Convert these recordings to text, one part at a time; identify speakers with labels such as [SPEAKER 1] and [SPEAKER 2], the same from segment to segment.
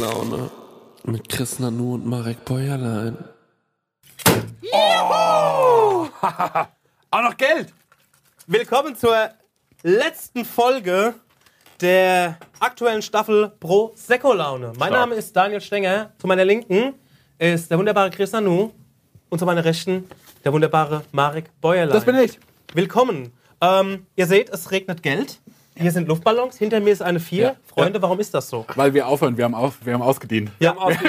[SPEAKER 1] Laune mit Chris Nanu und Marek Bäuerlein.
[SPEAKER 2] Auch noch Geld! Willkommen zur letzten Folge der aktuellen Staffel Pro Seko Laune. Mein Name ist Daniel Stenger. Zu meiner Linken ist der wunderbare Chris Nanu und zu meiner Rechten der wunderbare Marek Bäuerlein.
[SPEAKER 3] Das bin ich.
[SPEAKER 2] Willkommen. Ähm, ihr seht, es regnet Geld. Hier sind Luftballons. Hinter mir ist eine 4.
[SPEAKER 3] Ja.
[SPEAKER 2] Freunde, warum ist das so?
[SPEAKER 3] Weil wir aufhören, wir haben, auf, wir haben ausgedient.
[SPEAKER 2] Ja, ja,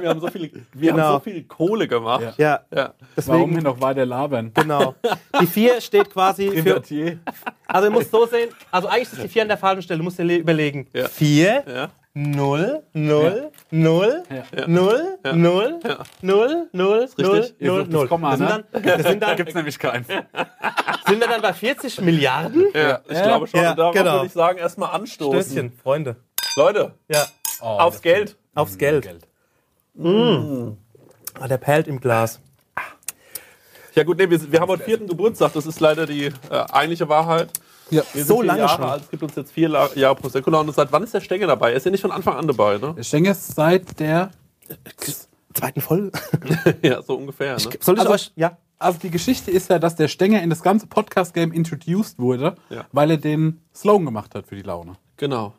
[SPEAKER 1] Wir haben so viel, wir
[SPEAKER 2] Genau.
[SPEAKER 1] haben so viel Kohle gemacht.
[SPEAKER 3] Ja.
[SPEAKER 2] ja,
[SPEAKER 1] Ja.
[SPEAKER 3] Warum wir
[SPEAKER 2] deswegen.
[SPEAKER 3] noch weiter labern?
[SPEAKER 2] Genau. Die 4 steht quasi für
[SPEAKER 3] Libertier.
[SPEAKER 2] Also, du musst so sehen, also eigentlich ist die 4 an der falschen Stelle. Du musst dir le- überlegen.
[SPEAKER 1] Ja.
[SPEAKER 2] 4, 0, 0, 0, 0, 0, 0, 0, 0,
[SPEAKER 1] richtig.
[SPEAKER 3] Ihr
[SPEAKER 2] 0,
[SPEAKER 3] sucht das
[SPEAKER 2] 0.
[SPEAKER 3] Komma,
[SPEAKER 2] Das sind
[SPEAKER 3] ne?
[SPEAKER 2] dann- das sind dann-
[SPEAKER 3] Gibt's nämlich keinen.
[SPEAKER 2] sind wir dann bei 40 Milliarden?
[SPEAKER 1] Ja, ich glaube schon,
[SPEAKER 2] Ja,
[SPEAKER 1] darauf
[SPEAKER 2] genau.
[SPEAKER 1] würde ich sagen, erstmal anstoßen.
[SPEAKER 2] Stößchen, Freunde.
[SPEAKER 1] Leute,
[SPEAKER 2] Ja,
[SPEAKER 3] Oh,
[SPEAKER 1] aufs Geld.
[SPEAKER 2] aufs Geld. Ah, der perlt im Glas.
[SPEAKER 1] Ja gut, nee, wir, wir haben heute vierten Geburtstag, das ist leider die äh, eigentliche Wahrheit.
[SPEAKER 3] Ja.
[SPEAKER 1] Wir
[SPEAKER 2] So
[SPEAKER 1] vier
[SPEAKER 2] lange
[SPEAKER 1] Jahre
[SPEAKER 2] schon.
[SPEAKER 1] alt, es gibt uns jetzt vier La Jahre Prosecco und seit wann ist der Stenger dabei? Er ist ja nicht von Anfang an dabei, ne?
[SPEAKER 3] Ich denke, es seit der.
[SPEAKER 2] Zweiten Folge.
[SPEAKER 1] Ja, so ungefähr, ne?
[SPEAKER 2] Soll ich
[SPEAKER 3] Also-
[SPEAKER 2] euch. Ja.
[SPEAKER 3] Also die Geschichte ist ja, dass der Stenger in das ganze Podcast-Game introduced wurde,
[SPEAKER 1] Ja.
[SPEAKER 3] weil er den Slogan gemacht hat für die Laune.
[SPEAKER 1] Genau.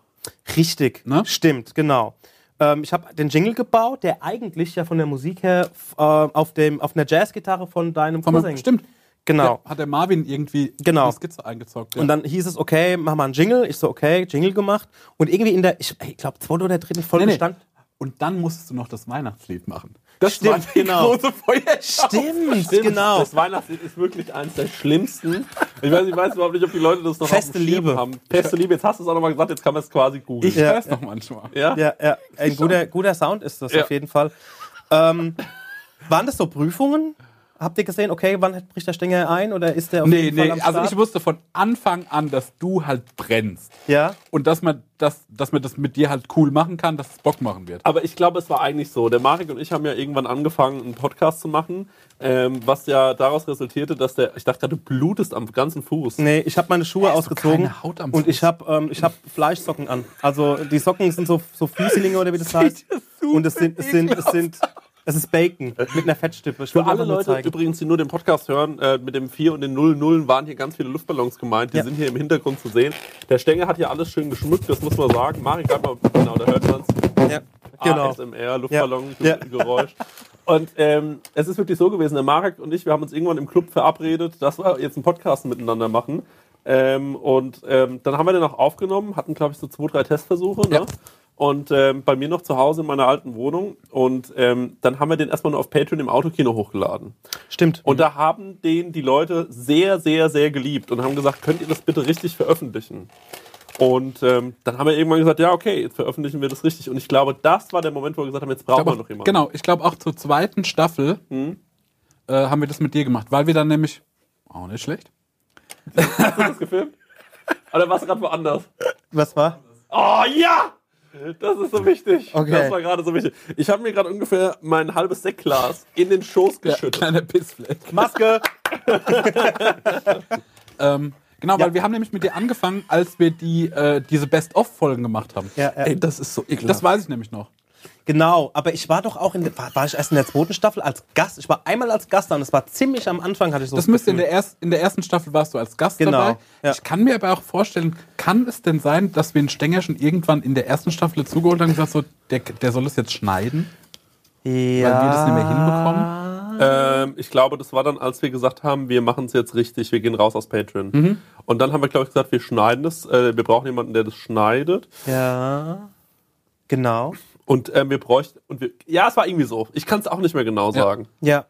[SPEAKER 2] Richtig,
[SPEAKER 3] Ne?
[SPEAKER 2] stimmt, genau. Ähm, ich habe den Jingle gebaut, der eigentlich ja von der Musik her f- äh, auf, dem, auf einer Jazzgitarre von deinem
[SPEAKER 3] Von
[SPEAKER 2] Cousin.
[SPEAKER 3] meinem, stimmt.
[SPEAKER 2] Genau.
[SPEAKER 3] Ja, hat der Marvin irgendwie
[SPEAKER 2] Genau.
[SPEAKER 3] eine Skizze eingezockt. Ja.
[SPEAKER 2] Und dann hieß es, okay, mach mal einen Jingle. Ich so, okay, Jingle gemacht. Und irgendwie in der, ich, ich glaube, zweiten oder dritten Folge
[SPEAKER 3] Nee, nee.
[SPEAKER 2] stand.
[SPEAKER 3] Und dann musstest du noch das Weihnachtslied machen. Das
[SPEAKER 2] Stimmt,
[SPEAKER 3] die
[SPEAKER 2] genau.
[SPEAKER 3] große Feuerschau.
[SPEAKER 2] Stimmt, genau.
[SPEAKER 1] Das Weihnachtslied ist wirklich eines der schlimmsten. Ich weiß, ich weiß überhaupt nicht, ob die Leute das noch
[SPEAKER 2] Feste
[SPEAKER 1] auf dem Schirm
[SPEAKER 2] Liebe.
[SPEAKER 1] haben. Feste Liebe, jetzt hast du es auch nochmal gesagt, jetzt kann man es quasi googeln.
[SPEAKER 3] Ich
[SPEAKER 2] Ja.
[SPEAKER 3] weiß noch manchmal.
[SPEAKER 1] ja?
[SPEAKER 2] Ja, ja. Ein guter, guter Sound ist das
[SPEAKER 1] Ja.
[SPEAKER 2] auf jeden Fall. Ähm, waren das so Prüfungen? Habt ihr gesehen, okay, wann bricht der Stänger ein oder ist der auf
[SPEAKER 3] Nee,
[SPEAKER 2] jeden Fall
[SPEAKER 3] nee,
[SPEAKER 2] am
[SPEAKER 3] also ich
[SPEAKER 2] Start?
[SPEAKER 3] wusste von Anfang an, dass du halt brennst.
[SPEAKER 2] Ja,
[SPEAKER 3] Und dass man, das, dass man das mit dir halt cool machen kann, dass es Bock machen wird.
[SPEAKER 1] Aber ich glaube, es war eigentlich so. Der Marek und ich haben ja irgendwann angefangen, einen Podcast zu machen, ähm, was ja daraus resultierte, dass der, ich dachte gerade, du blutest am ganzen Fuß.
[SPEAKER 2] nee, ich habe meine Schuhe ausgezogen.
[SPEAKER 3] keine Haut am
[SPEAKER 2] Und
[SPEAKER 3] Fuß.
[SPEAKER 2] ich habe ähm, ich hab Fleischsocken an. Also die Socken sind so, so Füßlinge oder wie das heißt. Und es sind, es sind, es sind, es ist Bacon mit einer Fettstippe. Ich
[SPEAKER 1] Für
[SPEAKER 2] wollte
[SPEAKER 1] alle
[SPEAKER 2] einfach nur
[SPEAKER 1] Leute
[SPEAKER 2] zeigen.
[SPEAKER 1] übrigens, die nur den Podcast hören, äh, mit dem 4 und den 0 Nullen waren hier ganz viele Luftballons gemeint. Die
[SPEAKER 2] Ja.
[SPEAKER 1] sind hier im Hintergrund zu sehen. Der Stängel hat hier alles schön geschmückt, das muss man sagen. Marek, gerade mal, genau, da hört man es.
[SPEAKER 2] Ja,
[SPEAKER 3] Ah,
[SPEAKER 2] genau.
[SPEAKER 1] ASMR, Luftballon,
[SPEAKER 2] Ja. Ja.
[SPEAKER 1] Geräusch. Und ähm, es ist wirklich so gewesen, der Marek und ich, wir haben uns irgendwann im Club verabredet, dass wir jetzt einen Podcast miteinander machen. Ähm, und ähm, dann haben wir den auch aufgenommen, hatten, glaube ich, so zwei, drei Testversuche. Ne?
[SPEAKER 3] Ja.
[SPEAKER 1] Und ähm, bei mir noch zu Hause in meiner alten Wohnung. Und ähm, dann haben wir den erstmal nur auf Patreon im Autokino hochgeladen.
[SPEAKER 2] Stimmt.
[SPEAKER 1] Und da haben den die Leute sehr, sehr, sehr geliebt und haben gesagt, könnt ihr das bitte richtig veröffentlichen? Und ähm, dann haben wir irgendwann gesagt, ja, okay, jetzt veröffentlichen wir das richtig. Und ich glaube, das war der Moment, wo wir gesagt haben, jetzt
[SPEAKER 3] Ich
[SPEAKER 1] brauchen
[SPEAKER 3] glaub
[SPEAKER 1] wir
[SPEAKER 3] auch-
[SPEAKER 1] noch jemanden.
[SPEAKER 3] Genau, ich glaube auch zur zweiten Staffel äh, haben wir das mit dir gemacht, weil wir dann nämlich. Auch nicht schlecht.
[SPEAKER 1] Hast du das gefilmt? Oder war es gerade woanders?
[SPEAKER 2] Was war?
[SPEAKER 1] Oh ja! Das ist so wichtig.
[SPEAKER 2] Okay.
[SPEAKER 1] Das war gerade so wichtig. Ich habe mir gerade ungefähr mein halbes Sektglas in den Schoß geschüttet.
[SPEAKER 3] kleiner Pissfleck.
[SPEAKER 2] Maske!
[SPEAKER 3] Ähm, genau, weil wir haben nämlich mit dir angefangen, als wir die, äh, diese Best-of-Folgen gemacht haben.
[SPEAKER 2] Ja, ja. Ey,
[SPEAKER 3] das ist so ekelhaft. Das weiß ich nämlich noch.
[SPEAKER 2] Genau, aber ich war doch auch in der, war, war ich erst in der zweiten Staffel als Gast. Ich war einmal als Gast da und es war ziemlich am Anfang, hatte ich so
[SPEAKER 3] Das müsste in
[SPEAKER 2] Gefühl.
[SPEAKER 3] der, erst, in der ersten Staffel warst du als Gast
[SPEAKER 2] Genau,
[SPEAKER 3] dabei.
[SPEAKER 2] ja.
[SPEAKER 3] Ich kann mir aber auch vorstellen, kann es denn sein, dass wir den Stenger schon irgendwann in der ersten Staffel zugeholt haben und gesagt, so, der, der soll es jetzt schneiden?
[SPEAKER 2] ja.
[SPEAKER 3] Weil wir das nicht mehr hinbekommen.
[SPEAKER 1] Ähm, ich glaube, das war dann, als wir gesagt haben, wir machen es jetzt richtig, wir gehen raus aus Patreon. Und dann haben wir, glaube ich, gesagt, wir schneiden es. Äh, wir brauchen jemanden, der das schneidet.
[SPEAKER 2] Ja. Genau.
[SPEAKER 1] Und ähm, wir bräuchten. Und wir, ja, es war irgendwie so. Ich kann es auch nicht mehr genau
[SPEAKER 3] Ja.
[SPEAKER 1] sagen.
[SPEAKER 2] Ja.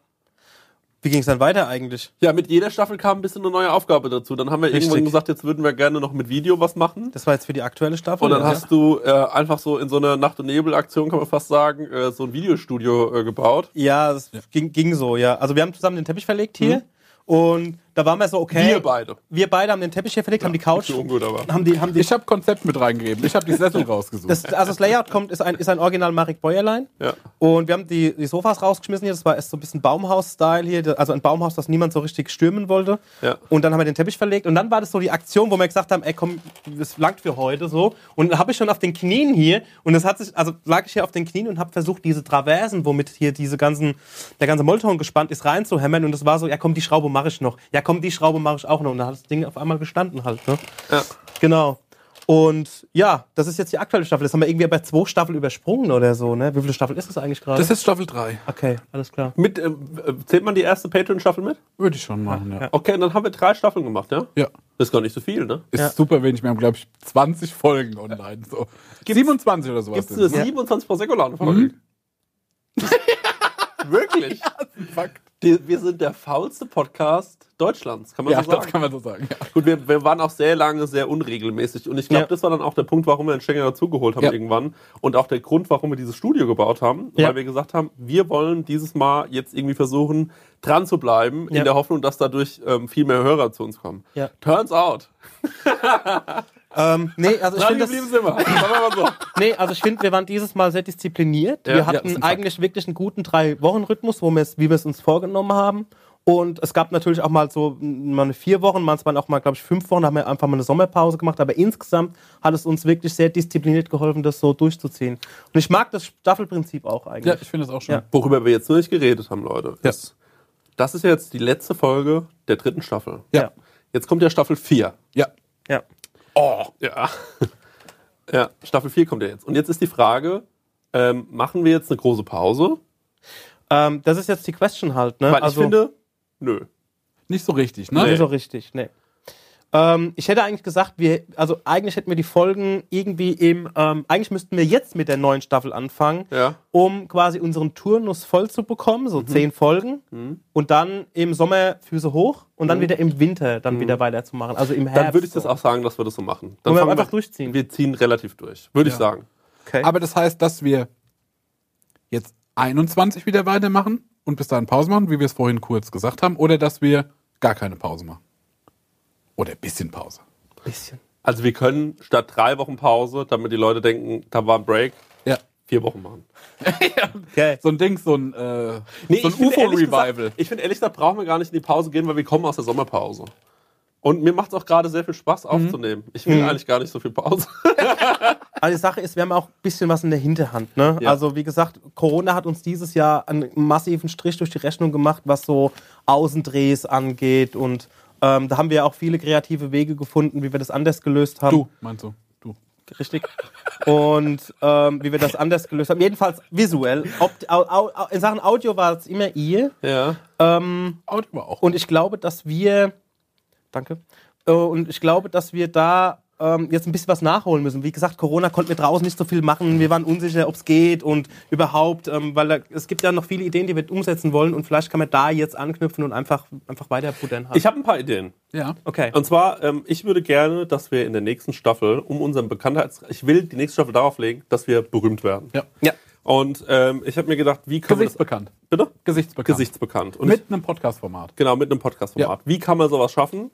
[SPEAKER 2] Wie ging es dann weiter eigentlich?
[SPEAKER 1] Ja, mit jeder Staffel kam ein bisschen eine neue Aufgabe dazu. Dann haben wir
[SPEAKER 2] Richtig.
[SPEAKER 1] irgendwann gesagt, jetzt würden wir gerne noch mit Video was machen.
[SPEAKER 2] Das war jetzt für die aktuelle Staffel.
[SPEAKER 1] Und dann
[SPEAKER 2] ja.
[SPEAKER 1] hast du äh, einfach so in so einer Nacht- und Nebel-Aktion, kann man fast sagen, äh, so ein Videostudio äh, gebaut.
[SPEAKER 2] Ja, das Ging, ging so, ja. Also wir haben zusammen den Teppich verlegt hier und Da waren wir so, okay.
[SPEAKER 4] Mhm. Wir beide.
[SPEAKER 2] Wir beide haben den Teppich hier verlegt, haben die Couch.
[SPEAKER 1] ist so ungut, aber.
[SPEAKER 2] Haben die, haben die,
[SPEAKER 4] Ich habe Konzept mit reingegeben. Ich habe die Sessel rausgesucht.
[SPEAKER 2] das, also das Layout kommt, ist ein, ist ein Original Marek Bäuerlein.
[SPEAKER 1] Ja.
[SPEAKER 2] Und wir haben die, die Sofas rausgeschmissen hier. Das war erst so ein bisschen Baumhaus-Style hier. da- Also ein Baumhaus, das niemand so richtig stürmen wollte.
[SPEAKER 1] Ja.
[SPEAKER 2] Und dann haben wir den Teppich verlegt. Und dann war das so die Aktion, wo wir gesagt haben, ey komm, es langt für heute so. Und dann habe ich schon auf den Knien hier. Und das hat sich, also lag ich hier auf den Knien und habe versucht, diese Traversen, womit hier diese ganzen, der ganze Molton gespannt ist, reinzuhämmern. Und das war so, ja komm, die Schraube mache ich noch. Ja komm, die Schraube mache ich auch noch. Und dann hat das Ding auf einmal gestanden halt. Ne?
[SPEAKER 1] Ja.
[SPEAKER 2] Genau. Und ja, das ist jetzt die aktuelle Staffel. Das haben wir irgendwie bei zwei Staffeln übersprungen oder so, ne? Wie viele Staffeln ist das eigentlich gerade?
[SPEAKER 4] Das ist Staffel 3.
[SPEAKER 2] Okay, alles klar.
[SPEAKER 1] Mit, ähm, äh, zählt man die erste Patreon-Staffel mit?
[SPEAKER 4] Würde ich schon machen, ja.
[SPEAKER 1] Okay, und dann haben wir drei Staffeln gemacht, ja?
[SPEAKER 4] Ja.
[SPEAKER 1] Das ist gar nicht so viel, ne?
[SPEAKER 4] Ist super wenig. Wir haben, glaube ich, 20 Folgen online. So. 27 oder sowas.
[SPEAKER 1] Gibt es eine
[SPEAKER 4] sind, ne?
[SPEAKER 1] 27 Prosecco-Laden-Folge? Wirklich?
[SPEAKER 4] Fakt.
[SPEAKER 1] Die, wir sind der faulste Podcast Deutschlands, kann man
[SPEAKER 4] Ja,
[SPEAKER 1] so
[SPEAKER 4] das
[SPEAKER 1] sagen.
[SPEAKER 4] kann man so sagen. Ja.
[SPEAKER 1] Gut, wir, wir waren auch sehr lange sehr unregelmäßig. Und ich glaube,
[SPEAKER 2] Ja.
[SPEAKER 1] das war dann auch der Punkt, warum wir den Schenker dazugeholt haben
[SPEAKER 4] Ja.
[SPEAKER 1] irgendwann. Und auch der Grund, warum wir dieses Studio gebaut haben.
[SPEAKER 2] Ja.
[SPEAKER 1] Weil wir gesagt haben, wir wollen dieses Mal jetzt irgendwie versuchen, dran zu bleiben,
[SPEAKER 2] Ja.
[SPEAKER 1] in der Hoffnung, dass dadurch ähm, viel mehr Hörer zu uns kommen.
[SPEAKER 2] Ja.
[SPEAKER 1] Turns out.
[SPEAKER 2] Ähm, nee, also ich
[SPEAKER 1] Dran
[SPEAKER 2] finde,
[SPEAKER 1] geblieben
[SPEAKER 2] das-
[SPEAKER 1] sind wir. Sagen wir mal so.
[SPEAKER 2] nee, also ich finde, wir waren dieses Mal sehr diszipliniert.
[SPEAKER 1] Ja,
[SPEAKER 2] wir
[SPEAKER 1] ja,
[SPEAKER 2] hatten
[SPEAKER 1] ist ein Fakt.
[SPEAKER 2] eigentlich wirklich einen guten Drei-Wochen-Rhythmus, wo wir's- wie wir es uns vorgenommen haben. Und es gab natürlich auch mal so m, mal eine vier Wochen, manchmal auch mal, glaube ich, fünf Wochen, da haben wir einfach mal eine Sommerpause gemacht. Aber insgesamt hat es uns wirklich sehr diszipliniert geholfen, das so durchzuziehen. Und ich mag das Staffelprinzip auch
[SPEAKER 4] ja,
[SPEAKER 2] eigentlich.
[SPEAKER 4] ich finde das auch schon.
[SPEAKER 2] Ja.
[SPEAKER 1] Worüber wir jetzt noch nicht geredet haben, Leute.
[SPEAKER 4] Ja.
[SPEAKER 1] ist, Das ist ja jetzt die letzte Folge der dritten Staffel.
[SPEAKER 4] Ja.
[SPEAKER 1] Jetzt kommt ja Staffel 4.
[SPEAKER 4] ja.
[SPEAKER 2] ja.
[SPEAKER 1] Oh, ja. Ja, Staffel 4 kommt ja jetzt. Und jetzt ist die Frage, ähm, machen wir jetzt eine große Pause?
[SPEAKER 2] Ähm, das ist jetzt die Question halt, ne?
[SPEAKER 1] Weil ich finde, nö.
[SPEAKER 4] Nicht so richtig, ne?
[SPEAKER 1] Nee.
[SPEAKER 2] Nee. so richtig, nee. Ähm, ich hätte eigentlich gesagt, wir, also eigentlich hätten wir die Folgen irgendwie im, ähm, eigentlich müssten wir jetzt mit der neuen Staffel anfangen,
[SPEAKER 1] Ja. Mhm.
[SPEAKER 2] um quasi unseren Turnus voll zu bekommen, so zehn Folgen, und dann im Sommer Füße hoch und dann wieder im Winter dann wieder weiterzumachen, also im Herbst.
[SPEAKER 1] Mhm. Dann würde ich das
[SPEAKER 2] so.
[SPEAKER 1] auch sagen, dass wir das so machen.
[SPEAKER 2] Wollen
[SPEAKER 1] Dann
[SPEAKER 2] wir
[SPEAKER 1] fangen
[SPEAKER 2] einfach durchziehen?
[SPEAKER 1] Wir ziehen relativ durch, würde ich
[SPEAKER 4] Ja.
[SPEAKER 1] sagen.
[SPEAKER 2] Okay.
[SPEAKER 4] Aber das heißt, dass wir jetzt 21 wieder weitermachen und bis dahin Pause machen, wie wir es vorhin kurz gesagt haben, oder dass wir gar keine Pause machen. Oder ein bisschen Pause.
[SPEAKER 2] bisschen.
[SPEAKER 1] Also wir können statt drei Wochen Pause, damit die Leute denken, da war ein Break,
[SPEAKER 4] Ja.
[SPEAKER 1] vier Wochen machen.
[SPEAKER 2] Okay.
[SPEAKER 4] So ein Ding, so ein, äh,
[SPEAKER 1] Nee,
[SPEAKER 4] so ein
[SPEAKER 1] ich finde ehrlich
[SPEAKER 4] UFO-Revival.
[SPEAKER 1] gesagt- Ich finde, ehrlich gesagt, brauchen wir gar nicht in die Pause gehen, weil wir kommen aus der Sommerpause. Und mir macht es auch gerade sehr viel Spaß aufzunehmen. Ich will eigentlich gar nicht so viel Pause.
[SPEAKER 2] Also die Sache ist, wir haben auch ein bisschen was in der Hinterhand. Ne?
[SPEAKER 1] Ja.
[SPEAKER 2] Also wie gesagt, Corona hat uns dieses Jahr einen massiven Strich durch die Rechnung gemacht, was so Außendrehs angeht. Und ähm, da haben wir auch viele kreative Wege gefunden, wie wir das anders gelöst haben.
[SPEAKER 4] Du, meinst du? Du.
[SPEAKER 2] Richtig. Und ähm, wie wir das anders gelöst haben. Jedenfalls visuell. Ob, au, au, au, in Sachen Audio war es immer ihr.
[SPEAKER 1] Ja.
[SPEAKER 4] Audio war auch.
[SPEAKER 2] Und ich glaube, dass wir. Danke. Äh, Und ich glaube, dass wir da ähm, jetzt ein bisschen was nachholen müssen. Wie gesagt, Corona konnten wir draußen nicht so viel machen. Wir waren unsicher, ob es geht und überhaupt, ähm, weil da, es gibt ja noch viele Ideen, die wir umsetzen wollen und vielleicht kann man da jetzt anknüpfen und einfach, einfach weiter puttern. Halt.
[SPEAKER 1] Ich habe ein paar Ideen.
[SPEAKER 4] ja.
[SPEAKER 2] okay.
[SPEAKER 1] Und zwar, ähm, ich würde gerne, dass wir in der nächsten Staffel um unseren Bekanntheits... Ich will die nächste Staffel darauf legen, dass wir berühmt werden.
[SPEAKER 4] ja.
[SPEAKER 2] ja.
[SPEAKER 1] Und ähm, ich habe mir gedacht, wie können wir das...
[SPEAKER 4] Gesichtsbekannt.
[SPEAKER 1] Bitte?
[SPEAKER 4] Gesichtsbekannt.
[SPEAKER 1] Gesichtsbekannt. Und ich,
[SPEAKER 4] Mit einem Podcast-Format.
[SPEAKER 1] genau, mit einem Podcast-Format. Wie kann man sowas schaffen?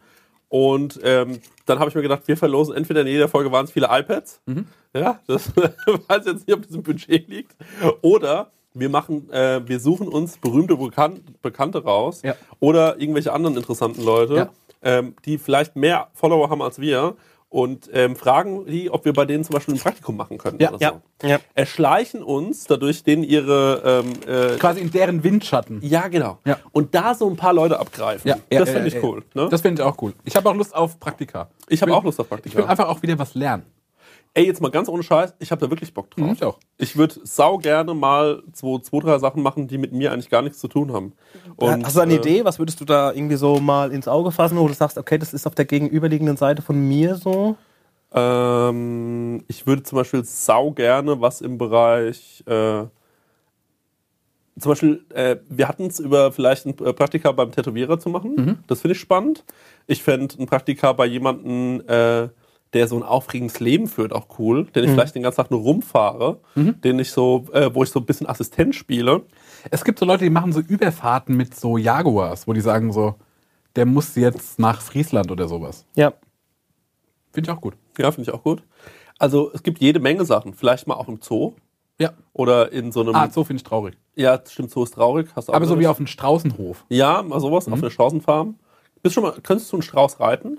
[SPEAKER 1] Und ähm, dann habe ich mir gedacht, wir verlosen entweder in jeder Folge waren es viele iPads.
[SPEAKER 4] Mhm.
[SPEAKER 1] Ja, das weiß jetzt nicht, ob das im Budget liegt. Oder wir machen, äh, wir suchen uns berühmte Bekan Bekannte raus
[SPEAKER 4] Ja.
[SPEAKER 1] oder irgendwelche anderen interessanten Leute,
[SPEAKER 4] Ja.
[SPEAKER 1] ähm, die vielleicht mehr Follower haben als wir und ähm, fragen die, ob wir bei denen zum Beispiel ein Praktikum machen können.
[SPEAKER 4] Ja,
[SPEAKER 1] oder
[SPEAKER 2] Ja.
[SPEAKER 1] so.
[SPEAKER 2] ja.
[SPEAKER 1] Erschleichen uns dadurch denen ihre ähm, äh,
[SPEAKER 4] Quasi in deren Windschatten.
[SPEAKER 1] ja, genau.
[SPEAKER 4] Ja.
[SPEAKER 1] Und da so ein paar Leute abgreifen. das finde ich
[SPEAKER 4] ja, ja.
[SPEAKER 1] cool. Ne?
[SPEAKER 4] Das finde ich auch cool. Ich habe auch Lust auf Praktika.
[SPEAKER 1] ich habe
[SPEAKER 4] will-
[SPEAKER 1] auch Lust auf
[SPEAKER 4] Ich will
[SPEAKER 1] Praktika.
[SPEAKER 4] einfach auch wieder was lernen.
[SPEAKER 1] Ey, jetzt mal ganz ohne Scheiß, ich habe da wirklich Bock drauf.
[SPEAKER 4] Mhm, ich auch.
[SPEAKER 1] Ich würde sau gerne mal zwei, zwei, drei Sachen machen, die mit mir eigentlich gar nichts zu tun haben. Und,
[SPEAKER 2] Hast du da eine
[SPEAKER 1] äh,
[SPEAKER 2] Idee? Was würdest du da irgendwie so mal ins Auge fassen, wo du sagst, okay, das ist auf der gegenüberliegenden Seite von mir so?
[SPEAKER 1] Ähm, ich würde zum Beispiel sau gerne was im Bereich. Äh, zum Beispiel, äh, wir hatten es über vielleicht ein äh, Praktika beim Tätowierer zu machen.
[SPEAKER 4] Mhm.
[SPEAKER 1] Das finde ich spannend. Ich fände ein Praktika bei jemandem, äh, der so ein aufregendes Leben führt, auch cool. Den ich
[SPEAKER 4] Mhm.
[SPEAKER 1] vielleicht den ganzen Tag nur rumfahre. Den ich so, äh, wo ich so ein bisschen Assistent spiele.
[SPEAKER 4] Es gibt so Leute, die machen so Überfahrten mit so Jaguars, wo die sagen so, der muss jetzt nach Friesland oder sowas.
[SPEAKER 2] Ja.
[SPEAKER 4] Finde ich auch gut.
[SPEAKER 1] Ja, finde ich auch gut. Also es gibt jede Menge Sachen. Vielleicht mal auch im Zoo
[SPEAKER 4] Ja.
[SPEAKER 1] oder in so einem.
[SPEAKER 4] Ah, so finde ich traurig.
[SPEAKER 1] Ja, stimmt, Zoo ist traurig. Hast du auch
[SPEAKER 4] Aber so
[SPEAKER 1] gesagt.
[SPEAKER 4] wie auf dem Straußenhof.
[SPEAKER 1] Ja, mal sowas auf einer Straußenfarm. Bist schon mal, könntest du einen Strauß reiten?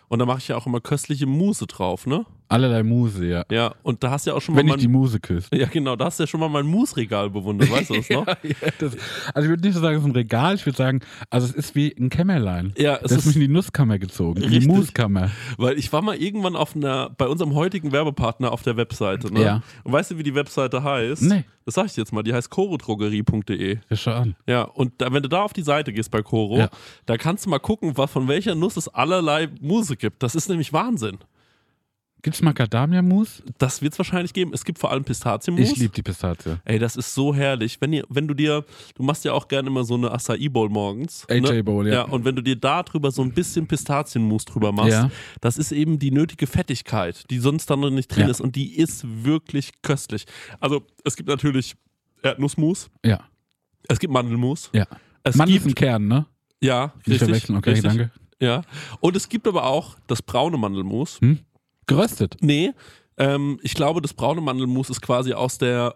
[SPEAKER 1] Und da mache ich ja auch immer köstliche Mousse drauf, ne?
[SPEAKER 3] Allerlei Muse, ja.
[SPEAKER 1] Ja, und da hast du ja auch schon
[SPEAKER 3] Wenn
[SPEAKER 1] mal
[SPEAKER 3] ich die
[SPEAKER 1] mein,
[SPEAKER 3] Muse küsst.
[SPEAKER 1] Ja, genau, da hast du ja schon mal mein Mousse-Regal bewundert, weißt du das noch?
[SPEAKER 3] Das, also ich würde nicht so sagen, es ist ein Regal, ich würde sagen, also es ist wie ein Kämmerlein.
[SPEAKER 1] Ja, es
[SPEAKER 3] es das
[SPEAKER 1] ist-
[SPEAKER 3] ist mich in die Nusskammer gezogen, in die
[SPEAKER 1] Richtig.
[SPEAKER 3] Muskammer.
[SPEAKER 1] Weil ich war mal irgendwann auf einer, bei unserem heutigen Werbepartner auf der Webseite, ne?
[SPEAKER 3] Ja.
[SPEAKER 1] Und weißt du, wie die Webseite heißt?
[SPEAKER 3] Nee.
[SPEAKER 1] Das sag ich dir jetzt mal, die heißt chorodrogerie.de.
[SPEAKER 3] Ja, schau an.
[SPEAKER 1] Ja, und da, wenn du da auf die Seite gehst bei Koro,
[SPEAKER 3] Ja.
[SPEAKER 1] da kannst du mal gucken, was, von welcher Nuss es allerlei Muse gibt. Das ist nämlich Wahnsinn.
[SPEAKER 3] Gibt's Macadamia-Mousse?
[SPEAKER 1] Das wird es wahrscheinlich geben. Es gibt vor allem Pistazienmus.
[SPEAKER 3] Ich liebe die Pistazie.
[SPEAKER 1] Ey, das ist so herrlich. Wenn, ihr, wenn du dir, du machst ja auch gerne immer so eine Acai Bowl morgens. ne?
[SPEAKER 3] AJ Bowl, ja.
[SPEAKER 1] Ja, und wenn du dir da drüber so ein bisschen Pistazienmus drüber machst,
[SPEAKER 3] Ja.
[SPEAKER 1] das ist eben die nötige Fettigkeit, die sonst dann noch nicht drin
[SPEAKER 3] Ja.
[SPEAKER 1] ist. Und die ist wirklich köstlich. Also, es gibt natürlich Erdnussmus,
[SPEAKER 3] Ja,
[SPEAKER 1] es gibt Mandelmus.
[SPEAKER 3] ja.
[SPEAKER 1] Es
[SPEAKER 3] Mann ist ein
[SPEAKER 1] gibt,
[SPEAKER 3] Kern, ne?
[SPEAKER 1] ja,
[SPEAKER 3] Nicht
[SPEAKER 1] richtig,
[SPEAKER 3] verwechseln, okay,
[SPEAKER 1] richtig.
[SPEAKER 3] danke.
[SPEAKER 1] Ja. Und es gibt aber auch das braune Mandelmus.
[SPEAKER 3] Geröstet.
[SPEAKER 1] Nee, ähm, ich glaube, das braune Mandelmus ist quasi aus der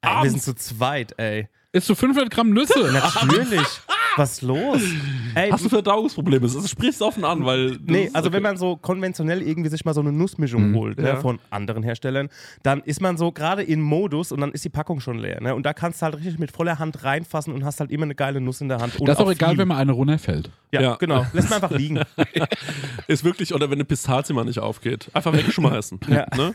[SPEAKER 2] Ey, wir
[SPEAKER 1] abends.
[SPEAKER 2] sind zu zweit, ey.
[SPEAKER 3] Isst du 500 Gramm Nüsse?
[SPEAKER 2] Natürlich. Was ist los? Ey,
[SPEAKER 1] Hast du Verdauungsprobleme? Das sprichst offen an, weil.
[SPEAKER 2] Nee,
[SPEAKER 1] das-
[SPEAKER 2] also wenn man so konventionell irgendwie sich mal so eine Nussmischung holt ne,
[SPEAKER 1] Ja.
[SPEAKER 2] von anderen Herstellern, dann ist man so gerade in Modus und dann ist die Packung schon leer. Ne? Und da kannst du halt richtig mit voller Hand reinfassen und hast halt immer eine geile Nuss in der Hand. Und
[SPEAKER 3] Das ist auch egal,
[SPEAKER 2] viel.
[SPEAKER 3] wenn mal eine runterfällt.
[SPEAKER 2] Ja,
[SPEAKER 1] Ja.
[SPEAKER 2] genau. Lässt man einfach liegen.
[SPEAKER 1] Ist wirklich, oder wenn eine Pistazie mal nicht aufgeht, einfach wegschmeißen. ja. Ne?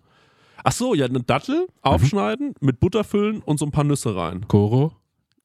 [SPEAKER 1] Ach so, ja, eine
[SPEAKER 3] Mhm.
[SPEAKER 1] Dattel aufschneiden, mit Butter füllen und so ein paar Nüsse rein.
[SPEAKER 3] Koro.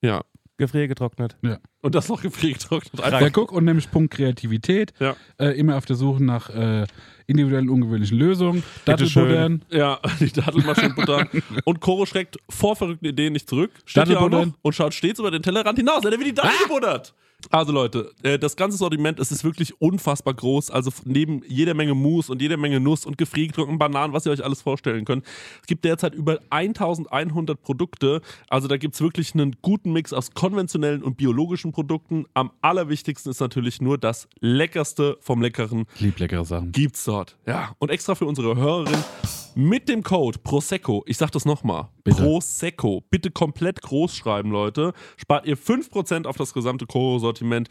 [SPEAKER 1] Ja.
[SPEAKER 2] Gefriergetrocknet.
[SPEAKER 3] Ja.
[SPEAKER 1] Und das noch gefriergetrocknet.
[SPEAKER 3] Ja,
[SPEAKER 1] Einfach.
[SPEAKER 3] guck, und nämlich Punkt Kreativität.
[SPEAKER 1] Ja.
[SPEAKER 3] Äh, immer auf der Suche nach äh, individuellen, ungewöhnlichen Lösungen. Dattelbuddern.
[SPEAKER 1] Ja, die Dattel mal schön buttern. Und Koro schreckt vor verrückten Ideen nicht zurück. Steht hier auch noch
[SPEAKER 3] Dattelbuddern.
[SPEAKER 1] und schaut stets über den Tellerrand hinaus. denn Er wird die Dattel gebuddert. Also Leute, äh, das ganze Sortiment es ist wirklich unfassbar groß. Also f- neben jeder Menge Mousse und jeder Menge Nuss und gefriergetrockneten Bananen, was ihr euch alles vorstellen könnt. Es gibt derzeit über 1100 Produkte. Also da gibt es wirklich einen guten Mix aus konventionellen und biologischen Produkten. Am allerwichtigsten ist natürlich nur das Leckerste vom Leckeren
[SPEAKER 3] Lieb leckere Sachen.
[SPEAKER 1] gibt's dort. Ja. Und extra für unsere Hörerin mit dem Code Prosecco, ich sag das nochmal,
[SPEAKER 3] Bitte.
[SPEAKER 1] Prosecco, bitte komplett groß schreiben, Leute. Spart ihr 5% auf das gesamte Koro-Sortiment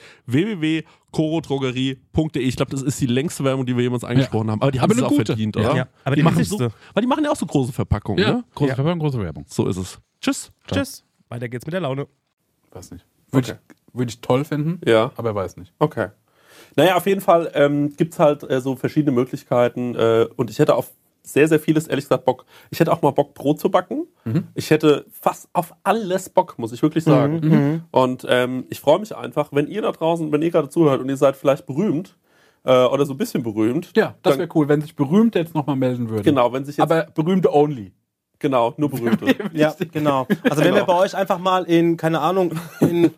[SPEAKER 1] www.korodrogerie.de. Ich glaube, das ist die längste Werbung, die wir jemals eingesprochen
[SPEAKER 3] Ja.
[SPEAKER 1] haben. Aber die haben es
[SPEAKER 3] Aber eine
[SPEAKER 1] auch
[SPEAKER 3] gute.
[SPEAKER 1] verdient,
[SPEAKER 3] Ja.
[SPEAKER 1] oder?
[SPEAKER 2] Ja. Aber die
[SPEAKER 1] machen so,
[SPEAKER 2] wichtigste.
[SPEAKER 1] Weil die machen ja auch so große Verpackungen,
[SPEAKER 3] Ja,
[SPEAKER 1] ne?
[SPEAKER 3] große
[SPEAKER 2] Ja.
[SPEAKER 3] Verpackung, große Werbung.
[SPEAKER 1] So ist es. Tschüss.
[SPEAKER 2] Tschüss. Weiter geht's mit der Laune.
[SPEAKER 4] Weiß nicht. Würde ich, würd ich toll finden,
[SPEAKER 1] Ja.
[SPEAKER 4] aber weiß nicht.
[SPEAKER 1] Okay. Naja, auf jeden Fall ähm, gibt es halt äh, so verschiedene Möglichkeiten äh, und ich hätte auf sehr, sehr vieles ehrlich gesagt Bock. Ich hätte auch mal Bock, Brot zu backen.
[SPEAKER 4] Mhm.
[SPEAKER 1] Ich hätte fast auf alles Bock, muss ich wirklich sagen.
[SPEAKER 4] Mhm.
[SPEAKER 1] Und ähm, ich freue mich einfach, wenn ihr da draußen, wenn ihr gerade zuhört und ihr seid vielleicht berühmt äh, oder so ein bisschen berühmt.
[SPEAKER 4] Ja, das
[SPEAKER 1] dann-
[SPEAKER 4] wäre cool, wenn sich Berühmte jetzt nochmal melden würden.
[SPEAKER 1] Genau, wenn sich jetzt.
[SPEAKER 4] Aber Berühmte only.
[SPEAKER 1] genau, nur berühmte.
[SPEAKER 2] Ja, genau. Also wenn wir bei euch einfach mal in, keine Ahnung, in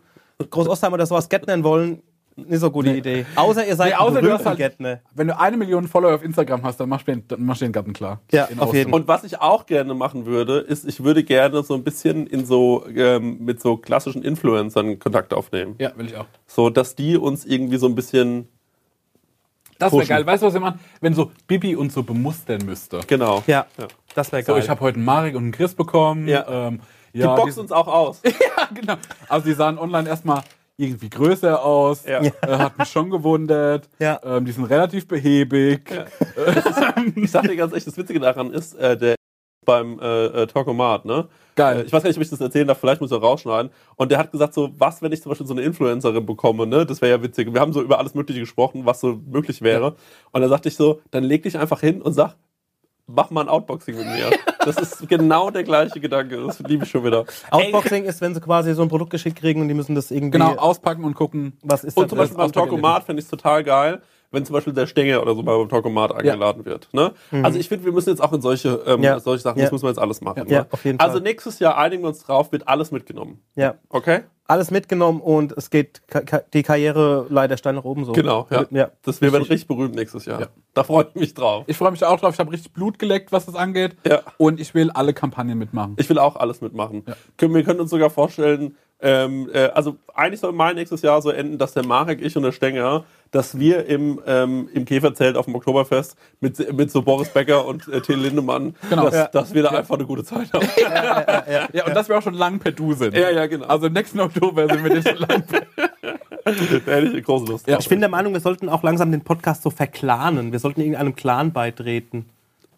[SPEAKER 2] Großostheim oder sowas Gärtnern wollen, nicht so gute Idee. Außer ihr seid
[SPEAKER 4] Nee, außer du
[SPEAKER 2] berühmt
[SPEAKER 4] hast
[SPEAKER 2] im
[SPEAKER 4] halt-
[SPEAKER 2] Gärtner.
[SPEAKER 4] Wenn du eine Million Follower auf Instagram hast, dann machst du den, dann machst du den Garten klar.
[SPEAKER 2] Ja, auf jeden
[SPEAKER 4] Fall.
[SPEAKER 1] Und was ich auch gerne machen würde, ist, ich würde gerne so ein bisschen in so ähm, mit so klassischen Influencern Kontakt aufnehmen.
[SPEAKER 4] Ja, will ich auch.
[SPEAKER 1] So, dass die uns irgendwie so ein bisschen.
[SPEAKER 4] Das wäre
[SPEAKER 1] Pushen.
[SPEAKER 4] geil. Weißt du, was wir machen? Wenn so Bibi uns so bemustern müsste.
[SPEAKER 1] Genau.
[SPEAKER 2] Ja. Das wäre
[SPEAKER 3] So,
[SPEAKER 2] geil.
[SPEAKER 3] ich habe heute einen Marek und einen Chris bekommen.
[SPEAKER 1] Ja.
[SPEAKER 3] Ähm,
[SPEAKER 1] Die
[SPEAKER 3] ja,
[SPEAKER 1] boxen uns auch aus.
[SPEAKER 3] Ja, genau. Also die sahen online erstmal irgendwie größer aus,
[SPEAKER 1] Ja.
[SPEAKER 3] äh, hat mich schon gewundert.
[SPEAKER 2] Ja.
[SPEAKER 3] Ähm, die sind relativ behäbig.
[SPEAKER 1] Ich sag dir ganz echt, das Witzige daran ist, äh, der beim äh, äh, Talkomat, ne? Äh,
[SPEAKER 3] Geil.
[SPEAKER 1] Ich weiß gar nicht, ob ich das erzählen darf, vielleicht muss ich auch rausschneiden. Und der hat gesagt, so, was, wenn ich zum Beispiel so eine Influencerin bekomme, ne? Das wäre ja witzig. Wir haben so über alles Mögliche gesprochen, was so möglich wäre. Und da sagte ich so, dann leg dich einfach hin und sag, mach mal ein Outboxing mit mir. das ist genau der gleiche Gedanke. Das liebe ich schon wieder.
[SPEAKER 2] Outboxing ist, wenn sie quasi so ein Produkt geschickt kriegen und die müssen das irgendwie.
[SPEAKER 3] genau, auspacken und gucken.
[SPEAKER 2] Was ist
[SPEAKER 1] Und
[SPEAKER 2] das?
[SPEAKER 1] zum Beispiel beim
[SPEAKER 3] Auspack erleben.
[SPEAKER 1] Talkomat fände ich es total geil, wenn zum Beispiel der Stängel oder so mal beim Talkomat eingeladen wird. Ne? Also ich finde, wir müssen jetzt auch in solche, ähm,
[SPEAKER 2] Mhm. Ja.
[SPEAKER 1] solche Sachen,
[SPEAKER 2] Ja.
[SPEAKER 1] das müssen wir jetzt alles machen.
[SPEAKER 2] Ja,
[SPEAKER 1] ne?
[SPEAKER 2] auf jeden
[SPEAKER 1] also
[SPEAKER 2] Fall.
[SPEAKER 1] nächstes Jahr einigen wir uns drauf, wird alles mitgenommen.
[SPEAKER 2] Ja.
[SPEAKER 1] Okay?
[SPEAKER 2] Alles mitgenommen und es geht ka ka die Karriere leider steil nach oben so.
[SPEAKER 1] Genau, ja.
[SPEAKER 2] ja.
[SPEAKER 1] Das, wir werden richtig berühmt nächstes Jahr.
[SPEAKER 3] Ja.
[SPEAKER 1] Da freue ich mich drauf.
[SPEAKER 3] Ich freue mich auch drauf. Ich habe richtig Blut geleckt, was das angeht.
[SPEAKER 1] Ja.
[SPEAKER 3] Und ich will alle Kampagnen mitmachen.
[SPEAKER 1] Ich will auch alles mitmachen. Können- Wir können uns sogar vorstellen, ähm, äh, also eigentlich soll mein nächstes Jahr so enden, dass der Marek, ich und der Stenger, dass wir im, ähm, im Käferzelt auf dem Oktoberfest mit, mit so Boris Becker und äh, Till Lindemann,
[SPEAKER 3] Genau.
[SPEAKER 1] dass,
[SPEAKER 3] Ja.
[SPEAKER 1] dass wir da einfach eine gute Zeit haben.
[SPEAKER 3] ja, und dass wir auch schon lang per Du sind.
[SPEAKER 1] Ja, ja, genau.
[SPEAKER 3] Also im nächsten Oktober sind wir nicht schon lang per
[SPEAKER 1] da hätte ich eine große Lust.
[SPEAKER 3] Ja.
[SPEAKER 1] drauf.
[SPEAKER 2] Ich bin der Meinung, wir sollten auch langsam den Podcast so verklanen. Wir sollten irgendeinem Clan beitreten.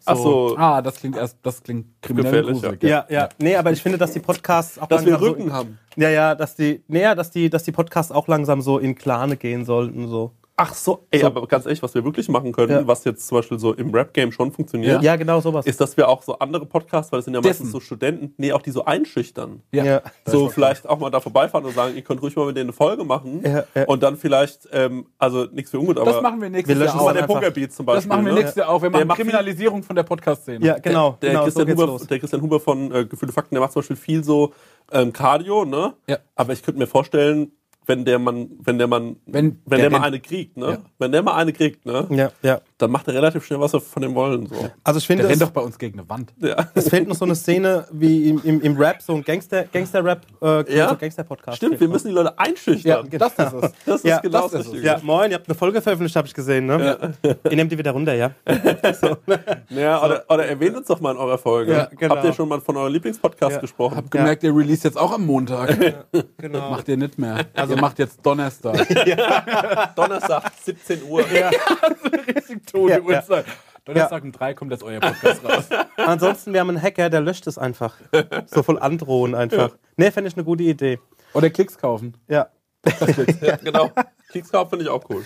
[SPEAKER 1] Ach so,
[SPEAKER 3] Ah, das klingt erst, das klingt kriminell
[SPEAKER 1] Gefährlich,
[SPEAKER 3] gruselig.
[SPEAKER 2] Ja, ja. Nee, aber ich finde, dass die Podcasts auch
[SPEAKER 1] dass wir
[SPEAKER 2] langsam
[SPEAKER 1] Rücken
[SPEAKER 2] so,
[SPEAKER 1] haben.
[SPEAKER 2] Ja, ja, dass die, nee, ja, dass die, dass die Podcasts auch langsam so in Klane gehen sollten, so.
[SPEAKER 1] Ach so, ey, aber ganz ehrlich, was wir wirklich machen können,
[SPEAKER 2] Ja.
[SPEAKER 1] was jetzt zum Beispiel so im Rap-Game schon funktioniert,
[SPEAKER 2] Ja, genau sowas.
[SPEAKER 1] ist, dass wir auch so andere Podcasts, weil das sind ja meistens
[SPEAKER 3] Dessen.
[SPEAKER 1] so Studenten, nee, auch die so einschüchtern.
[SPEAKER 3] Ja.
[SPEAKER 2] Ja.
[SPEAKER 1] so vielleicht auch mal da vorbeifahren und sagen, ihr könnt ruhig mal mit denen eine Folge machen
[SPEAKER 2] Ja, ja.
[SPEAKER 1] und dann vielleicht, ähm, also nichts für ungut, aber
[SPEAKER 3] Das machen wir nächstes
[SPEAKER 2] Wir
[SPEAKER 3] Jahr
[SPEAKER 2] löschen
[SPEAKER 1] das war
[SPEAKER 3] auch.
[SPEAKER 1] der
[SPEAKER 2] einfach.
[SPEAKER 1] Pokerbeat zum Beispiel.
[SPEAKER 3] Das machen wir
[SPEAKER 1] ne?
[SPEAKER 3] nächstes Jahr auch. Wir machen
[SPEAKER 1] macht viel-
[SPEAKER 3] Kriminalisierung von der Podcast-Szene.
[SPEAKER 2] ja, genau.
[SPEAKER 1] Der,
[SPEAKER 2] genau,
[SPEAKER 1] Christian
[SPEAKER 2] so geht's
[SPEAKER 1] Huber,
[SPEAKER 2] los.
[SPEAKER 1] der Christian Huber von äh, Gefühle Fakten, der macht zum Beispiel viel so ähm, Cardio, ne?
[SPEAKER 3] Ja.
[SPEAKER 1] Aber ich könnte mir vorstellen, wenn der Mann, wenn der Mann,
[SPEAKER 3] Wenn
[SPEAKER 1] wenn der,
[SPEAKER 3] der
[SPEAKER 1] mal
[SPEAKER 3] den-
[SPEAKER 1] eine kriegt, ne?
[SPEAKER 3] Ja.
[SPEAKER 1] Wenn der mal eine kriegt, ne?
[SPEAKER 2] Ja, ja.
[SPEAKER 1] Dann macht er relativ schnell was wir von dem wollen. So.
[SPEAKER 2] Also ich finde,
[SPEAKER 3] Der
[SPEAKER 2] es,
[SPEAKER 3] rennt doch bei uns gegen eine Wand.
[SPEAKER 1] Ja.
[SPEAKER 2] es fehlt noch so eine Szene wie im, im, im Rap, so ein Gangster, Gangster-Rap, äh,
[SPEAKER 1] Ja.
[SPEAKER 2] so Gangster-Podcast. genau.
[SPEAKER 1] Stimmt, wir müssen die Leute einschüchtern.
[SPEAKER 3] das ist es.
[SPEAKER 1] Das ist
[SPEAKER 2] Ja,
[SPEAKER 1] genau
[SPEAKER 3] das
[SPEAKER 1] das
[SPEAKER 3] ist es.
[SPEAKER 1] Richtige.
[SPEAKER 2] Ja, moin, ihr habt eine Folge veröffentlicht, habe ich gesehen, ne? Ihr nehmt die wieder runter, ja?
[SPEAKER 1] Ja, oder, oder erwähnt uns doch mal in eurer Folge.
[SPEAKER 2] Ja, genau.
[SPEAKER 1] Habt ihr schon mal von eurem Lieblingspodcast
[SPEAKER 2] Ja.
[SPEAKER 1] gesprochen?
[SPEAKER 3] Hab gemerkt, ihr release jetzt auch am Montag.
[SPEAKER 2] Genau.
[SPEAKER 3] Macht ihr nicht mehr. Also macht jetzt Donnerstag.
[SPEAKER 1] Donnerstag, 17 Uhr.
[SPEAKER 3] Richtig tote
[SPEAKER 2] Ja, ja.
[SPEAKER 3] Uhrzeit. Donnerstag um drei kommt jetzt euer Podcast raus.
[SPEAKER 2] Ansonsten, wir haben einen Hacker, der löscht es einfach. So voll androhen einfach. Ne, fände ich eine gute Idee.
[SPEAKER 3] Oder Klicks kaufen.
[SPEAKER 2] Ja.
[SPEAKER 1] ja, genau. Klicks kaufen finde ich auch cool.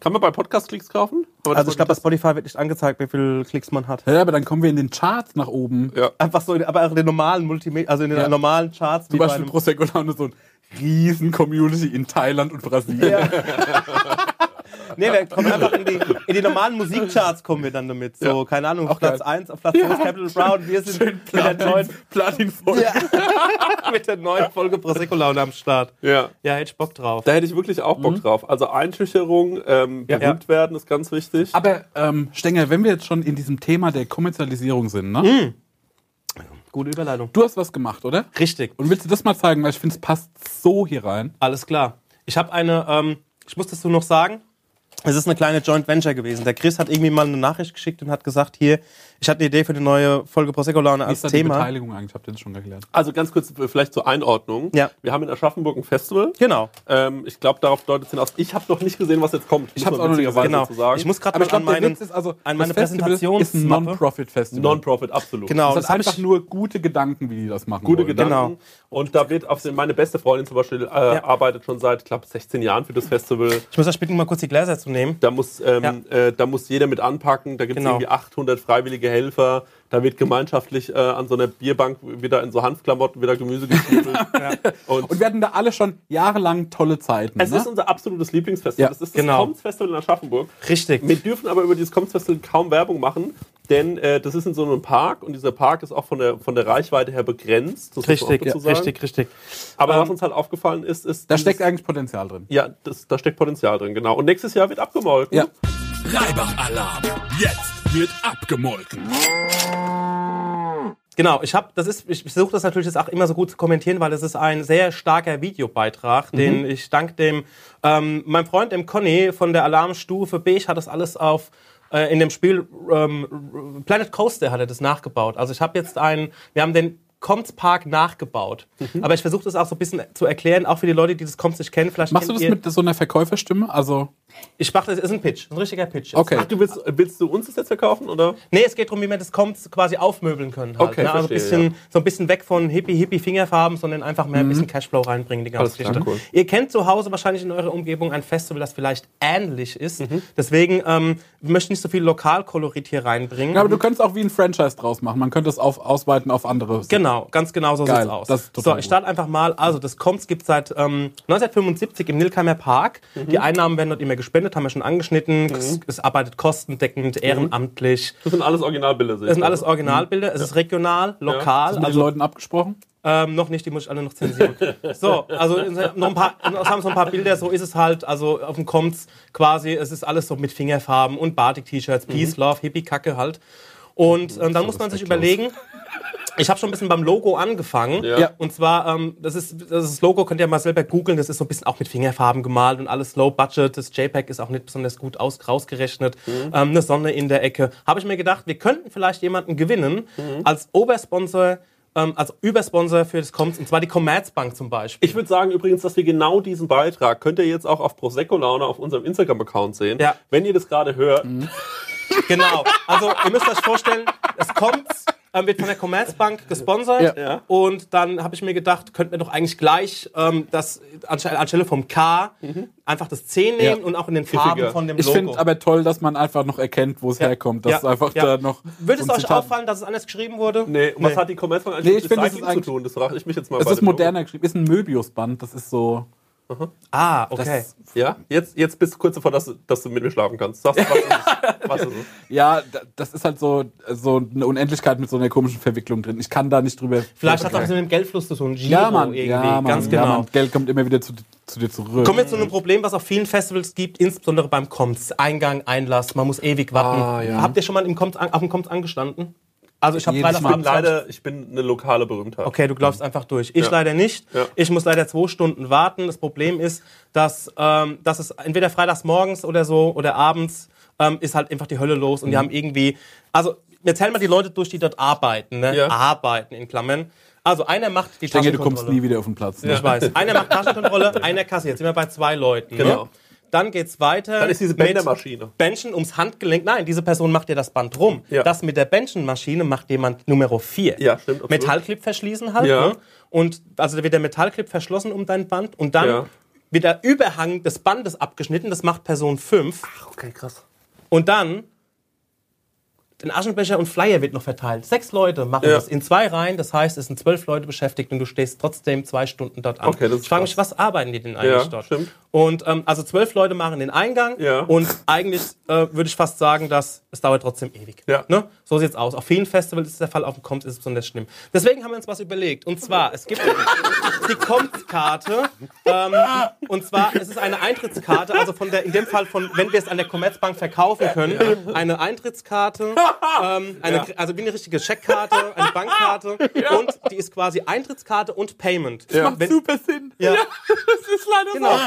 [SPEAKER 1] Kann man bei Podcast Klicks kaufen? Haben wir das
[SPEAKER 2] Mhm. Also ich
[SPEAKER 1] mal
[SPEAKER 2] glaube, bei Spotify wird nicht angezeigt, wie viele Klicks man hat.
[SPEAKER 3] Ja, aber dann kommen wir in den Charts nach oben.
[SPEAKER 1] Ja.
[SPEAKER 2] Einfach so, in- aber auch in den normalen Multimedia, also in den
[SPEAKER 3] Ja.
[SPEAKER 2] normalen Charts.
[SPEAKER 3] Zum Beispiel Prosecco Laune, so ein riesen Community in Thailand und Brasilien.
[SPEAKER 2] Ne, wir kommen einfach in die, in die normalen Musikcharts kommen wir dann damit. So, keine Ahnung, auf Platz
[SPEAKER 3] geil.
[SPEAKER 2] 1, auf Platz 2 ist Capital Brown. Wir sind mit der, neuen,
[SPEAKER 3] Platin voll.
[SPEAKER 2] mit der neuen Folge Prosecco-Laune am Start.
[SPEAKER 1] Ja.
[SPEAKER 2] Ja, hätte ich Bock drauf.
[SPEAKER 1] Da hätte ich wirklich auch
[SPEAKER 2] Mhm.
[SPEAKER 1] Bock drauf. Also Einschüchterung, ähm, berühmt werden ist ganz wichtig.
[SPEAKER 3] Aber ähm, Stenger, wenn wir jetzt schon in diesem Thema der Kommerzialisierung sind, ne?
[SPEAKER 2] Gute Überleitung.
[SPEAKER 3] Du hast was gemacht, oder?
[SPEAKER 2] Richtig.
[SPEAKER 3] Und willst du das mal zeigen? Weil ich finde, es passt so hier rein.
[SPEAKER 2] Alles klar. Ich habe eine, ähm, ich muss das nur noch sagen, es ist eine kleine Joint Venture gewesen. Der Chris hat irgendwie mal eine Nachricht geschickt und hat gesagt, hier, ich hatte eine Idee für eine neue Folge Prosecco Laune
[SPEAKER 3] Wie
[SPEAKER 2] als
[SPEAKER 3] ist da die
[SPEAKER 2] Thema.
[SPEAKER 3] Beteiligung eigentlich? Habt ihr das schon geklärt?
[SPEAKER 1] Also ganz kurz äh, vielleicht zur Einordnung.
[SPEAKER 2] Ja.
[SPEAKER 1] Wir haben in Aschaffenburg ein Festival.
[SPEAKER 2] Genau.
[SPEAKER 1] Ähm, ich glaube, darauf deutet es hinaus. Ich habe noch nicht gesehen, was jetzt kommt.
[SPEAKER 3] hab's auch noch nicht gesehen.
[SPEAKER 1] Genau.
[SPEAKER 2] Genau.
[SPEAKER 1] Zu sagen.
[SPEAKER 2] Ich muss gerade
[SPEAKER 3] Aber ich
[SPEAKER 2] noch an
[SPEAKER 3] glaube, der
[SPEAKER 2] meinen,
[SPEAKER 3] Witz ist also,
[SPEAKER 2] an meine
[SPEAKER 3] das Festival ist ein
[SPEAKER 2] Präsentationsmappe.
[SPEAKER 3] Non-Profit-Festival.
[SPEAKER 1] Non-Profit, absolut.
[SPEAKER 2] Genau,
[SPEAKER 3] das
[SPEAKER 2] das
[SPEAKER 3] ist
[SPEAKER 2] habe
[SPEAKER 3] einfach
[SPEAKER 2] ich
[SPEAKER 3] nur gute Gedanken, wie die das machen
[SPEAKER 1] gute
[SPEAKER 3] wollen.
[SPEAKER 1] Gedanken.
[SPEAKER 2] Genau.
[SPEAKER 1] Und da wird auf den, meine beste Freundin zum Beispiel äh, arbeitet schon seit knapp 16 Jahren für das Festival.
[SPEAKER 2] Ich muss da später mal kurz die Gläser zu nehmen.
[SPEAKER 1] Da muss, ähm, äh, da muss jeder mit anpacken. Da gibt es
[SPEAKER 2] Genau.
[SPEAKER 1] irgendwie 800 freiwillige Helfer. Da wird gemeinschaftlich äh, an so einer Bierbank wieder in so Hanfklamotten wieder Gemüse geschnippelt. Und,
[SPEAKER 3] Und wir hatten da alle schon jahrelang tolle Zeiten.
[SPEAKER 1] es
[SPEAKER 3] ne?
[SPEAKER 1] ist unser absolutes Lieblingsfestival.
[SPEAKER 3] Ja,
[SPEAKER 1] Es ist
[SPEAKER 2] genau.
[SPEAKER 1] das Kommens-Festival in Aschaffenburg.
[SPEAKER 2] Richtig.
[SPEAKER 1] Wir dürfen aber über dieses Kommens-Festival kaum Werbung machen, denn äh, das ist in so einem Park und dieser Park ist auch von der, von der Reichweite her begrenzt. Das muss man
[SPEAKER 2] richtig,
[SPEAKER 1] auch dazu sagen.
[SPEAKER 2] richtig, richtig.
[SPEAKER 1] Aber was uns halt aufgefallen ist, ist.
[SPEAKER 3] da
[SPEAKER 1] dieses-
[SPEAKER 3] steckt eigentlich Potenzial drin.
[SPEAKER 1] Ja, das, da steckt Potenzial drin, genau. Und nächstes Jahr wird abgemolken.
[SPEAKER 3] Ja.
[SPEAKER 5] Reibach-Alarm. Jetzt wird abgemolken.
[SPEAKER 2] Genau, ich habe, das ist, ich versuche das natürlich jetzt auch immer so gut zu kommentieren, weil es ist ein sehr starker Videobeitrag,
[SPEAKER 1] Mhm.
[SPEAKER 2] den ich dank dem, ähm, meinem Freund, dem Conny von der Alarmstufe B, ich hat das alles auf äh, in dem Spiel ähm, Planet Coaster hat er das nachgebaut. Also ich habe jetzt einen, wir haben den Comts Park nachgebaut.
[SPEAKER 1] Mhm.
[SPEAKER 2] Aber ich versuche das auch so ein bisschen zu erklären, auch für die Leute, die das Comts nicht kennen. Vielleicht
[SPEAKER 4] Machst du
[SPEAKER 2] kennt
[SPEAKER 4] das
[SPEAKER 2] ihr-
[SPEAKER 4] mit so einer Verkäuferstimme? Also,
[SPEAKER 2] Ich mache das, ist ein Pitch, ein richtiger Pitch. jetzt.
[SPEAKER 4] okay.
[SPEAKER 1] Ach, du willst, willst du uns das jetzt verkaufen, oder?
[SPEAKER 2] Nee, es geht darum, wie man das kommt, quasi aufmöbeln können. Halt,
[SPEAKER 1] Okay,
[SPEAKER 2] ne? also ein
[SPEAKER 1] verstehe,
[SPEAKER 2] bisschen, so ein bisschen weg von hippie, hippie Fingerfarben, sondern einfach mehr
[SPEAKER 4] Mhm.
[SPEAKER 2] ein bisschen Cashflow reinbringen, die ganze
[SPEAKER 1] Alles klar,
[SPEAKER 2] Geschichte.
[SPEAKER 1] cool.
[SPEAKER 2] Ihr kennt zu Hause wahrscheinlich in eurer Umgebung ein Festival, das vielleicht ähnlich ist.
[SPEAKER 4] Mhm.
[SPEAKER 2] Deswegen ähm, wir möchten nicht so viel Lokalkolorit hier reinbringen.
[SPEAKER 4] Ja, aber du könntest auch wie ein Franchise draus machen. Man könnte es auf, ausweiten auf andere.
[SPEAKER 2] Genau, ganz genau so
[SPEAKER 4] Geil,
[SPEAKER 2] sieht's aus.
[SPEAKER 4] das ist total
[SPEAKER 2] so, ich starte einfach mal. Also, das Koms gibt seit ähm, 1975 im Nilkheimer Park.
[SPEAKER 4] Mhm.
[SPEAKER 2] Die Einnahmen werden dort immer gespendet, haben wir schon angeschnitten. Es, es arbeitet
[SPEAKER 4] Mhm.
[SPEAKER 2] kostendeckend, ehrenamtlich.
[SPEAKER 1] Das sind alles Originalbilder.
[SPEAKER 2] Das sind alles Originalbilder. Es ist regional, lokal.
[SPEAKER 4] Mit den Leuten abgesprochen?
[SPEAKER 2] Ähm, noch nicht, die muss ich alle noch zensieren. so, also noch ein paar, es haben so ein paar Bilder, so ist es halt, also auf dem Kommts quasi, es ist alles so mit Fingerfarben und Batik-T-Shirts,
[SPEAKER 1] Mhm.
[SPEAKER 2] Peace, Love, Hippie-Kacke halt. Und ähm, dann muss man sich überlegen, ich habe schon ein bisschen beim Logo angefangen.
[SPEAKER 1] Ja.
[SPEAKER 2] Und zwar, ähm, das, ist, das ist Logo, könnt ihr mal selber googeln, das ist so ein bisschen auch mit Fingerfarben gemalt und alles low budget. Das JPEG ist auch nicht besonders gut aus, rausgerechnet. Ähm, eine Sonne in der Ecke. Habe ich mir gedacht, wir könnten vielleicht jemanden gewinnen als Obersponsor, ähm, als Übersponsor für das Comms, und zwar die Commerzbank zum Beispiel.
[SPEAKER 1] Ich würde sagen übrigens, dass wir genau diesen Beitrag könnt ihr jetzt auch auf Prosecco Laune auf unserem Instagram-Account sehen.
[SPEAKER 2] Ja.
[SPEAKER 1] Wenn ihr das gerade hört,
[SPEAKER 2] Genau. Also ihr müsst euch vorstellen, es kommt, ähm, wird von der Commerzbank gesponsert.
[SPEAKER 4] Ja.
[SPEAKER 1] Ja.
[SPEAKER 2] Und dann habe ich mir gedacht, könnten wir doch eigentlich gleich ähm, das anstelle, anstelle vom K einfach das C nehmen
[SPEAKER 4] Ja.
[SPEAKER 2] und auch in den Farben
[SPEAKER 1] Mhm. Pfiffiger.
[SPEAKER 2] von dem
[SPEAKER 4] Ich
[SPEAKER 2] Logo.
[SPEAKER 4] finde aber toll, dass man einfach noch erkennt, wo es herkommt. Dass
[SPEAKER 2] Ja.
[SPEAKER 4] einfach
[SPEAKER 2] Ja.
[SPEAKER 4] da noch.
[SPEAKER 2] Würde es
[SPEAKER 4] so ein
[SPEAKER 2] euch
[SPEAKER 4] Zitat-
[SPEAKER 2] auffallen, dass es anders geschrieben wurde?
[SPEAKER 1] nee, was hat die Commerzbank eigentlich
[SPEAKER 4] Nee,
[SPEAKER 1] mit
[SPEAKER 4] ich finde, das
[SPEAKER 1] Recycling
[SPEAKER 4] ist eigentlich-
[SPEAKER 1] zu tun? Das frage ich mich jetzt mal.
[SPEAKER 4] Es
[SPEAKER 1] bei
[SPEAKER 4] ist
[SPEAKER 1] dem
[SPEAKER 4] moderner geschrieben. Ist ein Möbius-Band. Das ist so.
[SPEAKER 2] Ah, okay.
[SPEAKER 1] Logo. Ja, jetzt, jetzt bist du kurz davor, dass du, dass du mit mir schlafen kannst. Sagst, was ist es? Was ist es?
[SPEAKER 4] Ja, da- das ist halt so, so eine Unendlichkeit mit so einer komischen Verwicklung drin. Ich kann da nicht drüber.
[SPEAKER 2] Vielleicht hat es auch was mit dem Geldfluss zu tun. Giro
[SPEAKER 4] ja, Mann,
[SPEAKER 2] irgendwie.
[SPEAKER 4] ja, Mann,
[SPEAKER 2] Ganz
[SPEAKER 4] ja,
[SPEAKER 2] genau.
[SPEAKER 4] Mann. Geld kommt immer wieder zu, zu dir zurück.
[SPEAKER 2] Kommen wir zu einem Problem, was auf vielen Festivals gibt, insbesondere beim Comts. Eingang, Einlass, man muss ewig warten.
[SPEAKER 4] Ah, ja.
[SPEAKER 2] Habt ihr schon mal im Comts, an- auf dem Comts angestanden? Also ich habe
[SPEAKER 4] Jedes Mal. Mhm.
[SPEAKER 1] Ich bin
[SPEAKER 2] Freitagabend
[SPEAKER 1] leider, ich bin eine lokale Berühmtheit.
[SPEAKER 2] Okay, du glaubst einfach durch. Ich
[SPEAKER 1] Ja.
[SPEAKER 2] leider nicht.
[SPEAKER 1] Ja.
[SPEAKER 2] Ich muss leider zwei Stunden warten. Das Problem ist, dass, ähm, dass es entweder freitags morgens oder so oder abends ähm, ist halt einfach die Hölle los
[SPEAKER 4] Mhm.
[SPEAKER 2] und die haben irgendwie. Also, wir zählen mal die Leute durch, die dort arbeiten. Ne?
[SPEAKER 1] Ja.
[SPEAKER 2] Arbeiten in Klammern. Also, einer macht die
[SPEAKER 4] ich denke, du kommst
[SPEAKER 2] Taschenkontrolle.
[SPEAKER 4] nie wieder auf den Platz. ne?
[SPEAKER 2] Ich weiß. Einer macht Taschenkontrolle, einer kassiert. Jetzt sind wir bei zwei Leuten. Ne?
[SPEAKER 1] Genau.
[SPEAKER 2] Dann geht's weiter.
[SPEAKER 1] Dann ist diese
[SPEAKER 2] mit
[SPEAKER 1] Bändermaschine.
[SPEAKER 2] Bändchen ums Handgelenk. Nein, diese Person macht dir das Band rum.
[SPEAKER 1] Ja.
[SPEAKER 2] Das mit der Bändchenmaschine macht jemand Nummer 4.
[SPEAKER 1] Ja, stimmt, absolut.
[SPEAKER 2] Metallclip verschließen halt.
[SPEAKER 1] Ja.
[SPEAKER 2] Ne? Und also da wird der Metallclip verschlossen um dein Band und dann
[SPEAKER 1] Ja.
[SPEAKER 2] wird der Überhang des Bandes abgeschnitten. Das macht Person 5.
[SPEAKER 1] okay, krass.
[SPEAKER 2] Und dann den Aschenbecher und Flyer wird noch verteilt. Sechs Leute machen
[SPEAKER 1] Ja.
[SPEAKER 2] das in zwei Reihen. Das heißt, es sind zwölf Leute beschäftigt und du stehst trotzdem zwei Stunden dort an.
[SPEAKER 1] Okay, das ist
[SPEAKER 2] ich frage mich,
[SPEAKER 1] krass.
[SPEAKER 2] was arbeiten die denn
[SPEAKER 1] Ja,
[SPEAKER 2] eigentlich dort?
[SPEAKER 1] stimmt.
[SPEAKER 2] Und ähm, also zwölf Leute machen den Eingang
[SPEAKER 1] Ja.
[SPEAKER 2] und eigentlich äh, würde ich fast sagen, dass es dauert trotzdem ewig.
[SPEAKER 1] Ja.
[SPEAKER 2] Ne? So sieht's aus. Auf vielen Festivals ist der Fall, auf dem Comps ist es besonders schlimm. Deswegen haben wir uns was überlegt. Und zwar, es gibt die Comps-Karte. Ähm, und zwar, es ist eine Eintrittskarte, also von der, in dem Fall von, wenn wir es an der Commerzbank verkaufen können, eine Eintrittskarte, ähm, eine, also wie eine richtige Checkkarte, eine Bankkarte und die ist quasi Eintrittskarte und Payment. Ja. Wenn,
[SPEAKER 4] Super Sinn.
[SPEAKER 2] ja.
[SPEAKER 4] Das ist leider
[SPEAKER 2] Genau.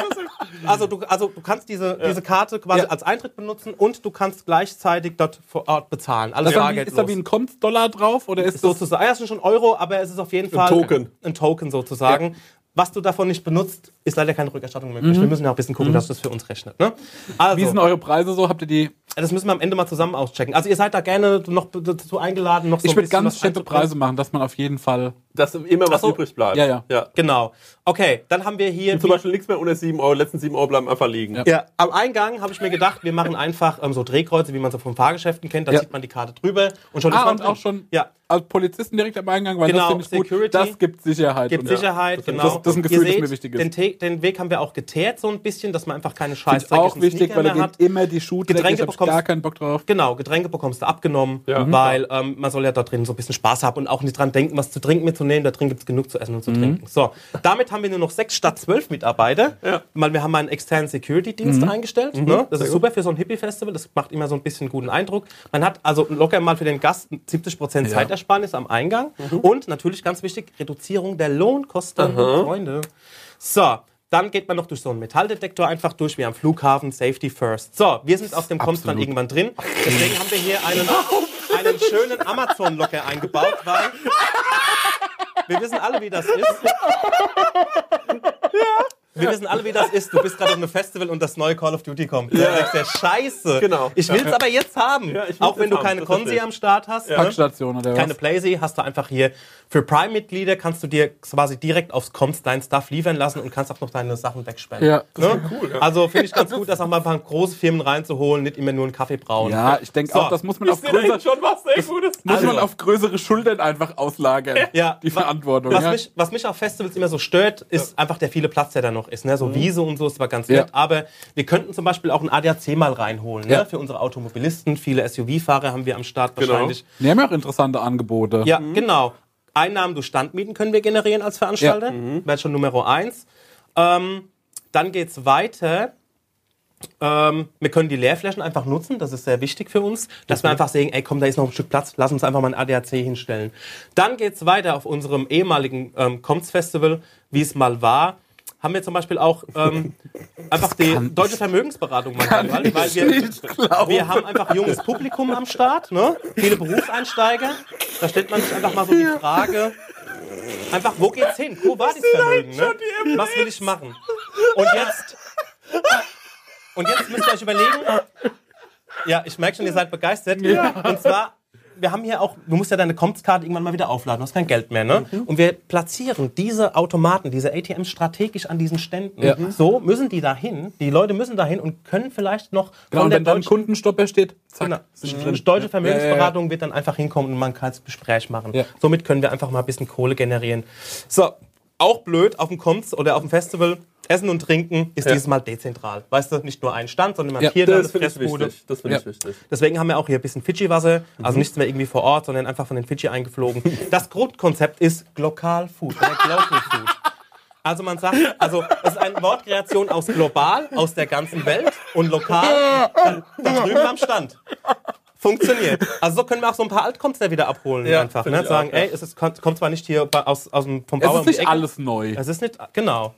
[SPEAKER 2] Also du, also du kannst diese, diese Karte quasi
[SPEAKER 4] Ja.
[SPEAKER 2] als Eintritt benutzen und du kannst gleichzeitig dort vor Ort bezahlen. Alles
[SPEAKER 4] Ist da, wie,
[SPEAKER 2] Bargeld
[SPEAKER 4] ist da wie ein Konz-Dollar drauf oder ist das
[SPEAKER 2] sozusagen. ah Ja, es sind schon Euro, aber es ist auf jeden Fall
[SPEAKER 1] Token.
[SPEAKER 2] ein Token sozusagen. Was du davon nicht benutzt, ist leider keine Rückerstattung möglich. Wir müssen ja auch ein bisschen gucken, dass das für uns rechnet. Ne?
[SPEAKER 4] Mhm. wie sind
[SPEAKER 2] Also,
[SPEAKER 4] eure Preise so? Habt ihr die?
[SPEAKER 2] das müssen wir am Ende mal zusammen auschecken. Also ihr seid da gerne noch dazu eingeladen, noch so
[SPEAKER 4] Ich
[SPEAKER 2] ein
[SPEAKER 4] würde
[SPEAKER 2] bisschen
[SPEAKER 4] ganz
[SPEAKER 2] was
[SPEAKER 4] fette
[SPEAKER 2] einzubringen.
[SPEAKER 4] Preise machen, dass man auf jeden Fall.
[SPEAKER 1] Dass immer was
[SPEAKER 2] so.
[SPEAKER 1] übrig bleibt.
[SPEAKER 4] Ja, ja.
[SPEAKER 1] ja.
[SPEAKER 2] Genau. Okay, dann haben wir hier
[SPEAKER 1] Zum Beispiel nichts mehr unter 7 Euro. Letzten 7 Euro bleiben einfach liegen.
[SPEAKER 2] Ja, am Eingang habe ich mir gedacht, wir machen einfach ähm, so Drehkreuze, wie man so von Fahrgeschäften kennt. Da
[SPEAKER 4] Ja.
[SPEAKER 2] zieht man die Karte drüber und schon ist
[SPEAKER 4] Ah,
[SPEAKER 2] man
[SPEAKER 4] und
[SPEAKER 2] drin.
[SPEAKER 4] auch schon
[SPEAKER 2] Ja.
[SPEAKER 4] als Polizisten direkt am Eingang, weil
[SPEAKER 2] Genau,
[SPEAKER 4] das finde ich
[SPEAKER 2] Security.
[SPEAKER 4] gut. Das gibt Sicherheit.
[SPEAKER 2] Gibt
[SPEAKER 4] und-
[SPEAKER 2] Sicherheit,
[SPEAKER 1] das ist-
[SPEAKER 2] genau.
[SPEAKER 4] das- das ist ein Gefühl,
[SPEAKER 2] Ihr
[SPEAKER 4] das
[SPEAKER 2] seht,
[SPEAKER 4] mir wichtig ist.
[SPEAKER 2] Den, Te- den Weg haben wir auch geteert so ein bisschen, dass man einfach keine
[SPEAKER 4] Finde ich
[SPEAKER 2] scheiß
[SPEAKER 4] auch wichtig, weil
[SPEAKER 2] mehr
[SPEAKER 4] er geht
[SPEAKER 2] hat.
[SPEAKER 4] immer die Schuhe trägt.
[SPEAKER 2] Getränke
[SPEAKER 4] Ich habe
[SPEAKER 2] bekommst-
[SPEAKER 4] gar keinen Bock drauf.
[SPEAKER 2] Genau, Getränke bekommst du abgenommen,
[SPEAKER 1] Ja.
[SPEAKER 4] Mhm.
[SPEAKER 2] weil ähm, man soll ja da drin so ein bisschen Spaß haben und auch nicht dran denken, was zu trinken mitzunehmen. Da drin gibt es genug zu essen und zu
[SPEAKER 4] Mhm.
[SPEAKER 2] trinken. So, damit haben wir nur noch sechs statt zwölf Mitarbeiter, weil wir haben mal einen externen Security-Dienst
[SPEAKER 4] Mhm.
[SPEAKER 2] eingestellt. Ne? Das ist super für so ein Hippie-Festival, das macht immer so ein bisschen guten Eindruck. Man hat also locker mal für den Gast 70% Zeitersparnis am
[SPEAKER 1] Mhm.
[SPEAKER 2] Eingang und natürlich ganz wichtig, Reduzierung der Lohnkosten, Freunde. So, Dann geht man noch durch so einen Metalldetektor einfach durch, wie am Flughafen, Safety First. So, wir sind auf dem Komps dann irgendwann drin. Deswegen haben wir hier einen, einen schönen Amazon-Locker eingebaut, weil wir wissen alle, wie das ist. Wir wissen alle, wie das ist. Du bist gerade auf einem Festival und das neue Call of Duty kommt. Ja. Das ist ja scheiße.
[SPEAKER 1] Genau.
[SPEAKER 2] Ich will es aber jetzt haben.
[SPEAKER 1] Ja, ich will's
[SPEAKER 2] auch wenn
[SPEAKER 1] jetzt
[SPEAKER 2] du
[SPEAKER 1] haben,
[SPEAKER 2] keine
[SPEAKER 1] das
[SPEAKER 2] Konsi
[SPEAKER 1] verstehe ich.
[SPEAKER 2] am Start hast. ne?
[SPEAKER 4] Packstation oder
[SPEAKER 2] Keine
[SPEAKER 4] was?
[SPEAKER 2] Playsee, hast du einfach hier für Prime-Mitglieder kannst du dir quasi direkt aufs Comms dein Stuff liefern lassen und kannst auch noch deine Sachen wegspenden.
[SPEAKER 4] Ja.
[SPEAKER 2] ne? cool. Also finde ich ganz gut, das auch mal ein paar große Firmen reinzuholen, nicht immer nur einen Kaffee brauen.
[SPEAKER 4] Ja, ich denke auch,
[SPEAKER 2] So.
[SPEAKER 4] das muss man, auf,
[SPEAKER 1] Ist denn
[SPEAKER 4] größer,
[SPEAKER 1] schon was sehr Gutes?
[SPEAKER 4] muss man
[SPEAKER 2] Also.
[SPEAKER 4] auf größere Schultern einfach auslagern.
[SPEAKER 2] Ja.
[SPEAKER 4] Die Verantwortung.
[SPEAKER 2] Was,
[SPEAKER 4] ja.
[SPEAKER 2] mich, was mich auf Festivals immer so stört, ist einfach der viele Platz, der da noch ist. Ne? So Wiese und so ist zwar ganz
[SPEAKER 4] Ja.
[SPEAKER 2] nett, aber wir könnten zum Beispiel auch ein ADAC mal reinholen ne?
[SPEAKER 4] Ja.
[SPEAKER 2] für unsere Automobilisten. Viele SUV-Fahrer haben wir am Start
[SPEAKER 1] Genau.
[SPEAKER 2] wahrscheinlich.
[SPEAKER 4] Wir haben ja auch interessante Angebote.
[SPEAKER 2] Ja, genau. Einnahmen durch Standmieten können wir generieren als Veranstalter. Wäre schon Nummer eins. Ähm, dann geht's weiter. Ähm, wir können die Leerflächen einfach nutzen, das ist sehr wichtig für uns, dass wir einfach sehen, ey komm, da ist noch ein Stück Platz, lass uns einfach mal ein ADAC hinstellen. Dann geht's weiter auf unserem ehemaligen ähm, Comts Festival, wie es mal war. Haben wir zum Beispiel auch ähm, einfach die deutsche Vermögensberatung mal gemacht, weil wir,
[SPEAKER 4] Genau,
[SPEAKER 2] wir haben einfach junges Publikum am Start, ne? viele Berufseinsteiger. Da stellt man sich einfach mal so die Frage, einfach, wo geht's hin? Wo war das Vermögen? Ne? Was will ich machen? Und jetzt, und jetzt müsst ihr euch überlegen, ja, ich merke schon, ihr seid begeistert. Und zwar, wir haben hier auch, du musst ja deine Kompskarte irgendwann mal wieder aufladen, du hast kein Geld mehr, ne?
[SPEAKER 4] Mhm.
[SPEAKER 2] Und wir platzieren diese Automaten, diese ATMs strategisch an diesen Ständen.
[SPEAKER 4] Ja.
[SPEAKER 2] So müssen die dahin, die Leute müssen dahin und können vielleicht noch von
[SPEAKER 4] Genau, und
[SPEAKER 2] der
[SPEAKER 4] wenn dann ein
[SPEAKER 2] deutschen
[SPEAKER 4] Kundenstopper steht, zack,
[SPEAKER 2] Genau.
[SPEAKER 4] sind die
[SPEAKER 2] Eine
[SPEAKER 4] drin.
[SPEAKER 2] deutsche Vermögensberatung
[SPEAKER 4] Ja,
[SPEAKER 2] wird dann einfach hinkommen und man kann das Gespräch machen.
[SPEAKER 4] Ja.
[SPEAKER 2] Somit können wir einfach mal ein bisschen Kohle generieren. So, auch blöd auf dem Konz oder auf dem Festival. Essen und Trinken ist dieses Mal dezentral. Weißt du, nicht nur ein Stand, sondern man
[SPEAKER 4] Ja,
[SPEAKER 2] hat hier dann
[SPEAKER 1] Das
[SPEAKER 2] das
[SPEAKER 1] finde ich
[SPEAKER 2] Fressbude.
[SPEAKER 1] wichtig. Das finde ich
[SPEAKER 4] Ja.
[SPEAKER 1] wichtig.
[SPEAKER 2] Deswegen haben wir auch hier ein bisschen Fidschi-Wasser.
[SPEAKER 4] Mhm.
[SPEAKER 2] Also nichts mehr irgendwie vor Ort, sondern einfach von den Fidschi eingeflogen. Das Grundkonzept ist Global Food oder Global Food. Also man sagt, also es ist eine Wortkreation aus global, aus der ganzen Welt und lokal, da, da drüben am Stand. Funktioniert. Also so können wir auch so ein paar Altkomster wieder abholen einfach. Ne? Sagen, ey, es ist, kommt kommt zwar nicht hier bei- aus, aus dem, vom
[SPEAKER 4] Es
[SPEAKER 2] Bauer
[SPEAKER 4] ist nicht
[SPEAKER 2] alles.
[SPEAKER 4] alles neu.
[SPEAKER 2] Es ist nicht, genau.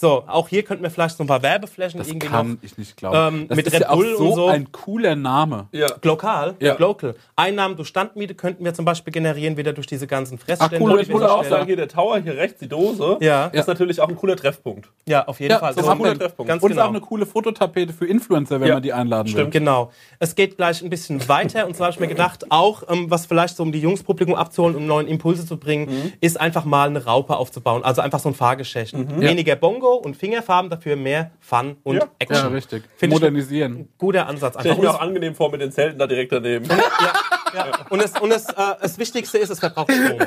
[SPEAKER 2] So, auch hier könnten wir vielleicht so ein paar Werbeflächen
[SPEAKER 4] Das
[SPEAKER 2] irgendwie
[SPEAKER 4] kann
[SPEAKER 2] noch.
[SPEAKER 4] ich nicht glauben.
[SPEAKER 2] ähm,
[SPEAKER 4] das
[SPEAKER 2] mit
[SPEAKER 4] ist
[SPEAKER 2] Red
[SPEAKER 4] ja auch
[SPEAKER 2] Bull und
[SPEAKER 4] so,
[SPEAKER 2] so.
[SPEAKER 4] ein cooler Name.
[SPEAKER 1] Ja.
[SPEAKER 2] Lokal,
[SPEAKER 4] Ja.
[SPEAKER 2] local. Einnahmen durch Standmiete könnten wir zum Beispiel generieren, wieder durch diese ganzen Fressstände.
[SPEAKER 4] cool,
[SPEAKER 2] die
[SPEAKER 1] Ich
[SPEAKER 4] Red
[SPEAKER 2] wir
[SPEAKER 1] muss
[SPEAKER 4] Bull
[SPEAKER 2] so
[SPEAKER 1] auch
[SPEAKER 2] stellen.
[SPEAKER 1] sagen, hier der Tower, hier rechts, die Dose,
[SPEAKER 2] Ja.
[SPEAKER 1] ist natürlich auch ein cooler Treffpunkt.
[SPEAKER 2] Ja, auf jeden
[SPEAKER 4] Ja,
[SPEAKER 2] Fall.
[SPEAKER 4] das
[SPEAKER 2] So,
[SPEAKER 4] haben wir.
[SPEAKER 2] ganz
[SPEAKER 4] und es ist
[SPEAKER 2] genau.
[SPEAKER 4] auch eine coole Fototapete für Influencer, wenn
[SPEAKER 1] Ja,
[SPEAKER 4] man die einladen will.
[SPEAKER 2] Genau. Es geht gleich ein bisschen weiter und zwar habe ich mir gedacht, auch ähm, was vielleicht so um die Jungspublikum abzuholen, um neuen Impulse zu bringen,
[SPEAKER 4] Mhm.
[SPEAKER 2] ist einfach mal eine Raupe aufzubauen. Also einfach so ein Fahrgeschäft. Weniger Bongo und Fingerfarben, dafür mehr Fun und Action.
[SPEAKER 4] Mhm. Ja, richtig.
[SPEAKER 2] Find ich-
[SPEAKER 4] Modernisieren.
[SPEAKER 2] Guter Ansatz.
[SPEAKER 1] Stell
[SPEAKER 2] Einfach.
[SPEAKER 1] ich mir auch angenehm vor mit den Zelten da direkt daneben.
[SPEAKER 2] Und, das, und das, äh, das Wichtigste ist, es verbraucht Strom.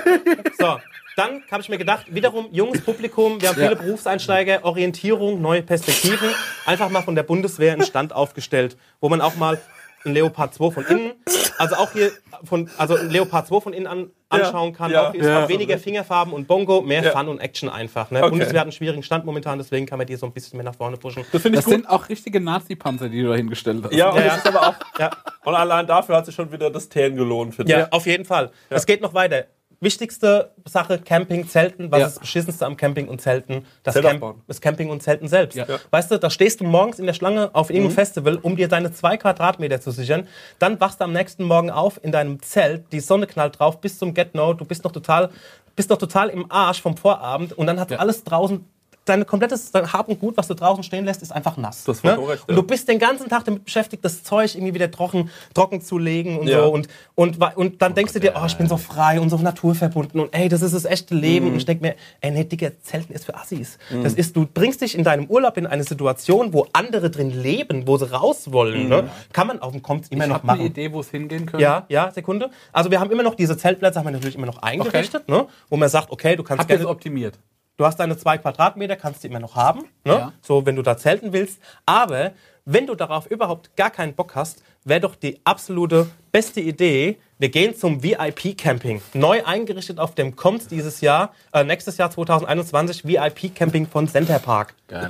[SPEAKER 2] So. Dann habe ich mir gedacht, wiederum junges Publikum, wir haben viele
[SPEAKER 4] Ja.
[SPEAKER 2] Berufseinsteiger, Orientierung, neue Perspektiven. Einfach mal von der Bundeswehr einen Stand aufgestellt, wo man auch mal einen Leopard 2 von innen, also auch hier von, also einen Leopard 2 von innen an, anschauen kann.
[SPEAKER 1] ja,
[SPEAKER 2] auch hier ist
[SPEAKER 4] ja.
[SPEAKER 2] auch weniger Fingerfarben und Bongo, mehr
[SPEAKER 1] Ja.
[SPEAKER 2] Fun und Action einfach. Ne? Bundeswehr hat einen schwierigen Stand momentan, deswegen kann man die so ein bisschen mehr nach vorne pushen.
[SPEAKER 1] Das finde ich
[SPEAKER 4] Das
[SPEAKER 1] gut.
[SPEAKER 4] sind auch richtige Nazi-Panzer, die du da hingestellt hast.
[SPEAKER 1] Ja, und
[SPEAKER 2] Ja,
[SPEAKER 1] das
[SPEAKER 2] ja.
[SPEAKER 1] ist aber auch.
[SPEAKER 2] Ja.
[SPEAKER 1] Und allein dafür hat sich schon wieder das Tan gelohnt, finde
[SPEAKER 2] Ja,
[SPEAKER 1] ich.
[SPEAKER 2] auf jeden Fall. Es geht noch weiter. Wichtigste Sache, Camping, Zelten. Was
[SPEAKER 4] Ja.
[SPEAKER 2] ist das Beschissenste am Camping und Zelten? Das,
[SPEAKER 1] Zelt
[SPEAKER 2] Camp,
[SPEAKER 1] aufbauen.
[SPEAKER 2] das Camping und Zelten selbst.
[SPEAKER 4] Ja.
[SPEAKER 2] Weißt du, da stehst du morgens in der Schlange auf
[SPEAKER 1] Mhm.
[SPEAKER 2] irgendeinem Festival, um dir deine zwei Quadratmeter zu sichern. Dann wachst du am nächsten Morgen auf in deinem Zelt, die Sonne knallt drauf bis zum Get No. Du bist noch total, bist noch total im Arsch vom Vorabend und dann hat alles draußen. Dein komplettes dein Hab und Gut, was du draußen stehen lässt, ist einfach nass. ne?
[SPEAKER 1] Das ist vollkommen recht,
[SPEAKER 2] Und
[SPEAKER 1] ja.
[SPEAKER 2] du bist den ganzen Tag damit beschäftigt, das Zeug irgendwie wieder trocken, trocken zu legen und
[SPEAKER 1] Ja.
[SPEAKER 2] so. Und, und, wa- und dann denkst du dir, oh, ich bin so frei und so naturverbunden und ey, das ist das echte Leben.
[SPEAKER 4] Mhm.
[SPEAKER 2] Und ich denk mir, ey, nee, Digga, Zelten ist für Assis. Das ist, du bringst dich in deinem Urlaub in eine Situation, wo andere drin leben, wo sie raus wollen. Ne?
[SPEAKER 4] Mhm.
[SPEAKER 2] Kann man auf dem Kommt immer noch
[SPEAKER 4] Ich habe eine
[SPEAKER 2] machen.
[SPEAKER 4] Idee, wo es hingehen könnte.
[SPEAKER 2] Ja, ja, Sekunde. Also wir haben immer noch diese Zeltplätze, haben wir natürlich immer noch eingerichtet, ne? wo man sagt, okay, du kannst
[SPEAKER 4] Habt ihr das optimiert?
[SPEAKER 2] Du hast deine zwei Quadratmeter, kannst du immer noch haben, ne?
[SPEAKER 4] Ja.
[SPEAKER 2] so wenn du da zelten willst. Aber Wenn du darauf überhaupt gar keinen Bock hast, wäre doch die absolute beste Idee, wir gehen zum VIP-Camping. Neu eingerichtet auf dem Comms dieses Jahr, äh, nächstes Jahr 2021, VIP-Camping von Center Park.
[SPEAKER 4] Geil.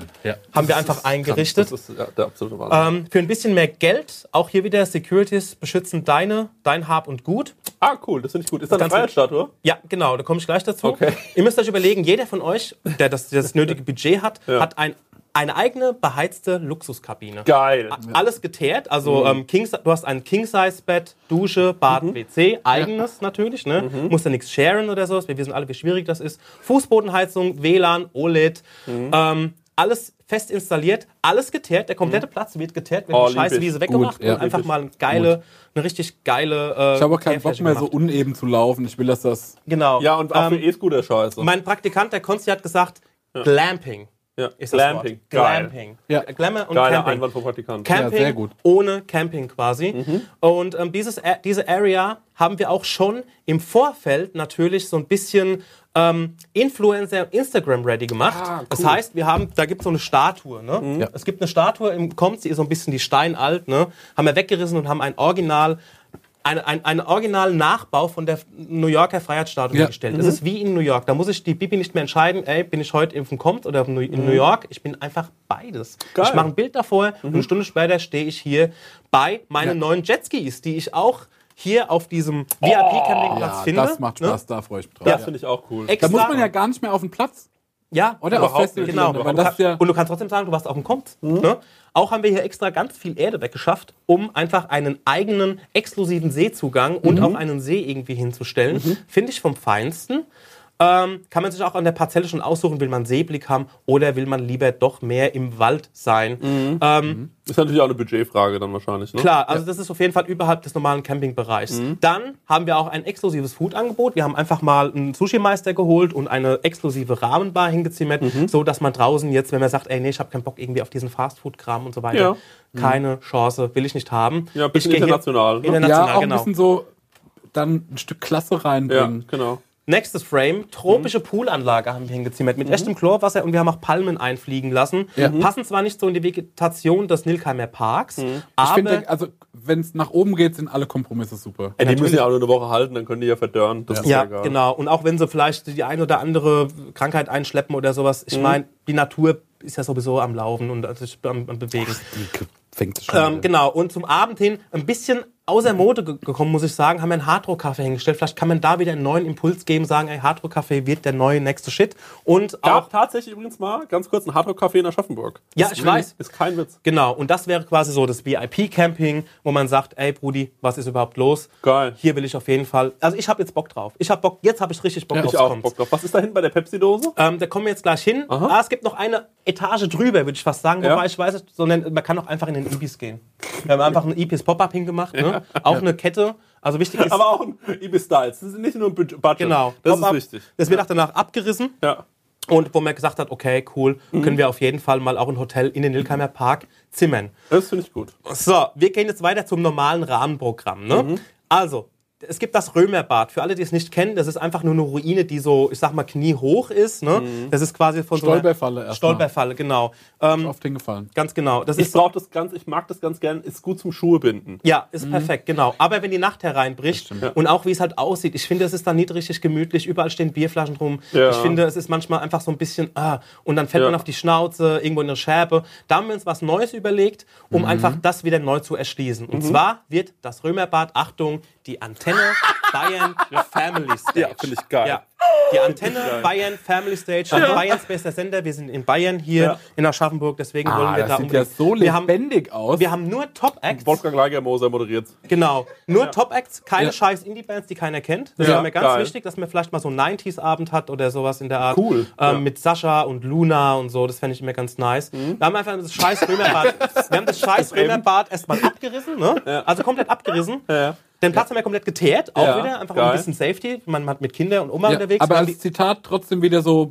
[SPEAKER 2] Haben wir einfach eingerichtet.
[SPEAKER 1] Das ist ja, der absolute Wahnsinn.
[SPEAKER 2] Ähm, für ein bisschen mehr Geld, auch hier wieder Securities beschützen deine, dein Hab und Gut.
[SPEAKER 1] ah, cool, das finde ich gut. Ist da eine
[SPEAKER 2] Ganz gut.
[SPEAKER 1] Freiheitsstatue?
[SPEAKER 2] Ja, genau, da komme ich gleich dazu.
[SPEAKER 1] Okay.
[SPEAKER 2] Ihr müsst euch überlegen, jeder von euch, der das, der das nötige Budget hat,
[SPEAKER 1] Ja.
[SPEAKER 2] hat ein, eine eigene beheizte Luxuskabine.
[SPEAKER 1] Geil. Mhm.
[SPEAKER 2] A- Alles geteert, also ähm, King, du hast ein King-Size-Bett, Dusche, Bad, WC, eigenes natürlich, ne?
[SPEAKER 1] Mhm.
[SPEAKER 2] Musst ja nichts sharen oder so, wir wissen alle, wie schwierig das ist. Fußbodenheizung, WLAN, OLED,
[SPEAKER 1] Mhm.
[SPEAKER 2] ähm, alles fest installiert, alles geteert, der komplette Platz wird geteert, wird
[SPEAKER 1] Oh,
[SPEAKER 2] die scheiße
[SPEAKER 1] lieb ich.
[SPEAKER 2] Wiese weggemacht
[SPEAKER 4] Gut, ja.
[SPEAKER 2] und einfach mal eine geile, eine richtig geile äh,
[SPEAKER 4] Ich habe auch keinen Bock
[SPEAKER 2] Teerfläche
[SPEAKER 4] mehr, so
[SPEAKER 2] gemacht.
[SPEAKER 4] uneben zu laufen. Ich will, dass das.
[SPEAKER 2] Genau.
[SPEAKER 1] Ja, und auch
[SPEAKER 2] Ähm,
[SPEAKER 1] für E-Scooter-Scheiße.
[SPEAKER 2] mein Praktikant, der Konsti, hat gesagt, Glamping
[SPEAKER 1] Ja.
[SPEAKER 2] ist das
[SPEAKER 1] Glamping.
[SPEAKER 2] Wort.
[SPEAKER 1] Geil.
[SPEAKER 2] Glamping. Äh,
[SPEAKER 4] Ja.
[SPEAKER 2] Glamour und
[SPEAKER 1] Geiler
[SPEAKER 2] Camping.
[SPEAKER 1] Einwand Mhm. vom Praktikanten.
[SPEAKER 2] Camping
[SPEAKER 4] Ja, sehr gut.
[SPEAKER 2] ohne Camping quasi. Und ähm, dieses, A- diese Area haben wir auch schon im Vorfeld natürlich so ein bisschen ähm, Influencer Instagram ready gemacht.
[SPEAKER 1] Ah,
[SPEAKER 2] Das heißt, wir haben, da gibt es so eine Statue. Ne?
[SPEAKER 1] Mhm.
[SPEAKER 4] Ja.
[SPEAKER 2] Es gibt eine Statue im Kommt, die ist so ein bisschen die Steinalt, ne? haben wir weggerissen und haben ein Original. Ein, ein, ein original Nachbau von der New Yorker Freiheitsstatue
[SPEAKER 4] Ja.
[SPEAKER 2] hergestellt. Das ist wie in New York. Da muss ich die Bibi nicht mehr entscheiden, ey, bin ich heute im Kommt oder in New- in New York? Ich bin einfach beides. Ich mache ein Bild davor und eine Stunde später stehe ich hier bei meinen neuen Jetskis, die ich auch hier auf diesem VIP-Campingplatz
[SPEAKER 4] Ja,
[SPEAKER 2] finde. ne?
[SPEAKER 4] das macht Spaß, da freue ich mich drauf.
[SPEAKER 1] Das
[SPEAKER 4] Ja.
[SPEAKER 1] finde ich auch cool.
[SPEAKER 2] Extra.
[SPEAKER 4] Da muss man ja gar nicht mehr auf den Platz.
[SPEAKER 2] Ja,
[SPEAKER 4] Oder auf
[SPEAKER 1] Überhaupt
[SPEAKER 4] Festival.
[SPEAKER 1] nicht,
[SPEAKER 2] Genau.
[SPEAKER 1] Gelände,
[SPEAKER 4] Weil das ist ja, Mhm.
[SPEAKER 2] und du kannst trotzdem sagen, du warst auf dem Kommt. Ne? Auch haben wir hier extra ganz viel Erde weggeschafft, um einfach einen eigenen exklusiven Seezugang
[SPEAKER 4] Mhm.
[SPEAKER 2] und auch einen See irgendwie hinzustellen. Finde ich vom Feinsten. Ähm, kann man sich auch an der Parzelle schon aussuchen, will man Seeblick haben oder will man lieber doch mehr im Wald sein.
[SPEAKER 4] Mhm.
[SPEAKER 2] Ähm,
[SPEAKER 1] Ist natürlich auch eine Budgetfrage dann wahrscheinlich, ne?
[SPEAKER 2] Klar, also das ist auf jeden Fall überhalb des normalen Campingbereichs.
[SPEAKER 1] Mhm.
[SPEAKER 2] Dann haben wir auch ein exklusives Food-Angebot. Wir haben einfach mal einen Sushi-Meister geholt und eine exklusive Rahmenbar hingezimmert,
[SPEAKER 1] Mhm.
[SPEAKER 2] so dass man draußen jetzt, wenn man sagt, ey, nee, ich habe keinen Bock irgendwie auf diesen Fast-Food-Kram und so weiter,
[SPEAKER 1] Ja. Mhm.
[SPEAKER 2] keine Chance, will ich nicht haben.
[SPEAKER 1] Ja, ein
[SPEAKER 2] ich
[SPEAKER 1] bisschen
[SPEAKER 2] geh hier-
[SPEAKER 1] international, ne?
[SPEAKER 2] International,
[SPEAKER 4] ja auch
[SPEAKER 2] genau.
[SPEAKER 4] ein bisschen so dann ein Stück Klasse
[SPEAKER 1] Ja,
[SPEAKER 4] reinbringen.
[SPEAKER 1] genau.
[SPEAKER 2] Nächstes Frame, tropische
[SPEAKER 1] Mhm.
[SPEAKER 2] Poolanlage haben wir hingezimmert mit echtem Chlorwasser und wir haben auch Palmen einfliegen lassen.
[SPEAKER 1] Mhm.
[SPEAKER 2] Passen zwar nicht so in die Vegetation des Nilkheimer Parks,
[SPEAKER 4] Ich
[SPEAKER 2] aber Äh,
[SPEAKER 4] finde, also wenn es nach oben geht, sind alle Kompromisse super.
[SPEAKER 1] Ey, die müssen ja auch nur eine Woche halten, dann können die ja verdörren. Das ist
[SPEAKER 2] Ja,
[SPEAKER 1] egal.
[SPEAKER 2] genau. Und auch wenn sie vielleicht die ein oder andere Krankheit einschleppen oder sowas,
[SPEAKER 1] Mhm.
[SPEAKER 2] ich meine, die Natur ist ja sowieso am Laufen und sich am, am Bewegen.
[SPEAKER 4] Fängt es schon
[SPEAKER 2] ähm, genau. Und zum Abend hin ein bisschen außer Mode ge gekommen, muss ich sagen, haben wir einen Harddruckkaffee hingestellt. Vielleicht kann man da wieder einen neuen Impuls geben, sagen, ey, Harddruckkaffee wird der neue nächste Shit. Und
[SPEAKER 1] Gab
[SPEAKER 2] auch,
[SPEAKER 1] tatsächlich übrigens mal ganz kurz ein Hardrock-Café in Aschaffenburg.
[SPEAKER 2] ja, ich weiß.
[SPEAKER 1] Ist kein Witz.
[SPEAKER 2] Genau, und das wäre quasi so das VIP-Camping, wo man sagt, ey Brudi, was ist überhaupt los?
[SPEAKER 1] Geil.
[SPEAKER 2] Hier will ich auf jeden Fall, also ich habe jetzt Bock drauf. Ich habe Bock, jetzt habe ich richtig Bock drauf.
[SPEAKER 1] Ich auch Bock drauf. Was ist da hinten bei der Pepsi-Dose?
[SPEAKER 2] Ähm, da kommen wir jetzt gleich hin. Ah, es gibt noch eine Etage drüber, würde ich fast sagen.
[SPEAKER 1] Ja.
[SPEAKER 2] Wobei ich weiß, nicht, sondern man kann auch einfach in den Ibis gehen. Wir haben einfach einen Ibis Pop-Up hingemacht. Ne? Auch eine Kette. Also wichtig ist.
[SPEAKER 1] Aber auch ein Ibis-Styles. Das ist nicht nur ein Budget.
[SPEAKER 2] genau.
[SPEAKER 1] Das ist
[SPEAKER 2] Pop-up.
[SPEAKER 1] wichtig.
[SPEAKER 2] Das wird auch danach abgerissen.
[SPEAKER 1] Ja.
[SPEAKER 2] Und wo man gesagt hat, okay, cool,
[SPEAKER 1] Mhm.
[SPEAKER 2] können wir auf jeden Fall mal auch ein Hotel in den Nilkheimer Park zimmern.
[SPEAKER 1] Das finde ich gut.
[SPEAKER 2] So, wir gehen jetzt weiter zum normalen Rahmenprogramm. Ne?
[SPEAKER 4] Mhm.
[SPEAKER 2] Also, es gibt das Römerbad. Für alle, die es nicht kennen, das ist einfach nur eine Ruine, die so, ich sag mal, kniehoch ist. Ne? Das ist quasi von so
[SPEAKER 4] Mhm. Stolperfalle
[SPEAKER 2] einer
[SPEAKER 4] erstmal.
[SPEAKER 2] Stolperfalle, genau. Ähm,
[SPEAKER 4] auf den Gefallen.
[SPEAKER 2] Ganz genau. Das
[SPEAKER 1] Ich
[SPEAKER 2] ist so,
[SPEAKER 1] brauche das ganz, ich mag das ganz gern. Ist gut zum Schuhe binden.
[SPEAKER 2] ja, ist perfekt, genau. Aber wenn die Nacht hereinbricht und auch wie es halt aussieht, ich finde, es ist dann nicht richtig gemütlich. Überall stehen Bierflaschen rum.
[SPEAKER 1] Ja.
[SPEAKER 2] Ich finde, es ist manchmal einfach so ein bisschen, ah, und dann fällt
[SPEAKER 1] Ja.
[SPEAKER 2] man auf die Schnauze, irgendwo in eine Schärpe. Da haben wir uns was Neues überlegt,
[SPEAKER 1] Mhm.
[SPEAKER 2] um einfach das wieder neu zu erschließen. Und zwar wird das Römerbad, Achtung, die Antenne Bayern Family Stage.
[SPEAKER 1] Ja, finde ich geil.
[SPEAKER 2] Ja. Die Antenne Bayern Family Stage, Bayerns bester Sender. Wir sind in Bayern hier
[SPEAKER 1] Ja.
[SPEAKER 2] in Aschaffenburg, deswegen wollen
[SPEAKER 4] Ah,
[SPEAKER 2] wir
[SPEAKER 4] das
[SPEAKER 2] da
[SPEAKER 4] sieht ja
[SPEAKER 2] unbedingt.
[SPEAKER 4] so
[SPEAKER 2] wir haben
[SPEAKER 4] lebendig aus.
[SPEAKER 2] wir haben nur Top-Acts.
[SPEAKER 1] Wolfgang Leigermoser moderiert.
[SPEAKER 2] Genau. Nur Top-Acts, keine
[SPEAKER 4] Ja.
[SPEAKER 2] scheiß Indie-Bands, die keiner kennt. Das
[SPEAKER 1] Ja,
[SPEAKER 2] war mir ganz
[SPEAKER 1] geil.
[SPEAKER 2] wichtig, dass man vielleicht mal so einen 90s-Abend hat oder sowas in der Art.
[SPEAKER 1] Cool,
[SPEAKER 2] Ähm,
[SPEAKER 1] ja.
[SPEAKER 2] Mit Sascha und Luna und so. Das fände ich immer ganz nice.
[SPEAKER 1] Mhm.
[SPEAKER 2] Wir haben einfach das scheiß Römerbad. wir haben das scheiß Römerbad erstmal abgerissen, ne? Also komplett abgerissen. Den Platz haben wir komplett geteert, auch
[SPEAKER 1] Ja,
[SPEAKER 2] wieder, einfach
[SPEAKER 1] geil.
[SPEAKER 2] um ein bisschen Safety. Man hat mit Kinder und Oma
[SPEAKER 4] Ja,
[SPEAKER 2] unterwegs.
[SPEAKER 4] aber
[SPEAKER 2] Wir haben
[SPEAKER 4] als Zitat trotzdem wieder so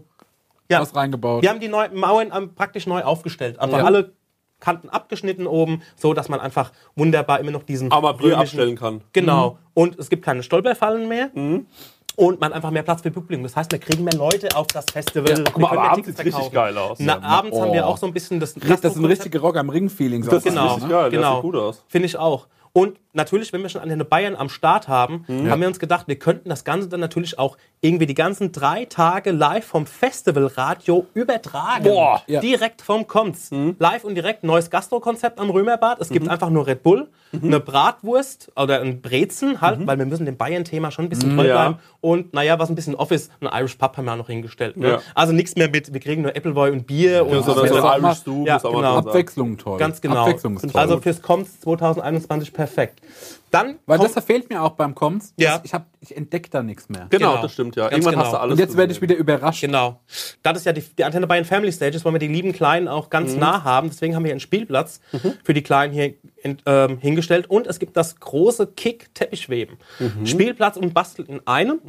[SPEAKER 2] die, ja.
[SPEAKER 4] was reingebaut.
[SPEAKER 2] Wir haben die neu, Mauern ähm, praktisch neu aufgestellt. Einfach
[SPEAKER 4] Ja.
[SPEAKER 2] alle Kanten abgeschnitten oben, so dass man einfach wunderbar immer noch diesen
[SPEAKER 1] Aber Brühe
[SPEAKER 2] römischen-
[SPEAKER 1] abstellen kann. Mhm.
[SPEAKER 2] Genau. Und es gibt keine Stolperfallen mehr. und man einfach mehr Platz für Publikum. Das heißt, wir kriegen mehr Leute auf das Festival. Ja,
[SPEAKER 1] guck mal, aber abends sieht's richtig geil aus.
[SPEAKER 2] Na,
[SPEAKER 1] Ja,
[SPEAKER 2] abends haben wir
[SPEAKER 4] oh.
[SPEAKER 2] auch so ein bisschen das
[SPEAKER 4] Das ist ein richtiger Rock am Ring-Feeling. so
[SPEAKER 1] Das
[SPEAKER 4] auf
[SPEAKER 1] ist
[SPEAKER 4] einmal,
[SPEAKER 1] richtig geil, das
[SPEAKER 2] genau.
[SPEAKER 1] sieht gut aus.
[SPEAKER 2] Finde ich auch. Und natürlich, wenn wir schon Antenne Bayern am Start haben,
[SPEAKER 1] Hm.
[SPEAKER 2] haben wir uns gedacht, wir könnten das Ganze dann natürlich auch irgendwie die ganzen drei Tage live vom Festivalradio übertragen. Boah,
[SPEAKER 4] Ja.
[SPEAKER 2] Direkt vom Komz.
[SPEAKER 1] Hm.
[SPEAKER 2] Live und direkt neues Gastro-Konzept am Römerbad. Es gibt
[SPEAKER 1] Mhm.
[SPEAKER 2] einfach nur Red Bull, eine Bratwurst oder ein Brezen halt, weil wir müssen dem Bayern-Thema schon ein bisschen treu
[SPEAKER 1] Mhm. Ja.
[SPEAKER 2] bleiben. Und naja, was ein bisschen off ist, ein Irish Pub haben wir auch noch hingestellt. Ne?
[SPEAKER 1] Ja.
[SPEAKER 2] Also nichts mehr mit, wir kriegen nur Appleboy und Bier und
[SPEAKER 1] So, so
[SPEAKER 4] das
[SPEAKER 1] ein
[SPEAKER 4] ist auch mal-
[SPEAKER 1] Irish Stew,
[SPEAKER 2] Ja,
[SPEAKER 1] muss auch mal
[SPEAKER 2] genau.
[SPEAKER 1] dran sein.
[SPEAKER 4] Abwechslung toll.
[SPEAKER 2] Ganz genau.
[SPEAKER 4] Abwechslung ist toll.
[SPEAKER 2] Also fürs Comms 2021 perfekt. Dann
[SPEAKER 4] Weil
[SPEAKER 2] kommt-
[SPEAKER 4] das fehlt mir auch beim Comms.
[SPEAKER 2] Ja.
[SPEAKER 4] Das- Ich, hab- ich entdecke da nichts mehr.
[SPEAKER 1] Genau,
[SPEAKER 2] Genau.
[SPEAKER 1] das stimmt, ja.
[SPEAKER 2] Ganz
[SPEAKER 1] Irgendwann
[SPEAKER 2] genau.
[SPEAKER 1] hast du alles.
[SPEAKER 4] Und jetzt werde ich
[SPEAKER 1] gesehen.
[SPEAKER 4] wieder überrascht.
[SPEAKER 2] genau. Das ist ja die, die Antenne Bayern Family Stages, wollen wir die lieben Kleinen auch
[SPEAKER 4] Mhm.
[SPEAKER 2] ganz nah haben. Deswegen haben wir hier einen Spielplatz für die Kleinen hier in, ähm, hingestellt. Und es gibt das große Kick-Teppichweben.
[SPEAKER 4] Mhm.
[SPEAKER 2] Spielplatz und Bastel in einem.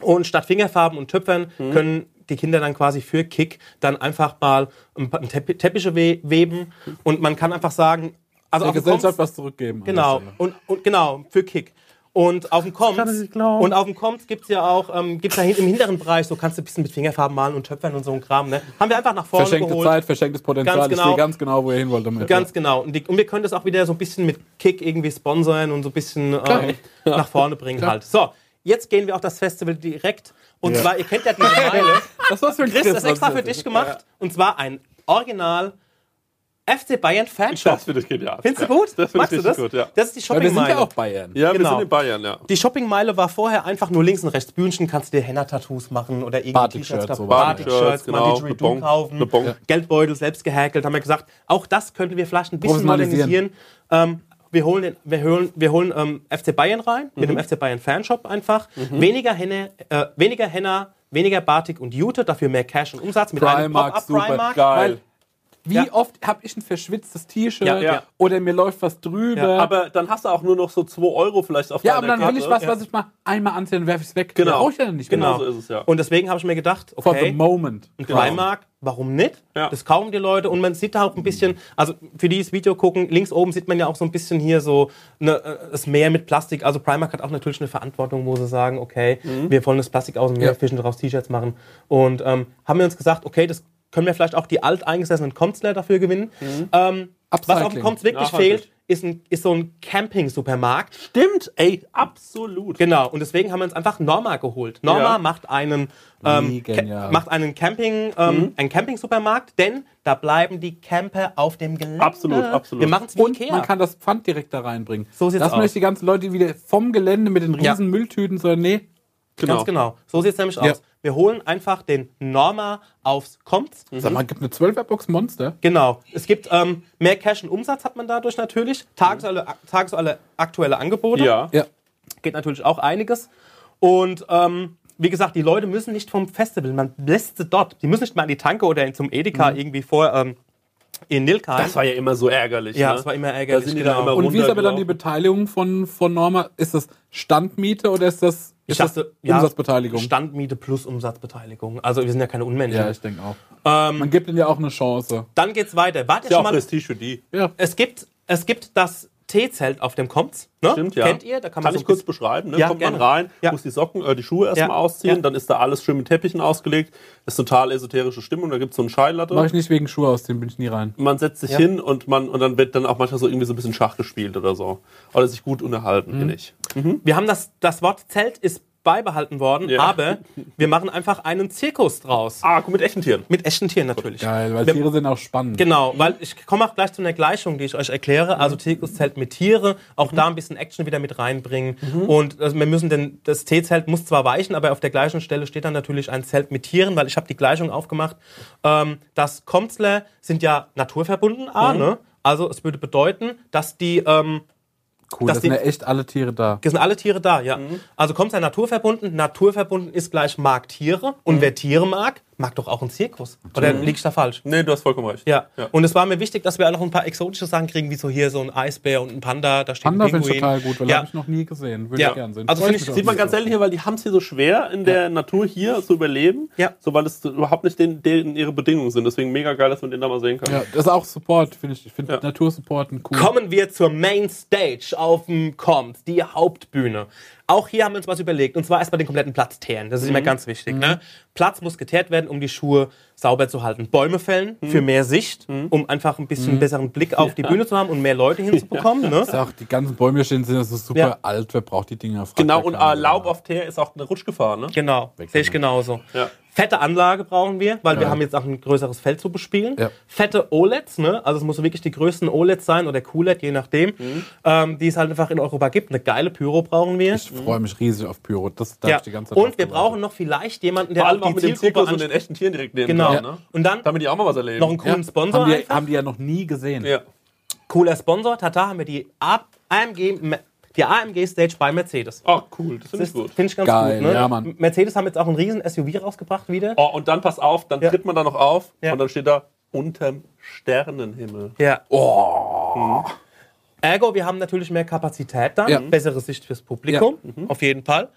[SPEAKER 2] Und statt Fingerfarben und Töpfern
[SPEAKER 4] Mhm.
[SPEAKER 2] können die Kinder dann quasi für Kick dann einfach mal ein paar Teppi- Teppiche we weben. Und man kann einfach sagen, also
[SPEAKER 4] Der
[SPEAKER 2] auf dem
[SPEAKER 4] Gesellschaft
[SPEAKER 2] Comms-
[SPEAKER 4] was zurückgeben. an
[SPEAKER 2] Genau,
[SPEAKER 4] der
[SPEAKER 3] ne?
[SPEAKER 4] Stelle.
[SPEAKER 2] und, und genau, für Kick. Und auf dem Comps,
[SPEAKER 1] kann das nicht glauben.
[SPEAKER 2] und auf dem Comps gibt's ja auch, ähm, gibt's da hinten im hinteren Bereich, so kannst du ein bisschen mit Fingerfarben malen und Töpfern und so ein Kram, ne? Haben wir einfach nach vorne
[SPEAKER 4] Verschenkte
[SPEAKER 2] geholt.
[SPEAKER 4] Zeit, verschenktes Potenzial.
[SPEAKER 2] Ganz
[SPEAKER 4] Ich
[SPEAKER 2] genau.
[SPEAKER 4] sehe ganz genau, wo ihr hin wollt damit.
[SPEAKER 2] Ganz genau. Und, die, und wir können das auch wieder so ein bisschen mit Kick irgendwie sponsern und so ein bisschen ähm, nach vorne bringen halt. So, jetzt gehen wir auf das Festival direkt. Und zwar, ihr kennt ja diese Meile.
[SPEAKER 4] Das war's für ein
[SPEAKER 2] Chris, das extra für dich gemacht. Und zwar ein Original FC Bayern Fanshop.
[SPEAKER 1] Das finde ich genial.
[SPEAKER 2] Findest du
[SPEAKER 1] Ja,
[SPEAKER 2] gut?
[SPEAKER 1] Das finde
[SPEAKER 2] Magst du
[SPEAKER 1] ich
[SPEAKER 2] das?
[SPEAKER 1] richtig gut, ja.
[SPEAKER 2] Das ist die
[SPEAKER 4] Weil wir sind
[SPEAKER 2] Shoppingmeile.
[SPEAKER 4] ja auch Bayern.
[SPEAKER 1] Ja, wir
[SPEAKER 2] Genau.
[SPEAKER 1] sind in Bayern, ja.
[SPEAKER 2] Die Shoppingmeile war vorher einfach nur links und rechts Bühnchen, kannst dir Henna-Tattoos machen oder irgendwie
[SPEAKER 4] Batik-Shirts,
[SPEAKER 2] T-Shirts,
[SPEAKER 4] sowas.
[SPEAKER 2] Batik-Shirts,
[SPEAKER 1] Batik-Shirts,
[SPEAKER 2] mal
[SPEAKER 1] genau,
[SPEAKER 2] die
[SPEAKER 1] eine
[SPEAKER 2] Didgeridoo
[SPEAKER 1] Bon- eine
[SPEAKER 2] kaufen,
[SPEAKER 1] Bon. Ja.
[SPEAKER 2] Geldbeutel selbst gehäkelt, haben wir gesagt, auch das könnten wir vielleicht ein bisschen
[SPEAKER 4] Professionalisieren.
[SPEAKER 2] modernisieren. Ähm, wir holen, den, wir holen, wir holen ähm, FC Bayern rein, mit
[SPEAKER 4] Mhm.
[SPEAKER 2] dem FC Bayern Fanshop einfach. Weniger Henna, äh, weniger Henna, weniger Batik und Jute, dafür mehr Cash und Umsatz mit einem
[SPEAKER 4] Primark,
[SPEAKER 2] Pop-up
[SPEAKER 4] super
[SPEAKER 2] Primark.
[SPEAKER 4] geil.
[SPEAKER 1] Geil.
[SPEAKER 4] Wie
[SPEAKER 2] Ja.
[SPEAKER 4] oft habe ich ein verschwitztes T-Shirt
[SPEAKER 2] Ja, ja.
[SPEAKER 4] oder mir läuft was drüber.
[SPEAKER 2] Ja,
[SPEAKER 1] Aber dann hast du auch nur noch so 2 Euro vielleicht auf
[SPEAKER 4] Ja,
[SPEAKER 1] deiner
[SPEAKER 4] aber dann will
[SPEAKER 1] Karte.
[SPEAKER 4] ich was, was ich mal einmal anziehe, dann werfe ich es weg.
[SPEAKER 1] Genau.
[SPEAKER 4] Brauche ich dann nicht
[SPEAKER 1] Genau
[SPEAKER 4] mehr.
[SPEAKER 1] so ist es, ja.
[SPEAKER 2] Und deswegen habe ich mir gedacht, okay,
[SPEAKER 4] For the moment.
[SPEAKER 2] Ein Primark, warum nicht?
[SPEAKER 1] Genau. Ja.
[SPEAKER 2] Das kaufen die Leute und man sieht da auch ein bisschen, also für die das Video gucken, links oben sieht man ja auch so ein bisschen hier so eine, äh, das Meer mit Plastik. Also Primark hat auch natürlich eine Verantwortung, wo sie sagen, okay,
[SPEAKER 1] Mhm.
[SPEAKER 2] wir wollen das Plastik aus dem Meer
[SPEAKER 4] Ja.
[SPEAKER 2] fischen, daraus T-Shirts machen. Und ähm, haben wir uns gesagt, okay, das können wir vielleicht auch die alteingesessenen Comsler dafür gewinnen. Ähm, was auf dem
[SPEAKER 4] Upcycling.
[SPEAKER 2] Comps wirklich
[SPEAKER 1] Mhm. Nachhaltig.
[SPEAKER 2] fehlt, ist, ein, ist so ein Camping-Supermarkt.
[SPEAKER 1] Stimmt, ey, absolut.
[SPEAKER 2] Genau, und deswegen haben wir uns einfach Norma geholt. Norma
[SPEAKER 1] Ja.
[SPEAKER 2] macht einen, ähm,
[SPEAKER 4] Mega
[SPEAKER 2] Ca-
[SPEAKER 4] genial.
[SPEAKER 2] macht einen Camping, ähm,
[SPEAKER 1] Mhm.
[SPEAKER 2] einen Camping-Supermarkt, denn da bleiben die Camper auf dem Gelände.
[SPEAKER 1] Absolut, absolut.
[SPEAKER 2] Wir machen es wie
[SPEAKER 4] Und
[SPEAKER 2] Ikea.
[SPEAKER 4] man kann das Pfand direkt da reinbringen.
[SPEAKER 2] So sieht's
[SPEAKER 4] Dass man
[SPEAKER 2] aus.
[SPEAKER 4] nicht die ganzen Leute wieder vom Gelände mit den riesen
[SPEAKER 2] Ja.
[SPEAKER 4] Mülltüten so, nee,
[SPEAKER 2] Ganz genau. So sieht es nämlich aus. Wir holen einfach den Norma aufs Kommt.
[SPEAKER 1] Mhm.
[SPEAKER 4] sag mal, gibt eine 12er-Box Monster?
[SPEAKER 2] Genau. Es gibt ähm, mehr Cash und Umsatz hat man dadurch natürlich. Tagesaktuelle, tagesaktuelle aktuelle Angebote.
[SPEAKER 1] Mhm. Ja.
[SPEAKER 4] Ja.
[SPEAKER 2] geht natürlich auch einiges. Und ähm, wie gesagt, die Leute müssen nicht vom Festival, man lässt sie dort. Die müssen nicht mal in die Tanke oder in, zum Edeka irgendwie vor ähm, in Nilkheim.
[SPEAKER 1] Mhm. Das war ja immer so ärgerlich.
[SPEAKER 2] ja,
[SPEAKER 1] ne?
[SPEAKER 2] das war immer
[SPEAKER 1] da
[SPEAKER 2] ärgerlich.
[SPEAKER 1] sind die
[SPEAKER 2] genau.
[SPEAKER 1] da immer
[SPEAKER 4] Und wie ist aber dann die
[SPEAKER 1] runtergelaufen.
[SPEAKER 4] Beteiligung von, von Norma? Ist das Standmiete oder ist das,
[SPEAKER 2] ich
[SPEAKER 4] ist
[SPEAKER 2] dachte,
[SPEAKER 4] das Umsatzbeteiligung?
[SPEAKER 2] Ja, Standmiete plus Umsatzbeteiligung. Also wir sind ja keine Unmenschen.
[SPEAKER 4] ja, ich denke auch.
[SPEAKER 2] Ähm,
[SPEAKER 4] man gibt ihnen ja auch eine Chance.
[SPEAKER 2] Dann geht's weiter. Wart ihr
[SPEAKER 1] ja
[SPEAKER 2] schon
[SPEAKER 1] auch
[SPEAKER 2] mal?
[SPEAKER 1] Prestige für die.
[SPEAKER 4] Ja.
[SPEAKER 2] Es gibt, es gibt das Teezelt auf dem Komz. Ne?
[SPEAKER 1] Stimmt, ja.
[SPEAKER 2] Kennt ihr? Da kann man so
[SPEAKER 1] ich
[SPEAKER 2] ein
[SPEAKER 1] kurz
[SPEAKER 2] bisschen-
[SPEAKER 1] beschreiben. Ne?
[SPEAKER 2] Ja,
[SPEAKER 1] Kommt man
[SPEAKER 2] gerne.
[SPEAKER 1] rein,
[SPEAKER 2] Ja.
[SPEAKER 1] muss die Socken, äh, die Schuhe erstmal
[SPEAKER 2] Ja.
[SPEAKER 1] ausziehen,
[SPEAKER 2] Ja.
[SPEAKER 1] dann ist da alles schön mit Teppichen ausgelegt. Ist total esoterische Stimmung, da gibt es so einen Scheinlatte.
[SPEAKER 4] Mach ich nicht wegen Schuhe aus, den bin ich nie rein.
[SPEAKER 1] man setzt sich
[SPEAKER 2] Ja.
[SPEAKER 1] hin und man und dann wird dann auch manchmal so irgendwie so ein bisschen Schach gespielt oder so. Oder sich gut unterhalten,
[SPEAKER 2] Mhm.
[SPEAKER 1] finde ich.
[SPEAKER 2] Wir haben das, das Wort Zelt ist beibehalten worden,
[SPEAKER 1] Ja.
[SPEAKER 2] aber wir machen einfach einen Zirkus draus.
[SPEAKER 1] Ah, guck mit echten Tieren.
[SPEAKER 2] Mit echten Tieren natürlich.
[SPEAKER 4] Geil, weil
[SPEAKER 2] Wir-
[SPEAKER 4] Tiere sind auch spannend.
[SPEAKER 2] Genau, weil ich komme auch gleich zu einer Gleichung, die ich euch erkläre. Also Teekuszelt mit Tiere, auch da ein bisschen Action wieder mit reinbringen. Und also wir müssen denn, das T-Zelt muss zwar weichen, aber auf der gleichen Stelle steht dann natürlich ein Zelt mit Tieren, weil ich habe die Gleichung aufgemacht. Ähm, das Komzler sind ja naturverbunden, A, ne? Also es würde bedeuten, dass die ähm,
[SPEAKER 4] Cool,
[SPEAKER 2] dass
[SPEAKER 4] das sind
[SPEAKER 2] die- Genau,
[SPEAKER 4] ja echt alle Tiere da.
[SPEAKER 2] es sind alle Tiere da, ja. Also kommt ja naturverbunden. Naturverbunden ist gleich mag Tiere. Und wer Tiere mag, mag doch auch einen Zirkus. Oder lieg ich da falsch?
[SPEAKER 1] Nee, du hast vollkommen recht.
[SPEAKER 2] Ja.
[SPEAKER 1] ja.
[SPEAKER 2] und es war mir wichtig, dass wir auch noch ein paar exotische Sachen kriegen, wie so hier so ein Eisbär und ein Panda. Da steht
[SPEAKER 4] Panda
[SPEAKER 2] ein
[SPEAKER 4] finde ich
[SPEAKER 2] Pinguin.
[SPEAKER 4] total gut, weil
[SPEAKER 2] ja.
[SPEAKER 4] habe ich noch nie gesehen. Würde
[SPEAKER 2] Ja.
[SPEAKER 4] ich gerne sehen.
[SPEAKER 2] Also
[SPEAKER 4] Freut
[SPEAKER 2] finde ich-
[SPEAKER 4] mich
[SPEAKER 1] Sieht
[SPEAKER 4] auch
[SPEAKER 1] man
[SPEAKER 4] sehr.
[SPEAKER 1] ganz selten hier, weil die haben es hier so schwer in der Natur hier zu überleben,
[SPEAKER 2] Ja.
[SPEAKER 1] so weil es überhaupt nicht denen, denen ihre Bedingungen sind. Deswegen mega geil, dass man den da mal sehen kann.
[SPEAKER 4] Ja, das ist auch Support, finde ich. Ich finde
[SPEAKER 1] Ja.
[SPEAKER 4] Natursupporten cool.
[SPEAKER 2] Kommen wir zur Main Stage auf dem Comms, die Hauptbühne. Auch hier haben wir uns was überlegt. Und zwar erstmal den kompletten Platz teeren. Das ist immer ganz wichtig. Ne? Platz muss geteert werden, um die Schuhe sauber zu halten. Bäume fällen für mehr Sicht, um einfach ein bisschen
[SPEAKER 4] Mhm.
[SPEAKER 2] besseren Blick auf die Bühne zu haben und mehr Leute hinzubekommen. Ne?
[SPEAKER 4] Sag, die ganzen Bäume stehen sind ja so super
[SPEAKER 2] Ja.
[SPEAKER 4] alt. Wer braucht die Dinger? Fragt
[SPEAKER 1] Genau,
[SPEAKER 4] ja
[SPEAKER 1] und
[SPEAKER 4] keiner.
[SPEAKER 1] äh, Laub auf Teer ist auch eine Rutschgefahr, ne?
[SPEAKER 2] Genau,
[SPEAKER 4] Weg
[SPEAKER 2] sehe ich
[SPEAKER 4] damit.
[SPEAKER 2] genauso.
[SPEAKER 1] Ja.
[SPEAKER 2] Fette Anlage brauchen wir, weil wir haben jetzt auch ein größeres Feld zu bespielen.
[SPEAKER 4] Ja.
[SPEAKER 2] Fette OLEDs, ne? also es muss wirklich die größten OLEDs sein oder QLED, je nachdem,
[SPEAKER 1] Mhm.
[SPEAKER 2] ähm, die es halt einfach in Europa gibt. Eine geile Pyro brauchen wir.
[SPEAKER 4] Ich freue mich riesig auf Pyro. Das darf
[SPEAKER 2] ja.
[SPEAKER 4] ich die ganze Zeit
[SPEAKER 2] Und wir
[SPEAKER 4] drauf
[SPEAKER 2] brauchen noch vielleicht jemanden, der
[SPEAKER 1] Vor allem
[SPEAKER 2] auch
[SPEAKER 1] auch
[SPEAKER 2] die
[SPEAKER 1] mit dem
[SPEAKER 2] Zielgruppe
[SPEAKER 1] Zirkus und
[SPEAKER 2] anspricht.
[SPEAKER 1] den echten Tieren direkt neben
[SPEAKER 2] Genau.
[SPEAKER 1] dran, ne?
[SPEAKER 2] Und dann
[SPEAKER 1] Damit die auch mal was erleben.
[SPEAKER 2] noch einen coolen
[SPEAKER 4] warten.
[SPEAKER 2] Sponsor.
[SPEAKER 4] haben, die,
[SPEAKER 2] einfach.
[SPEAKER 4] haben die ja noch nie gesehen.
[SPEAKER 1] ja.
[SPEAKER 2] Cooler Sponsor, Tata, haben wir die A- AMG, Me- die AMG Stage bei Mercedes.
[SPEAKER 1] Ach, Ah, cool, das finde
[SPEAKER 2] Das
[SPEAKER 1] ich gut.
[SPEAKER 2] finde ich ganz
[SPEAKER 4] Geil,
[SPEAKER 2] gut. Ne?
[SPEAKER 4] ja, Mann.
[SPEAKER 2] Mercedes haben jetzt auch einen riesen SUV rausgebracht wieder.
[SPEAKER 1] Oh, und dann pass auf, dann
[SPEAKER 2] Ja.
[SPEAKER 1] tritt man da noch auf
[SPEAKER 2] Ja.
[SPEAKER 1] und dann steht da unterm Sternenhimmel.
[SPEAKER 2] Ja. Oh. Ergo, wir haben natürlich mehr Kapazität dann,
[SPEAKER 4] Ja.
[SPEAKER 2] bessere Sicht fürs Publikum, auf jeden Fall.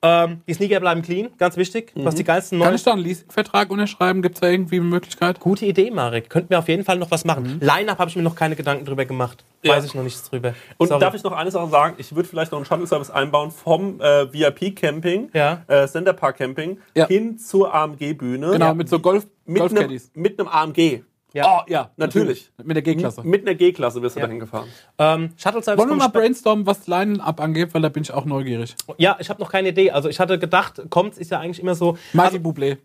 [SPEAKER 2] Ähm, die Sneaker bleiben clean, ganz wichtig. Was die geilsten
[SPEAKER 4] Kann
[SPEAKER 2] neuen.
[SPEAKER 4] ich da einen Leasingvertrag unterschreiben? Gibt es da irgendwie eine Möglichkeit?
[SPEAKER 2] Gute Idee, Marek. Könnten wir auf jeden Fall noch was machen. Line-Up habe ich mir noch keine Gedanken drüber gemacht.
[SPEAKER 1] Ja.
[SPEAKER 2] Weiß ich noch nichts drüber.
[SPEAKER 1] Und darf ich noch eine Sache sagen? Ich würde vielleicht noch einen Shuttle-Service einbauen vom äh, VIP-Camping,
[SPEAKER 2] Ja.
[SPEAKER 1] äh, Center Park-Camping,
[SPEAKER 4] Ja.
[SPEAKER 1] hin zur AMG-Bühne.
[SPEAKER 4] Genau, mit so Golf,
[SPEAKER 1] mit einem,
[SPEAKER 4] Golfcaddies.
[SPEAKER 1] mit einem AMG.
[SPEAKER 2] Ja.
[SPEAKER 1] Oh, ja, natürlich.
[SPEAKER 4] Mit der G-Klasse.
[SPEAKER 1] Mit einer G-Klasse wirst du dahin gefahren.
[SPEAKER 2] Ähm, Shuttle Service
[SPEAKER 4] Wollen wir
[SPEAKER 2] kommt
[SPEAKER 4] mal
[SPEAKER 2] später.
[SPEAKER 4] brainstormen, was Line-Up angeht, weil da bin ich auch neugierig.
[SPEAKER 2] Ja, ich habe noch keine Idee. Also ich hatte gedacht, kommt ist ja eigentlich immer so.
[SPEAKER 4] Mighty Bublé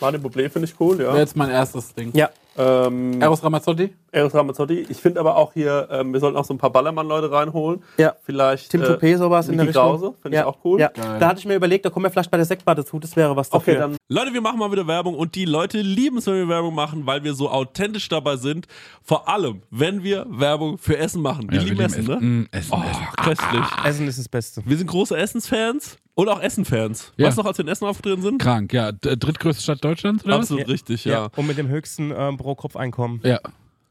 [SPEAKER 1] Martin Bublé finde ich cool, ja.
[SPEAKER 4] wäre jetzt mein erstes Ding.
[SPEAKER 2] Ja.
[SPEAKER 1] Ähm,
[SPEAKER 4] Eros Ramazzotti?
[SPEAKER 1] Eros Ramazzotti. Ich finde aber auch hier, ähm, wir sollten auch so ein paar Ballermann-Leute reinholen.
[SPEAKER 2] Ja.
[SPEAKER 1] Vielleicht
[SPEAKER 2] Tim
[SPEAKER 1] äh,
[SPEAKER 2] Topé sowas in
[SPEAKER 1] Niki
[SPEAKER 2] der Richtung.
[SPEAKER 1] Krause, finde ich
[SPEAKER 2] Ja.
[SPEAKER 1] auch cool.
[SPEAKER 2] Ja. Da hatte ich mir überlegt, da kommen wir vielleicht bei der Sektbar dazu. Das wäre was dafür.
[SPEAKER 1] Okay, dann. Leute, wir machen mal wieder Werbung und die Leute lieben es, wenn wir Werbung machen, weil wir so authentisch dabei sind. Vor allem, wenn wir Werbung für Essen machen. Wir
[SPEAKER 3] Ja,
[SPEAKER 1] lieben Essen, ne?
[SPEAKER 3] Mm, Essen, Essen. ah,
[SPEAKER 1] Köstlich.
[SPEAKER 2] Essen ist das Beste.
[SPEAKER 1] Wir sind große Essensfans und auch Essenfans.
[SPEAKER 3] Ja.
[SPEAKER 1] Weißt du noch, als wir in Essen aufgetreten sind?
[SPEAKER 3] Krank, ja. D- Drittgrößte Stadt Deutschlands, oder was?
[SPEAKER 1] Absolut richtig, ja.
[SPEAKER 2] Und mit dem höchsten ähm, Pro-Kopf-Einkommen.
[SPEAKER 3] Ja.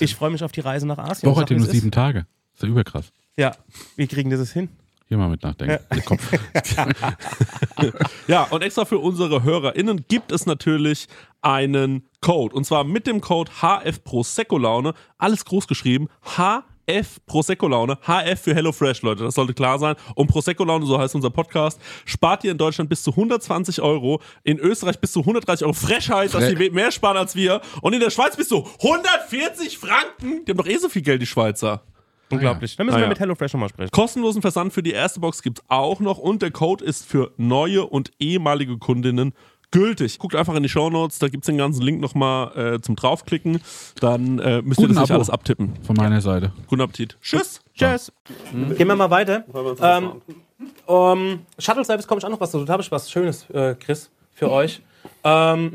[SPEAKER 2] Ich freue mich auf die Reise nach Asien.
[SPEAKER 3] Woche
[SPEAKER 2] Sag,
[SPEAKER 3] hat ja
[SPEAKER 2] wie
[SPEAKER 3] nur
[SPEAKER 2] es ist.
[SPEAKER 3] sieben Tage. Ist ja überkrass.
[SPEAKER 2] Ja, wir kriegen das hin.
[SPEAKER 3] Hier mal mit nachdenken. Komm.
[SPEAKER 1] Ja, und extra für unsere HörerInnen gibt es natürlich einen Code. Und zwar mit dem Code HF Prosecco Laune, alles groß geschrieben, HF
[SPEAKER 6] F Prosecco Laune, HF für Hello Fresh, Leute, das sollte klar sein. Und Prosecco Laune, so heißt unser Podcast, spart ihr in Deutschland bis zu 120 Euro, in Österreich bis zu 130 Euro. Frechheit, dass
[SPEAKER 3] Fre-
[SPEAKER 6] die mehr sparen als wir. Und in der Schweiz bis zu 140 Franken. Die haben doch eh so viel Geld, die Schweizer.
[SPEAKER 3] Unglaublich.
[SPEAKER 6] Dann müssen wir mit
[SPEAKER 2] HelloFresh nochmal sprechen.
[SPEAKER 6] Kostenlosen Versand für die erste Box gibt's auch noch und der Code ist für neue und ehemalige Kundinnen gültig. Guckt einfach in die Shownotes, da gibt's den ganzen Link nochmal äh, zum draufklicken. Dann äh, müsst ihr
[SPEAKER 3] Guten
[SPEAKER 6] das nicht
[SPEAKER 3] Abo.
[SPEAKER 6] alles abtippen.
[SPEAKER 3] Von meiner Seite.
[SPEAKER 6] Guten Appetit. Tschüss.
[SPEAKER 2] Tschüss. Gehen wir mal weiter.
[SPEAKER 1] Wollen wir uns das
[SPEAKER 2] Ähm,
[SPEAKER 1] mal an-
[SPEAKER 2] ähm, Shuttle Service komme ich auch noch was dazu. Da habe ich was Schönes, äh, Chris, für euch. Ähm,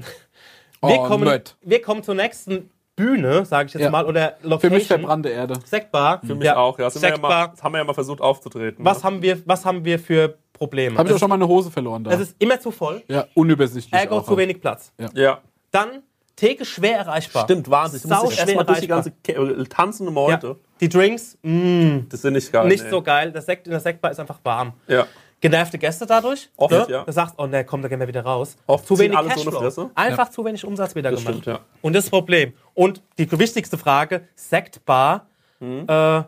[SPEAKER 2] wir,
[SPEAKER 4] Oh,
[SPEAKER 2] kommen,
[SPEAKER 4] nett.
[SPEAKER 2] wir kommen zur nächsten Bühne, sage ich jetzt
[SPEAKER 4] Ja.
[SPEAKER 2] mal, oder Location.
[SPEAKER 4] Für mich verbrannte Erde.
[SPEAKER 2] Sektbar.
[SPEAKER 1] Für mich auch, ja. Das, sind wir ja mal,
[SPEAKER 2] Sektbar.
[SPEAKER 1] das haben wir ja mal versucht aufzutreten.
[SPEAKER 2] Was
[SPEAKER 1] ne?
[SPEAKER 2] haben wir, was haben wir für Probleme?
[SPEAKER 4] Habe ich auch
[SPEAKER 2] es,
[SPEAKER 4] schon mal eine Hose verloren da.
[SPEAKER 2] es ist immer zu voll,
[SPEAKER 4] ja, unübersichtlich.
[SPEAKER 2] ergo
[SPEAKER 4] auch
[SPEAKER 2] zu
[SPEAKER 4] halt.
[SPEAKER 2] wenig Platz.
[SPEAKER 1] Ja.
[SPEAKER 2] Dann Theke schwer erreichbar.
[SPEAKER 1] Stimmt, wahnsinnig. Du
[SPEAKER 2] Sau
[SPEAKER 1] musst dich erst
[SPEAKER 2] schwer
[SPEAKER 1] mal durch die ganze
[SPEAKER 2] erreichbar.
[SPEAKER 1] Ke- äh, tanzende
[SPEAKER 2] Ja.
[SPEAKER 1] Meute.
[SPEAKER 2] Die Drinks, mh,
[SPEAKER 1] Das sind nicht geil.
[SPEAKER 2] nicht
[SPEAKER 1] Oh, nee.
[SPEAKER 2] so geil. Der Sekt in der Sektbar ist einfach warm.
[SPEAKER 1] Ja.
[SPEAKER 2] genervte Gäste dadurch.
[SPEAKER 1] Oft,
[SPEAKER 2] ne?
[SPEAKER 1] ja.
[SPEAKER 2] Du sagst, oh ne, komm, da gehen wir wieder raus.
[SPEAKER 1] Oft
[SPEAKER 2] zu
[SPEAKER 1] ziehen
[SPEAKER 2] wenig
[SPEAKER 1] alle so
[SPEAKER 2] Cashflow.
[SPEAKER 1] eine Fresse.
[SPEAKER 2] Einfach zu wenig Umsatz wieder
[SPEAKER 1] Das
[SPEAKER 2] gemacht.
[SPEAKER 1] stimmt, ja.
[SPEAKER 2] Und das ist das Problem. Und die wichtigste Frage, Sektbar,
[SPEAKER 1] Mhm.
[SPEAKER 2] äh,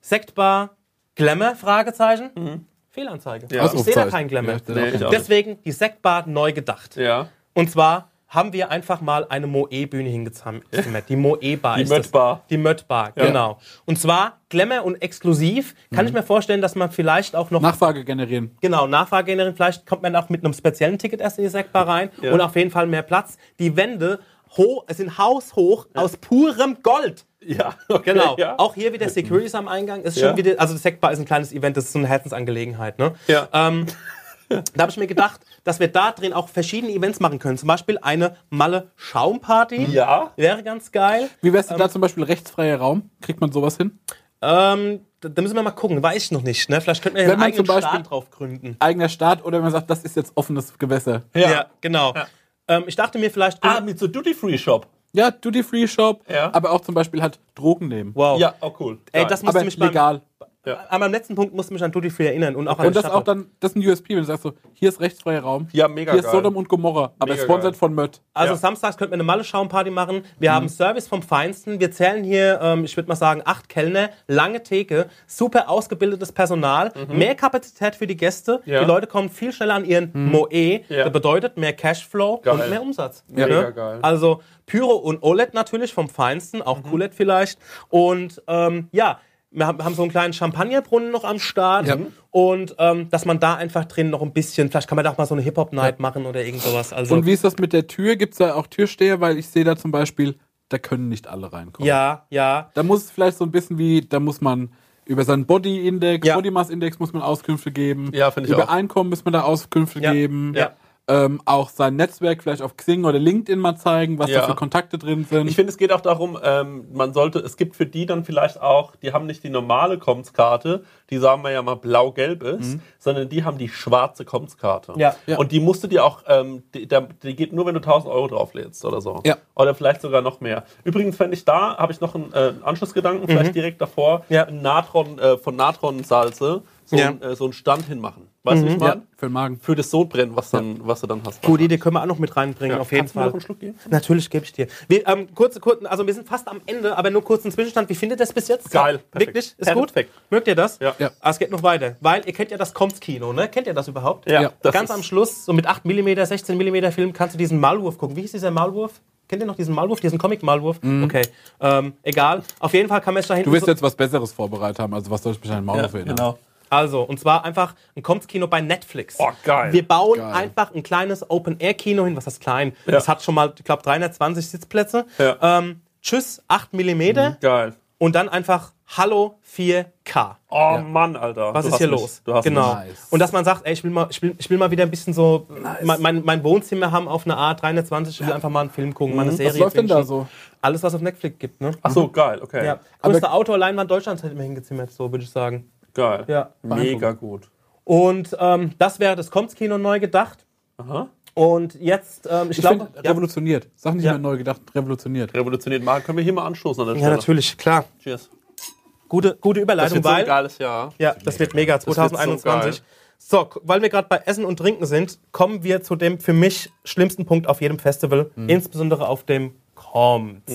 [SPEAKER 2] Sektbar, Glamour, Fragezeichen, Fehlanzeige.
[SPEAKER 1] Mhm. Ja.
[SPEAKER 2] Ich sehe da
[SPEAKER 4] Ausrufzeichen.
[SPEAKER 2] keinen Glamour.
[SPEAKER 4] Ja, der-
[SPEAKER 1] Nee, ich auch nicht.
[SPEAKER 2] Deswegen die Sektbar neu gedacht.
[SPEAKER 1] Ja.
[SPEAKER 2] Und zwar haben wir einfach mal eine Moe-Bühne hingezimmert. Die Moe-Bar
[SPEAKER 1] Die
[SPEAKER 2] ist das.
[SPEAKER 1] Möttbar.
[SPEAKER 2] Die Möttbar, genau. Und zwar Glamour und exklusiv. Kann ich mir vorstellen, dass man vielleicht auch noch
[SPEAKER 4] Nachfrage generieren.
[SPEAKER 2] Genau, Nachfragegenerin, vielleicht kommt man auch mit einem speziellen Ticket erst in die Sektbar rein und auf jeden Fall mehr Platz. Die Wände ho es sind haushoch aus purem Gold.
[SPEAKER 1] Ja. Okay,
[SPEAKER 2] Genau.
[SPEAKER 1] Ja.
[SPEAKER 2] Auch hier wieder Securities am Eingang. Ist
[SPEAKER 1] Ja.
[SPEAKER 2] schon wieder, also die Sektbar ist ein kleines Event, das ist so eine Herzensangelegenheit. Ne?
[SPEAKER 1] Ja.
[SPEAKER 2] Ähm, da habe ich mir gedacht, dass wir da drin auch verschiedene Events machen können. Zum Beispiel eine Malle Schaumparty.
[SPEAKER 1] Ja.
[SPEAKER 2] Wäre ganz geil.
[SPEAKER 4] Wie wär's denn da zum Beispiel rechtsfreier Raum? Kriegt man sowas hin?
[SPEAKER 2] Ähm, da, da müssen wir mal gucken. Weiß ich noch nicht. Ne? Vielleicht könnten wir ja
[SPEAKER 4] Wenn
[SPEAKER 2] einen
[SPEAKER 4] man
[SPEAKER 2] eigenen
[SPEAKER 4] zum Beispiel-
[SPEAKER 2] Staat drauf gründen.
[SPEAKER 4] Eigener Staat oder man sagt, das ist jetzt offenes Gewässer.
[SPEAKER 2] Ja, genau. Ähm, ich dachte mir vielleicht.
[SPEAKER 1] Ah, mit so Duty-Free-Shop.
[SPEAKER 4] Ja, Duty Free Shop,
[SPEAKER 1] Ja.
[SPEAKER 4] aber auch zum Beispiel halt Drogen nehmen.
[SPEAKER 2] Wow.
[SPEAKER 1] Ja, oh cool.
[SPEAKER 2] Ey,
[SPEAKER 1] Geil.
[SPEAKER 2] das musste
[SPEAKER 4] Aber
[SPEAKER 2] mich beim,
[SPEAKER 4] legal.
[SPEAKER 2] an meinem letzten Punkt musste mich an Duty Free erinnern und auch an
[SPEAKER 4] Und das
[SPEAKER 2] den
[SPEAKER 4] auch
[SPEAKER 2] Shuttle.
[SPEAKER 4] dann, das ist ein USP, wenn du sagst so, hier ist rechtsfreier Raum.
[SPEAKER 1] Ja, mega
[SPEAKER 4] Hier ist
[SPEAKER 1] geil.
[SPEAKER 4] Sodom und Gomorra, aber
[SPEAKER 1] Mega
[SPEAKER 4] sponsored
[SPEAKER 1] geil.
[SPEAKER 4] von Mött.
[SPEAKER 2] Also
[SPEAKER 1] ja. Mhm.
[SPEAKER 2] samstags könnten wir eine malle Schaumparty machen. Wir haben Service vom Feinsten. Wir zählen hier, ähm, ich würde mal sagen, acht Kellner, lange Theke, super ausgebildetes Personal, mehr Kapazität für die Gäste.
[SPEAKER 1] Mhm. Ja. Mhm.
[SPEAKER 2] Die Leute kommen viel schneller an ihren Moe.
[SPEAKER 1] Ja.
[SPEAKER 2] Das bedeutet mehr Cashflow
[SPEAKER 1] Geil.
[SPEAKER 2] und mehr Umsatz.
[SPEAKER 1] Mega geil. Mhm.
[SPEAKER 2] Also Pyro und OLED natürlich vom Feinsten, auch QLED vielleicht. Und ähm, ja, wir haben haben so einen kleinen Champagnerbrunnen noch am Start. Und ähm, dass man da einfach drin noch ein bisschen, vielleicht kann man da auch mal so eine Hip-Hop-Night machen oder irgend sowas. Also,
[SPEAKER 4] Und wie ist das mit der Tür? Gibt es da auch Türsteher? Weil ich sehe da zum Beispiel, da können nicht alle reinkommen.
[SPEAKER 2] ja, ja.
[SPEAKER 4] Da muss es vielleicht so ein bisschen wie, da muss man über seinen Body-Index,
[SPEAKER 2] Ja.
[SPEAKER 4] Body-Mass-Index muss man Auskünfte geben.
[SPEAKER 1] Ja, finde ich
[SPEAKER 4] Über
[SPEAKER 1] auch.
[SPEAKER 4] Einkommen muss man da Auskünfte
[SPEAKER 2] Ja,
[SPEAKER 4] geben.
[SPEAKER 2] ja.
[SPEAKER 4] Ähm, auch sein Netzwerk vielleicht auf Xing oder LinkedIn mal zeigen, was
[SPEAKER 1] Ja.
[SPEAKER 4] da für Kontakte drin sind.
[SPEAKER 1] Ich finde, es geht auch darum, ähm, man sollte, es gibt für die dann vielleicht auch, die haben nicht die normale Comms-Karte, die sagen wir ja mal blau-gelb ist, sondern die haben die schwarze Comms-Karte.
[SPEAKER 2] Mhm. Ja. Ja.
[SPEAKER 1] Und die musst du dir auch, ähm, die, der, die geht nur, wenn du 1000 Euro drauflädst oder so.
[SPEAKER 4] Ja.
[SPEAKER 1] Oder vielleicht sogar noch mehr. Übrigens fände ich da, habe ich noch einen äh, Anschlussgedanken, vielleicht direkt davor,
[SPEAKER 2] Mhm. Ja.
[SPEAKER 1] ein Natron, äh, von Natron-Salze so,
[SPEAKER 2] Ja. Mhm.
[SPEAKER 1] ein, äh, so einen Stand hinmachen. Weißt du, wie ich meine?
[SPEAKER 4] für den Magen.
[SPEAKER 1] Für das Sodbrennen, was, dann, was du dann hast.
[SPEAKER 2] Gute Idee, können wir auch noch mit reinbringen, auf jeden
[SPEAKER 1] Kannst du mir
[SPEAKER 2] Fall.
[SPEAKER 1] noch einen Schluck geben?
[SPEAKER 2] Natürlich gebe ich dir. Wir, ähm, kurze, kurzen, also wir sind fast am Ende, aber nur kurz einen Zwischenstand. Wie findet ihr das bis jetzt?
[SPEAKER 1] Geil, perfekt.
[SPEAKER 2] Wirklich? Ist gut?
[SPEAKER 1] Perfekt.
[SPEAKER 2] Mögt ihr das?
[SPEAKER 1] Ja.
[SPEAKER 4] Ja.
[SPEAKER 2] Ah, es geht noch weiter, weil ihr kennt ja das Comps-Kino, ne? Kennt ihr das überhaupt?
[SPEAKER 1] Ja,
[SPEAKER 4] Ja.
[SPEAKER 1] das
[SPEAKER 2] Ganz
[SPEAKER 1] ist-
[SPEAKER 2] am Schluss, so mit 8 mm, 16 mm Film, kannst du diesen Maulwurf gucken. Wie hieß dieser Maulwurf? Kennt ihr noch diesen Maulwurf, diesen Comic-Maulwurf? Okay, ähm, egal. Auf jeden Fall kann man es da hinten
[SPEAKER 4] Mhm. Du wirst
[SPEAKER 2] so-
[SPEAKER 4] jetzt was Besseres vorbereitet haben, also was soll ich mich an den Maul
[SPEAKER 1] Ja,
[SPEAKER 4] erinnern?
[SPEAKER 1] genau.
[SPEAKER 2] Also, und zwar einfach ein Comps-Kino bei Netflix.
[SPEAKER 1] Oh, geil.
[SPEAKER 2] Wir bauen
[SPEAKER 4] Geil.
[SPEAKER 2] einfach ein kleines Open-Air-Kino hin. Was heißt klein? Das hat schon mal, ich glaube, 320 Sitzplätze.
[SPEAKER 1] Ja.
[SPEAKER 2] Ähm, tschüss, 8 mm.
[SPEAKER 4] Mhm.
[SPEAKER 1] Geil.
[SPEAKER 2] Und dann einfach Hallo 4K.
[SPEAKER 1] Oh Mann, Alter.
[SPEAKER 2] Was
[SPEAKER 1] Du
[SPEAKER 2] ist
[SPEAKER 1] hast
[SPEAKER 2] hier
[SPEAKER 1] mich.
[SPEAKER 2] los?
[SPEAKER 1] Du hast
[SPEAKER 2] genau.
[SPEAKER 1] mich.
[SPEAKER 4] Nice.
[SPEAKER 2] Und dass man sagt, ey, ich will mal, ich will, ich will mal wieder ein bisschen so mein, mein, mein Wohnzimmer haben auf eine Art 320. Ich will einfach mal einen Film gucken, mal eine Serie.
[SPEAKER 4] Mhm. Was läuft denn da
[SPEAKER 2] bingen.
[SPEAKER 4] so?
[SPEAKER 2] Alles, was auf Netflix gibt, ne?
[SPEAKER 1] Ach so, geil, okay.
[SPEAKER 2] Ja. Größte Outdoor-Leinwand Deutschlands hätte mir hingezimmert, so würde ich sagen.
[SPEAKER 1] Geil.
[SPEAKER 2] Ja.
[SPEAKER 1] Mega gut.
[SPEAKER 2] Und ähm, das wäre das Comps-Kino neu gedacht.
[SPEAKER 1] Aha.
[SPEAKER 2] Und jetzt, ähm, ich,
[SPEAKER 4] Ich
[SPEAKER 2] glaube.
[SPEAKER 4] finde, revolutioniert. Sag nicht
[SPEAKER 2] Ja.
[SPEAKER 4] mehr neu gedacht, revolutioniert.
[SPEAKER 1] Revolutioniert. Mal, können wir hier mal anstoßen an der
[SPEAKER 2] ja,
[SPEAKER 1] Stelle?
[SPEAKER 2] natürlich, klar.
[SPEAKER 1] Cheers.
[SPEAKER 2] Gute, gute
[SPEAKER 1] Das
[SPEAKER 2] Überleitung,
[SPEAKER 1] wird so ein
[SPEAKER 2] weil.
[SPEAKER 1] geiles Jahr.
[SPEAKER 2] ja, das wird mega,
[SPEAKER 1] wird so
[SPEAKER 2] 2021.
[SPEAKER 1] geil.
[SPEAKER 2] so, k- weil wir gerade bei Essen und Trinken sind, kommen wir zu dem
[SPEAKER 1] Mhm.
[SPEAKER 2] für mich schlimmsten Punkt auf jedem Festival, insbesondere auf dem Comts.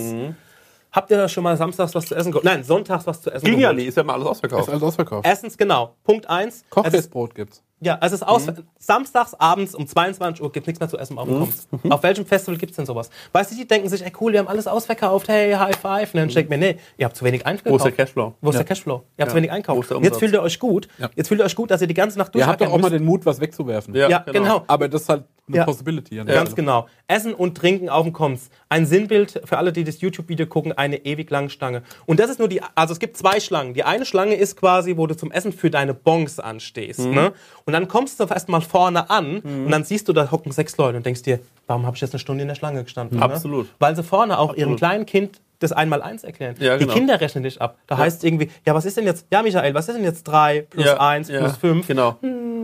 [SPEAKER 2] Habt ihr da schon mal samstags was zu essen geholt? Nein, sonntags was zu essen
[SPEAKER 1] Ging ja
[SPEAKER 2] geholt?
[SPEAKER 1] nie, ist ja mal alles
[SPEAKER 4] Ist
[SPEAKER 1] ausverkauft.
[SPEAKER 4] alles ausverkauft.
[SPEAKER 2] Erstens, genau. Punkt 1.
[SPEAKER 4] Kochfestbrot gibt's.
[SPEAKER 2] Ja, also es ist aus. Samstags abends um 22 Uhr gibt nichts mehr zu essen, warum kommst Auf welchem Festival gibt's denn sowas? Weißt du, die denken sich, ey cool, wir haben alles ausverkauft, hey, High Five. Und dann denkt mir, nee, ihr habt zu wenig Einkauft.
[SPEAKER 1] Wo ist der Cashflow?
[SPEAKER 2] Wo ist
[SPEAKER 1] Ja.
[SPEAKER 2] der Cashflow? Ihr habt
[SPEAKER 1] Ja.
[SPEAKER 2] zu wenig
[SPEAKER 1] Wo ist
[SPEAKER 2] Einkauft.
[SPEAKER 1] der Umsatz?
[SPEAKER 2] Jetzt fühlt ihr euch gut.
[SPEAKER 4] Ja.
[SPEAKER 2] Jetzt fühlt ihr euch gut, dass ihr die ganze Nacht
[SPEAKER 4] Ihr habt doch
[SPEAKER 2] durchackern
[SPEAKER 4] auch mal
[SPEAKER 2] müsst.
[SPEAKER 4] den Mut, was wegzuwerfen.
[SPEAKER 2] Ja, halt genau.
[SPEAKER 4] Aber das ist halt eine
[SPEAKER 2] Ja.
[SPEAKER 4] Possibility. also, an der
[SPEAKER 2] Ganz
[SPEAKER 4] Stelle.
[SPEAKER 2] genau. Essen und Trinken auf dem Koms. Ein Sinnbild für alle, die das YouTube-Video gucken, eine ewig lange Stange. Und das ist nur die, also es gibt zwei Schlangen. Die eine Schlange ist quasi, wo du zum Essen für deine Bons anstehst.
[SPEAKER 1] Mhm.
[SPEAKER 2] Ne? Und dann kommst du erstmal vorne an und dann siehst du, da hocken sechs Leute und denkst dir, warum habe ich jetzt eine Stunde in der Schlange gestanden? Ne?
[SPEAKER 1] Absolut.
[SPEAKER 2] Weil sie vorne auch ihrem kleinen Kind das einmal eins erklären.
[SPEAKER 1] Ja, genau.
[SPEAKER 2] Die Kinder rechnen dich ab. Da heißt irgendwie, ja, was ist denn jetzt, ja, Michael, was ist denn jetzt drei plus
[SPEAKER 1] Ja,
[SPEAKER 2] eins
[SPEAKER 1] ja,
[SPEAKER 2] plus fünf?
[SPEAKER 1] Genau.
[SPEAKER 2] zehn?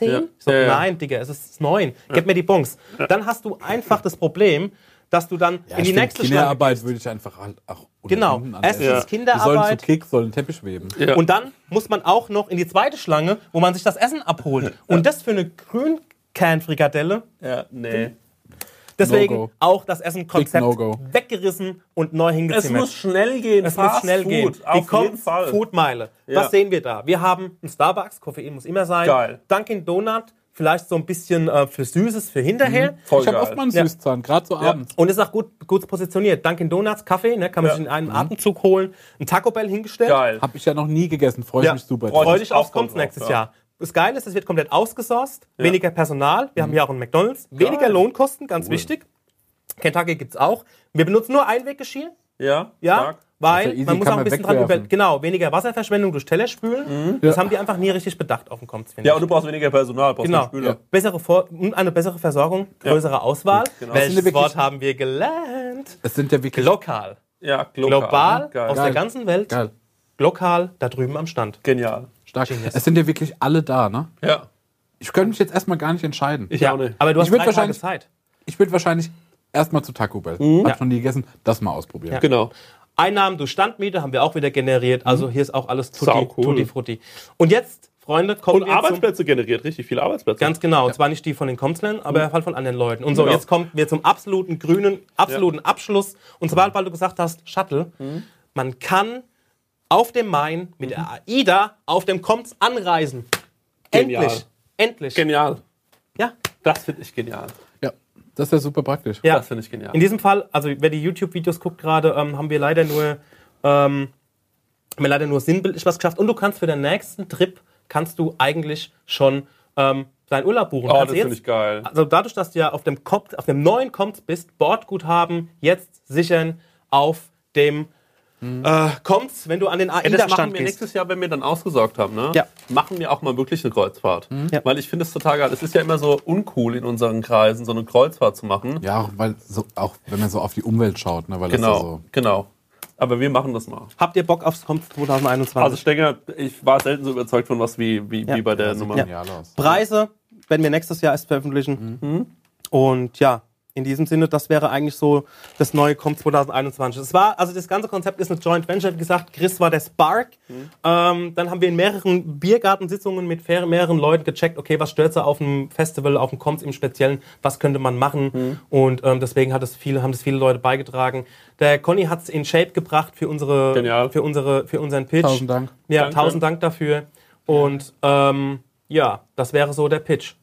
[SPEAKER 1] Ja.
[SPEAKER 2] Ich so,
[SPEAKER 1] Ja, ja.
[SPEAKER 2] nein, Digga, es ist neun. Gib mir die Bons. Dann hast du einfach das Problem, dass du dann
[SPEAKER 4] Ja,
[SPEAKER 2] in die
[SPEAKER 4] stimmt.
[SPEAKER 2] nächste Schlange
[SPEAKER 4] Kinderarbeit würde ich einfach halt auch
[SPEAKER 2] Genau.
[SPEAKER 4] unterbinden
[SPEAKER 2] Erstens
[SPEAKER 4] an der Stelle.
[SPEAKER 2] ist Kinderarbeit.
[SPEAKER 4] Die sollen zu Kick, sollen Teppich weben.
[SPEAKER 1] Ja.
[SPEAKER 2] Und dann muss man auch noch in die zweite Schlange, wo man sich das Essen abholt. Und das für eine Grünkernfrikadelle.
[SPEAKER 1] Ja, nee.
[SPEAKER 2] Deswegen
[SPEAKER 4] No-go.
[SPEAKER 2] auch das Essen-Konzept
[SPEAKER 4] Big No-go.
[SPEAKER 2] weggerissen und neu
[SPEAKER 1] Es
[SPEAKER 2] hingezimmert.
[SPEAKER 1] muss schnell gehen.
[SPEAKER 2] Es muss schnell gehen.
[SPEAKER 1] Auf
[SPEAKER 2] die
[SPEAKER 1] jeden Fall.
[SPEAKER 2] Foodmeile.
[SPEAKER 1] Ja.
[SPEAKER 2] Was sehen wir da? Wir haben einen Starbucks, Koffein muss immer sein.
[SPEAKER 1] Geil.
[SPEAKER 2] Dunkin' Donut, vielleicht so ein bisschen äh, für Süßes, für hinterher.
[SPEAKER 1] Voll
[SPEAKER 4] Ich habe
[SPEAKER 1] geil.
[SPEAKER 4] oft mal einen
[SPEAKER 2] Ja.
[SPEAKER 4] Süßzahn, gerade so abends.
[SPEAKER 2] Und ist auch gut, gut positioniert. Dunkin' Donuts, Kaffee, ne, kann man
[SPEAKER 1] Ja. Mhm.
[SPEAKER 2] sich in einem Atemzug holen. Ein Taco Bell hingestellt.
[SPEAKER 1] Geil.
[SPEAKER 4] Habe ich ja noch nie gegessen, freue ich
[SPEAKER 2] Ja.
[SPEAKER 4] mich super.
[SPEAKER 1] Freu
[SPEAKER 2] Freu
[SPEAKER 4] drauf.
[SPEAKER 1] dich
[SPEAKER 2] dich aufs
[SPEAKER 1] auch
[SPEAKER 2] Kommt
[SPEAKER 1] drauf,
[SPEAKER 2] nächstes
[SPEAKER 1] ja.
[SPEAKER 2] Jahr. Das Geile ist, es wird komplett ausgesourced. Weniger Personal.
[SPEAKER 1] Mhm.
[SPEAKER 2] Wir haben hier auch einen McDonalds. Weniger Lohnkosten, ganz wichtig. Kentucky gibt's auch. Wir benutzen nur Einweggeschirr.
[SPEAKER 1] Ja,
[SPEAKER 2] Ja,
[SPEAKER 1] stark.
[SPEAKER 2] weil
[SPEAKER 4] Also easy
[SPEAKER 2] man muss auch
[SPEAKER 4] kann
[SPEAKER 2] ein
[SPEAKER 4] man
[SPEAKER 2] bisschen dran
[SPEAKER 4] wegwerfen.
[SPEAKER 2] über, genau, weniger Wasserverschwendung durch Tellerspülen. Das
[SPEAKER 4] Ja.
[SPEAKER 2] haben die einfach nie richtig bedacht auf dem Komms, finde
[SPEAKER 1] Mhm. Ja,
[SPEAKER 2] ich.
[SPEAKER 1] und du brauchst weniger Personal, brauchst
[SPEAKER 2] Genau.
[SPEAKER 1] mehr Spüler.
[SPEAKER 2] Bessere Vor und eine bessere Versorgung, größere Auswahl.
[SPEAKER 1] Genau.
[SPEAKER 4] Sind wir
[SPEAKER 2] Welches Wort
[SPEAKER 4] wirklich-
[SPEAKER 2] haben wir gelernt?
[SPEAKER 4] Es sind ja wirklich
[SPEAKER 2] Lokal.
[SPEAKER 1] Ja, global.
[SPEAKER 2] Global, aus
[SPEAKER 1] Geil.
[SPEAKER 4] Geil.
[SPEAKER 2] der ganzen Welt.
[SPEAKER 4] geil.
[SPEAKER 2] Lokal, da drüben am Stand.
[SPEAKER 1] Genial.
[SPEAKER 4] Stark. Es sind ja wirklich alle da, ne?
[SPEAKER 1] Ja.
[SPEAKER 4] Ich könnte mich jetzt erstmal gar nicht entscheiden.
[SPEAKER 1] Ich auch nicht.
[SPEAKER 2] Aber du
[SPEAKER 4] Ich
[SPEAKER 2] hast
[SPEAKER 4] würd
[SPEAKER 2] drei Tage
[SPEAKER 4] wahrscheinlich-
[SPEAKER 2] Zeit.
[SPEAKER 4] Ich würde wahrscheinlich erstmal zu Taco Bell. Hab
[SPEAKER 2] Mhm. Ja.
[SPEAKER 4] schon nie gegessen, das mal ausprobieren.
[SPEAKER 1] Genau.
[SPEAKER 2] Einnahmen durch Standmiete haben wir auch wieder generiert.
[SPEAKER 4] Mhm.
[SPEAKER 2] Also hier ist auch alles tutti,
[SPEAKER 1] Sau cool.
[SPEAKER 2] tutti frutti. Und jetzt, Freunde, kommen
[SPEAKER 1] Und
[SPEAKER 2] wir zum...
[SPEAKER 1] Arbeitsplätze generiert, richtig viele Arbeitsplätze.
[SPEAKER 2] Ganz genau. Und zwar nicht die von den Komslern, aber
[SPEAKER 4] Mhm.
[SPEAKER 2] halt von anderen Leuten. Und so,
[SPEAKER 1] Genau.
[SPEAKER 2] jetzt kommen wir zum absoluten grünen, absoluten Abschluss. Und
[SPEAKER 4] Mhm.
[SPEAKER 2] sobald weil du gesagt hast, Shuttle, man kann auf dem Main mit
[SPEAKER 4] Mhm.
[SPEAKER 2] der AIDA auf dem Koms anreisen.
[SPEAKER 1] Genial.
[SPEAKER 2] Endlich. Endlich.
[SPEAKER 1] genial.
[SPEAKER 2] ja.
[SPEAKER 1] Das finde ich genial.
[SPEAKER 4] Ja. Das ist ja super praktisch.
[SPEAKER 2] ja.
[SPEAKER 1] Das finde ich genial.
[SPEAKER 2] In diesem Fall, also wer die YouTube-Videos guckt gerade, ähm, haben wir leider nur, ähm, haben wir leider nur sinnbildlich was geschafft. Und du kannst für den nächsten Trip kannst du eigentlich schon ähm, deinen Urlaub buchen.
[SPEAKER 1] Oh,
[SPEAKER 2] Kannst
[SPEAKER 1] das
[SPEAKER 2] jetzt-
[SPEAKER 1] finde ich geil.
[SPEAKER 2] Also dadurch, dass du ja auf dem, Kopf, auf dem neuen Komps bist, Bordguthaben jetzt sichern auf dem
[SPEAKER 1] Mhm.
[SPEAKER 2] äh, Komps, wenn du an den
[SPEAKER 1] Ey, das
[SPEAKER 2] AIDA-Stand
[SPEAKER 1] machen wir
[SPEAKER 2] gehst.
[SPEAKER 1] nächstes Jahr, wenn wir dann ausgesorgt haben, ne?
[SPEAKER 2] Ja. Mhm.
[SPEAKER 1] Machen wir auch mal wirklich eine Kreuzfahrt.
[SPEAKER 2] Ja.
[SPEAKER 1] Weil ich finde es total geil. Es ist ja immer so uncool in unseren Kreisen, so eine Kreuzfahrt zu machen.
[SPEAKER 4] Ja, auch weil so, auch wenn man so auf die Umwelt schaut, ne, weil das
[SPEAKER 1] Genau,
[SPEAKER 4] ja so.
[SPEAKER 1] genau. Aber wir machen das mal.
[SPEAKER 2] Habt ihr Bock aufs Komps 2021?
[SPEAKER 1] Also Stenger, ich war selten so überzeugt von was wie, wie, wie bei der Nummer.
[SPEAKER 4] genial aus.
[SPEAKER 2] Preise werden wir nächstes Jahr erst veröffentlichen. Und ja, in diesem Sinne, das wäre eigentlich so das neue kommt 2021. Es war, also das ganze Konzept ist eine Joint Venture, wie gesagt, Chris war der Spark. Ähm, dann haben wir in mehreren Biergartensitzungen mit fair- mehreren Leuten gecheckt, okay, was stört sie auf dem Festival, auf dem Koms im Speziellen, was könnte man machen? Und ähm, deswegen hat es viele, haben das viele Leute beigetragen. Der Conny hat es in Shape gebracht für unsere,
[SPEAKER 1] Genial.
[SPEAKER 2] für unsere, für unseren Pitch.
[SPEAKER 4] Tausend Dank.
[SPEAKER 2] Ja,
[SPEAKER 1] Danke.
[SPEAKER 2] tausend Dank dafür. Und ähm, ja, das wäre so der Pitch.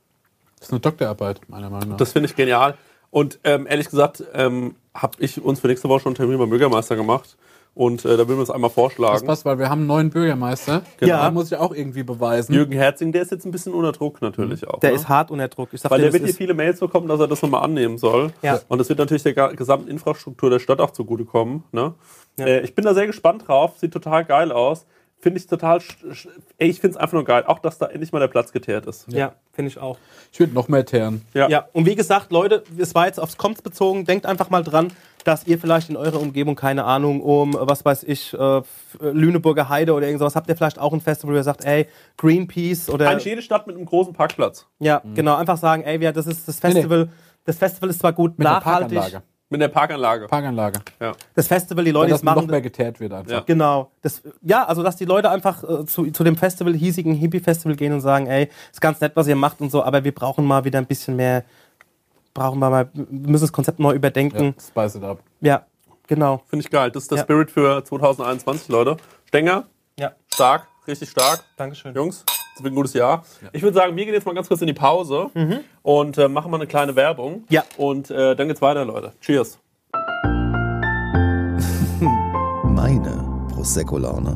[SPEAKER 4] Das ist eine Doktorarbeit, meiner Meinung nach.
[SPEAKER 1] Das finde ich genial. Und ähm, ehrlich gesagt, ähm, habe ich uns für nächste Woche schon einen Termin beim Bürgermeister gemacht. Und äh, da würden wir es einmal
[SPEAKER 4] das
[SPEAKER 1] vorschlagen.
[SPEAKER 4] passt, weil wir haben einen neuen Bürgermeister.
[SPEAKER 1] Genau.
[SPEAKER 4] Da muss ich auch irgendwie beweisen.
[SPEAKER 1] Jürgen Herzing, der ist jetzt ein bisschen unter Druck natürlich auch.
[SPEAKER 2] Mhm. Der
[SPEAKER 1] ne?
[SPEAKER 2] ist hart unter Druck. Ich sag
[SPEAKER 1] Weil
[SPEAKER 2] dir,
[SPEAKER 1] der
[SPEAKER 2] das
[SPEAKER 1] wird hier
[SPEAKER 2] ist,
[SPEAKER 1] viele Mails bekommen, dass er das nochmal annehmen soll.
[SPEAKER 2] Ja.
[SPEAKER 1] Und das wird natürlich der ga- gesamten Infrastruktur der Stadt auch zugutekommen. Ne? Äh, ich bin da sehr gespannt drauf. Sieht total geil aus. Finde ich total. sch- sch- Ey, ich finde es einfach nur geil. Auch, dass da endlich mal der Platz geteert ist.
[SPEAKER 2] ja, finde ich auch.
[SPEAKER 4] Ich würde noch mehr teeren.
[SPEAKER 1] Ja.
[SPEAKER 2] Ja, und wie gesagt, Leute, es war jetzt aufs Komps bezogen. Denkt einfach mal dran, dass ihr vielleicht in eurer Umgebung, keine Ahnung, um, äh, was weiß ich, äh, F- äh, Lüneburger Heide oder irgend sowas, habt ihr vielleicht auch ein Festival, wo ihr sagt, ey, Greenpeace oder.
[SPEAKER 1] Eigentlich jede Stadt mit einem großen Parkplatz.
[SPEAKER 2] Ja, genau, einfach sagen, ey, wir, das ist das Festival. Das Festival ist zwar gut
[SPEAKER 4] Mit der
[SPEAKER 2] nachhaltig.
[SPEAKER 4] Parkanlage.
[SPEAKER 1] Mit einer Parkanlage.
[SPEAKER 4] Parkanlage.
[SPEAKER 2] Das Festival, die Leute, die
[SPEAKER 4] dass
[SPEAKER 2] es machen,
[SPEAKER 4] noch mehr geteert wird einfach.
[SPEAKER 2] Genau. Das, ja, also dass die Leute einfach äh, zu, zu dem Festival, hiesigen Hippie-Festival gehen und sagen, ey, ist ganz nett, was ihr macht und so, aber wir brauchen mal wieder ein
[SPEAKER 1] Hm.
[SPEAKER 2] bisschen mehr, brauchen wir mal, wir müssen das Konzept neu überdenken.
[SPEAKER 4] Spice it up.
[SPEAKER 2] Ja. Genau.
[SPEAKER 1] Finde ich geil. Das ist der
[SPEAKER 2] Ja.
[SPEAKER 1] Spirit für 2021, Leute. Stenger,
[SPEAKER 2] Ja,
[SPEAKER 1] stark, richtig stark.
[SPEAKER 2] Dankeschön.
[SPEAKER 1] Jungs, es wird ein gutes Jahr. Ich würde sagen, wir gehen jetzt mal ganz kurz in die Pause und äh, machen mal eine kleine Werbung.
[SPEAKER 2] Ja.
[SPEAKER 1] Und äh, dann geht's weiter, Leute. Cheers.
[SPEAKER 7] Meine Prosecco-Laune.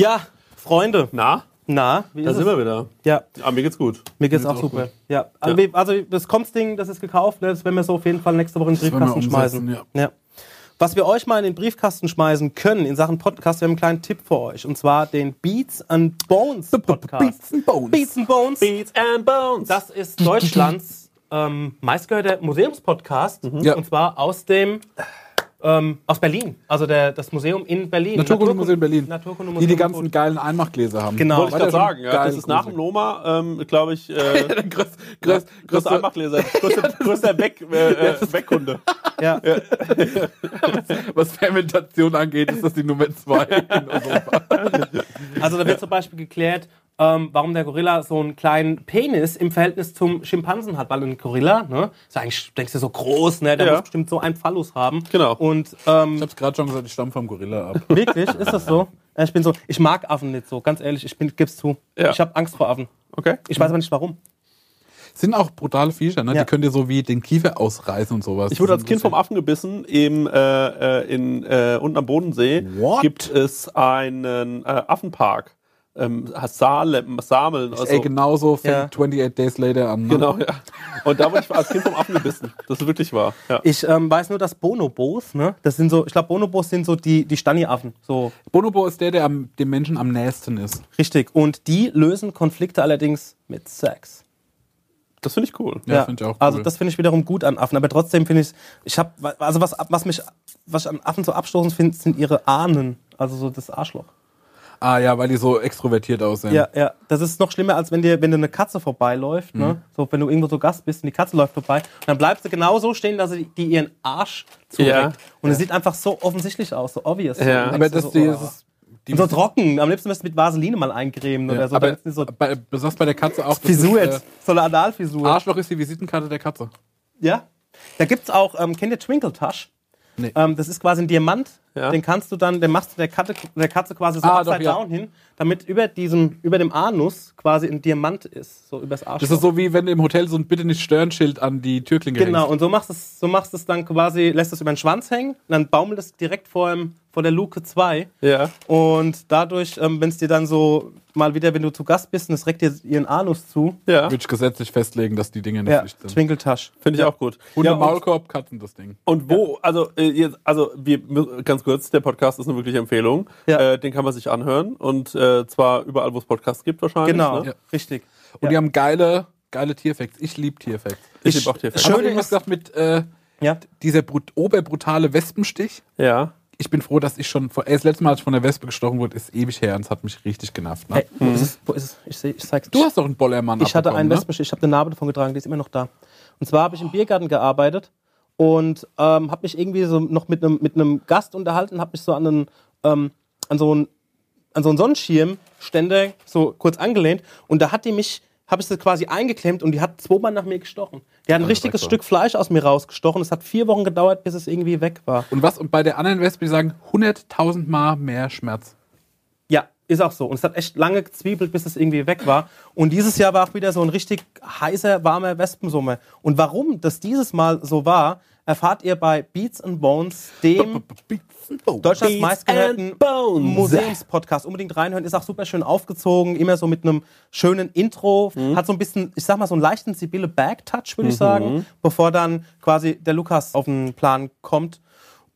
[SPEAKER 2] Ja, Freunde.
[SPEAKER 1] Na,
[SPEAKER 2] Na, wie
[SPEAKER 1] da
[SPEAKER 2] ist
[SPEAKER 1] sind
[SPEAKER 2] es?
[SPEAKER 1] wir wieder.
[SPEAKER 2] Ja,
[SPEAKER 1] Ah, mir geht's gut.
[SPEAKER 2] mir geht's auch super. Ja. Also, wir- also das Kommst-Ding, das ist gekauft, ne? das werden wir so auf jeden Fall nächste Woche in den
[SPEAKER 4] werden wir
[SPEAKER 2] Briefkasten
[SPEAKER 4] umsetzen,
[SPEAKER 2] schmeißen. Ja. Was wir euch mal in den Briefkasten schmeißen können in Sachen Podcast, wir haben einen kleinen Tipp für euch. Und zwar den Beats and Bones Podcast.
[SPEAKER 4] Beats and Bones.
[SPEAKER 2] Beats and Bones.
[SPEAKER 1] Beats and Bones.
[SPEAKER 2] Das ist Deutschlands ähm, meistgehörter Museumspodcast.
[SPEAKER 4] Ja.
[SPEAKER 2] Und zwar aus dem. Ähm, aus Berlin. Also der, das Museum in Berlin.
[SPEAKER 4] Naturkundemuseum Berlin.
[SPEAKER 2] Naturkundemuseum
[SPEAKER 4] die die ganzen geilen Einmachgläser haben.
[SPEAKER 2] Genau.
[SPEAKER 1] wollte ich
[SPEAKER 4] War
[SPEAKER 1] gerade
[SPEAKER 4] der schon
[SPEAKER 1] sagen. Ja,
[SPEAKER 4] geil,
[SPEAKER 1] das ist nach dem
[SPEAKER 4] gruselig.
[SPEAKER 1] Noma, ähm, glaube ich, äh,
[SPEAKER 4] Chris, Chris, Chris,
[SPEAKER 1] größter Anmachleser, größter, größter Weg, äh, äh, Wegkunde.
[SPEAKER 2] Ja.
[SPEAKER 4] was Fermentation angeht, ist das die Nummer zwei in Europa.
[SPEAKER 2] Also da wird zum Beispiel geklärt, ähm, warum der Gorilla so einen kleinen Penis im Verhältnis zum Schimpansen hat. Weil ein Gorilla, ne, ist eigentlich, denkst du, so groß, ne, der
[SPEAKER 1] Ja.
[SPEAKER 2] muss bestimmt so einen Phallus haben.
[SPEAKER 1] Genau.
[SPEAKER 2] Und ähm,
[SPEAKER 4] Ich hab's gerade schon gesagt, ich stamm vom Gorilla ab.
[SPEAKER 2] wirklich, ist das so? Ja, Ich bin so, ich mag Affen nicht so, ganz ehrlich, ich bin, gib's zu.
[SPEAKER 1] Ja.
[SPEAKER 2] Ich habe Angst vor Affen.
[SPEAKER 1] Okay.
[SPEAKER 2] Ich weiß aber nicht warum.
[SPEAKER 4] Sind auch brutale Viecher, ne?
[SPEAKER 2] Ja.
[SPEAKER 4] Die können dir so wie den Kiefer ausreißen und sowas.
[SPEAKER 1] Ich wurde als Kind vom Affen gebissen. Im, äh, äh, in, äh, unten am Bodensee
[SPEAKER 4] What?
[SPEAKER 1] gibt es einen äh, Affenpark. Ähm, Salem, Sameln.
[SPEAKER 4] Ey, genauso fängt
[SPEAKER 2] Ja.
[SPEAKER 4] 28 Days Later an. ne?
[SPEAKER 1] Genau, ja. Und da wurde ich als Kind vom Affen gebissen. Das ist wirklich wahr. Ja.
[SPEAKER 2] Ich ähm, weiß nur, dass Bonobos, ne, das sind so, ich glaube, Bonobos sind so die, die Stani-Affen, so
[SPEAKER 4] Bonobo ist der, der am, dem Menschen am nächsten ist.
[SPEAKER 2] richtig. Und die lösen Konflikte allerdings mit Sex.
[SPEAKER 1] Das finde ich cool.
[SPEAKER 4] Ja, finde ich auch cool.
[SPEAKER 2] Also das finde ich wiederum gut an Affen, aber trotzdem finde ich, ich habe, also was, was mich, was ich an Affen so abstoßend finde, sind ihre Ahnen, also so das Arschloch.
[SPEAKER 4] ah ja, weil die so extrovertiert aussehen.
[SPEAKER 2] Ja, ja, das ist noch schlimmer, als wenn dir, wenn dir eine Katze vorbeiläuft,
[SPEAKER 4] Mhm.
[SPEAKER 2] ne? So, wenn du irgendwo so Gast bist und die Katze läuft vorbei, und dann bleibst du genau so stehen, dass sie die ihren Arsch zureckt.
[SPEAKER 1] Ja.
[SPEAKER 2] Und es sieht einfach so offensichtlich aus, so obvious.
[SPEAKER 1] Ja.
[SPEAKER 2] Und
[SPEAKER 4] Aber
[SPEAKER 2] denkst du
[SPEAKER 4] das,
[SPEAKER 2] so,
[SPEAKER 4] die,
[SPEAKER 2] oh.
[SPEAKER 4] das ist... Die
[SPEAKER 2] Und so trocken. Am liebsten müsstest du mit Vaseline mal eincremen
[SPEAKER 4] Ja,
[SPEAKER 2] oder so.
[SPEAKER 4] aber
[SPEAKER 2] Dann ist die so
[SPEAKER 4] bei, besonders bei der Katze auch. das
[SPEAKER 2] Fisuret,
[SPEAKER 4] Ist,
[SPEAKER 2] so eine
[SPEAKER 4] äh,
[SPEAKER 2] Analfisur.
[SPEAKER 4] Arschloch ist die Visitenkarte der Katze.
[SPEAKER 2] Ja. Da gibt's auch, ähm, kennt ihr Twinkle Touch?
[SPEAKER 4] Nee.
[SPEAKER 2] Ähm, das ist quasi ein Diamant,
[SPEAKER 1] Ja.
[SPEAKER 2] den kannst du dann, den machst du der Katze, der Katze quasi so
[SPEAKER 4] Ah,
[SPEAKER 2] upside
[SPEAKER 4] doch, ja.
[SPEAKER 2] down hin, damit über diesem, über dem Anus quasi ein Diamant ist, so übers Arsch.
[SPEAKER 4] Das ist so wie wenn du im Hotel so ein Bitte nicht stören Schild an die Türklinge
[SPEAKER 2] Genau,
[SPEAKER 4] hängst.
[SPEAKER 2] und so machst du es, so machst du es dann quasi, lässt es über den Schwanz hängen, und dann baumelt es direkt vor, dem, vor der Luke 2.
[SPEAKER 1] Ja.
[SPEAKER 2] Und dadurch, ähm, wenn es dir dann so mal wieder, wenn du zu Gast bist und es reckt dir ihren Anus zu,
[SPEAKER 1] Ja,
[SPEAKER 4] Würde ich gesetzlich festlegen, dass die Dinge nicht
[SPEAKER 2] ja,
[SPEAKER 4] Pflicht sind.
[SPEAKER 2] Twinkle Touch.
[SPEAKER 1] finde ich auch gut.
[SPEAKER 4] Hunde,
[SPEAKER 1] ja, und,
[SPEAKER 4] Maulkorb, Katzen, das Ding.
[SPEAKER 1] und wo, also, äh, jetzt, also wir, mü- ganz kurz, der Podcast ist eine wirkliche Empfehlung.
[SPEAKER 2] Ja.
[SPEAKER 1] Äh, den kann man sich anhören und äh, zwar überall, wo es Podcasts gibt wahrscheinlich.
[SPEAKER 2] Genau,
[SPEAKER 1] Ne?
[SPEAKER 2] richtig.
[SPEAKER 4] Und die haben geile, geile Tierfacts. Ich liebe Tierfacts.
[SPEAKER 1] Ich, liebe auch die
[SPEAKER 4] Ich habe
[SPEAKER 2] Schöne
[SPEAKER 4] irgendwas
[SPEAKER 2] ist-
[SPEAKER 4] gesagt mit äh,
[SPEAKER 2] Ja.
[SPEAKER 4] dieser brut oberbrutale Wespenstich.
[SPEAKER 1] Ja.
[SPEAKER 4] Ich bin froh, dass ich schon vor. Ey, das letzte Mal, als ich von der Wespe gestochen wurde, ist ewig her und es hat mich richtig genervt. Ne?
[SPEAKER 2] Hey, wo ist es? Wo ist es? Ich, seh, ich zeig's.
[SPEAKER 4] Du hast doch einen Bollermann
[SPEAKER 2] Ich hatte
[SPEAKER 4] abbekommen,
[SPEAKER 2] einen
[SPEAKER 4] ne?
[SPEAKER 2] Wespenstich, ich habe eine Narbe davon getragen, die ist immer noch da. Und zwar habe ich im Biergarten gearbeitet und ähm, habe mich irgendwie so noch mit einem mit einem Gast unterhalten, habe mich so an einen ähm, an so einen an so einen Sonnenschirmständer so kurz angelehnt und da hat die mich habe ich sie quasi eingeklemmt und die hat zweimal nach mir gestochen. Die hat ein richtiges Stück Fleisch aus mir rausgestochen. Es hat vier Wochen gedauert, bis es irgendwie weg war.
[SPEAKER 4] ne? Und was? Und bei der anderen Wespe, die sagen 100.000 Mal mehr Schmerz.
[SPEAKER 2] Ja, ist auch so. Und es hat echt lange gezwiebelt, bis es irgendwie weg war. Und dieses Jahr war auch wieder so ein richtig heißer, warmer Wespensommer. Und warum das dieses Mal so war, erfahrt ihr bei Beats and Bones, dem Deutschlands meistgehörten Museumspodcast. Unbedingt reinhören, ist auch super schön aufgezogen, immer so mit einem schönen Intro. Hat so ein bisschen, ich sag mal, so einen leichten Sibylle Bag-Touch, würde ich sagen, bevor dann quasi der Lukas auf den Plan kommt.